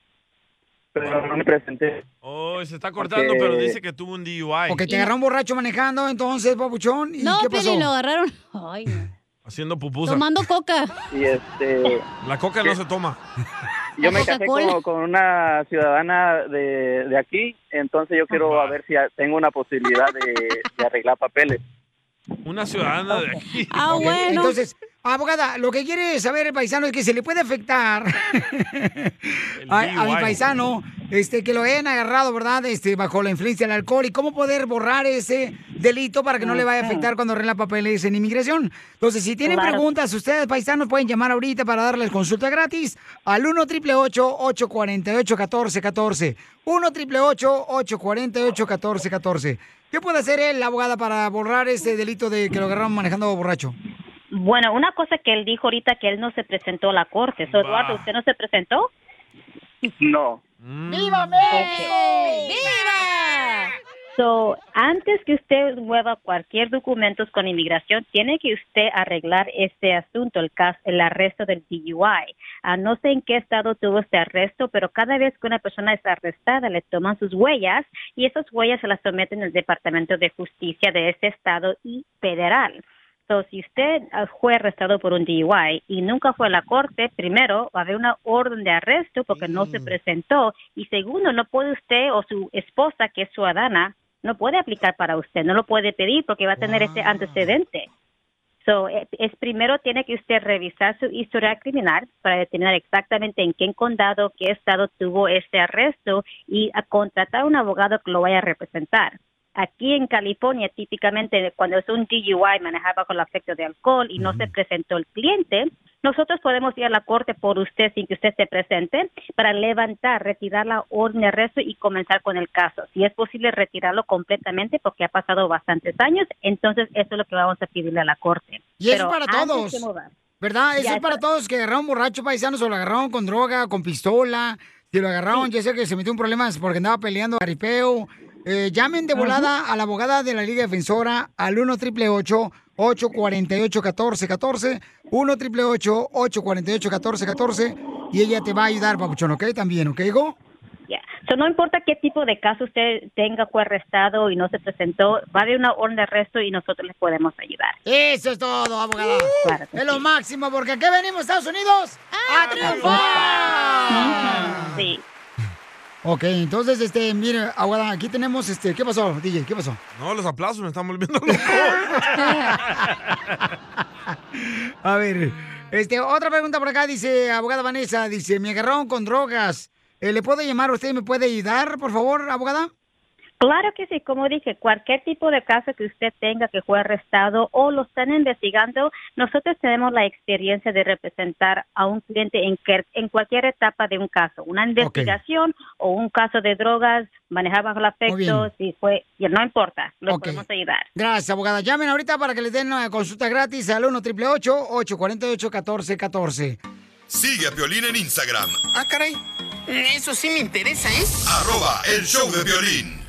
[SPEAKER 13] pero no me presenté.
[SPEAKER 5] Oh, se está cortando,
[SPEAKER 13] Porque-
[SPEAKER 5] pero dice que tuvo un DUI.
[SPEAKER 3] Porque te agarraron borracho manejando, entonces, papuchón. ¿Y
[SPEAKER 4] No,
[SPEAKER 3] qué pasó?
[SPEAKER 4] Pili, lo agarraron. Ay, no.
[SPEAKER 5] Haciendo pupusa.
[SPEAKER 4] Tomando coca.
[SPEAKER 13] Y este,
[SPEAKER 5] La coca no se toma.
[SPEAKER 13] yo me casé
[SPEAKER 4] Coca-Cola.
[SPEAKER 13] con, con una ciudadana de, de aquí, entonces yo quiero a ver si a- tengo una posibilidad de, de arreglar papeles.
[SPEAKER 5] Una ciudadana de aquí.
[SPEAKER 3] Ah, bueno. Entonces, abogada, lo que quiere saber el paisano es que se le puede afectar a, a mi
[SPEAKER 17] DUI.
[SPEAKER 3] paisano este, que lo hayan agarrado, ¿verdad? Este, bajo la influencia del alcohol y cómo poder borrar ese delito para que no le vaya a afectar cuando arregla papeles en inmigración. Entonces, si tienen
[SPEAKER 17] Claro.
[SPEAKER 3] preguntas, ustedes paisanos pueden llamar ahorita para darles consulta gratis al 1 888 848 1414 1 888 848 1414 ¿Qué puede hacer él, la abogada, para borrar ese eh, delito de que lo agarraron manejando borracho?
[SPEAKER 23] Bueno, una cosa que él dijo ahorita que él no se presentó a la corte. So, Eduardo, ¿usted no se presentó?
[SPEAKER 13] No.
[SPEAKER 3] ¡Viva México!
[SPEAKER 23] ¡Viva! So, antes que usted mueva cualquier documento con inmigración, tiene que usted arreglar este asunto, el caso, el arresto del DUI. Ah, no sé en qué estado tuvo este arresto, pero cada vez que una persona es arrestada, le toman sus huellas y esas huellas se las someten al Departamento de Justicia de este estado y federal. So, si usted ah, fue arrestado por un DUI y nunca fue a la corte, primero va a haber una orden de arresto porque no se presentó y segundo, no puede usted o su esposa, que es ciudadana, no puede aplicar para usted, no lo puede pedir porque va a tener ese antecedente. So, e- es primero tiene que usted revisar su historia criminal para determinar exactamente en qué condado, qué estado tuvo este arresto y a contratar a un abogado que lo vaya a representar. Aquí en California, típicamente cuando es un DUI manejaba con el efecto de alcohol y no se presentó el cliente, nosotros podemos ir a la corte por usted sin que usted se presente para levantar, retirar la orden de arresto y comenzar con el caso. Si es posible retirarlo completamente porque ha pasado bastantes años, entonces eso es lo que vamos a pedirle a la corte.
[SPEAKER 3] Y eso
[SPEAKER 23] Pero
[SPEAKER 3] es para
[SPEAKER 23] antes
[SPEAKER 3] todos.
[SPEAKER 23] de mudar-
[SPEAKER 3] ¿Verdad? Eso
[SPEAKER 23] Ya,
[SPEAKER 3] es para todos que agarraron borracho paisanos o lo agarraron con droga, con pistola. Si lo agarraron, ya sé que se metió en problemas porque andaba peleando aripeo. Eh, llamen de volada a la abogada de la Liga Defensora al 1 888 848 1414 1 888 848 1414 y ella te va a ayudar, papuchón, ¿ok? También, ¿ok, Go?
[SPEAKER 23] Ya. So, no importa qué tipo de caso usted tenga, fue arrestado y no se presentó, va a haber una orden de arresto y nosotros le podemos ayudar.
[SPEAKER 3] Eso es todo, abogada. es lo máximo porque aquí venimos, Estados Unidos, a, triunfar.
[SPEAKER 23] Sí.
[SPEAKER 3] Ok, entonces, este, mire, abogada, aquí tenemos, este, ¿qué pasó, DJ? ¿Qué pasó?
[SPEAKER 5] No, los aplausos me están volviendo loco.
[SPEAKER 3] A ver, este, otra pregunta por acá, dice abogada Vanessa, dice, me agarraron con drogas. Eh, ¿Le puedo llamar a usted? ¿Me puede ayudar, por favor, abogada?
[SPEAKER 23] Claro que sí, como dije, cualquier tipo de caso que usted tenga que fue arrestado o lo están investigando, nosotros tenemos la experiencia de representar a un cliente en, que- en cualquier etapa de un caso, una investigación o un caso de drogas, manejar bajo el afecto, si fue, y no importa, lo
[SPEAKER 3] Ok.
[SPEAKER 23] podemos ayudar.
[SPEAKER 3] Gracias, abogada. Llamen ahorita para que les den una consulta gratis al 1 848 1414
[SPEAKER 7] Sigue a Piolín en Instagram,
[SPEAKER 17] Ah, caray. Eso sí me interesa, ¿eh?
[SPEAKER 7] arroba el show de Piolín.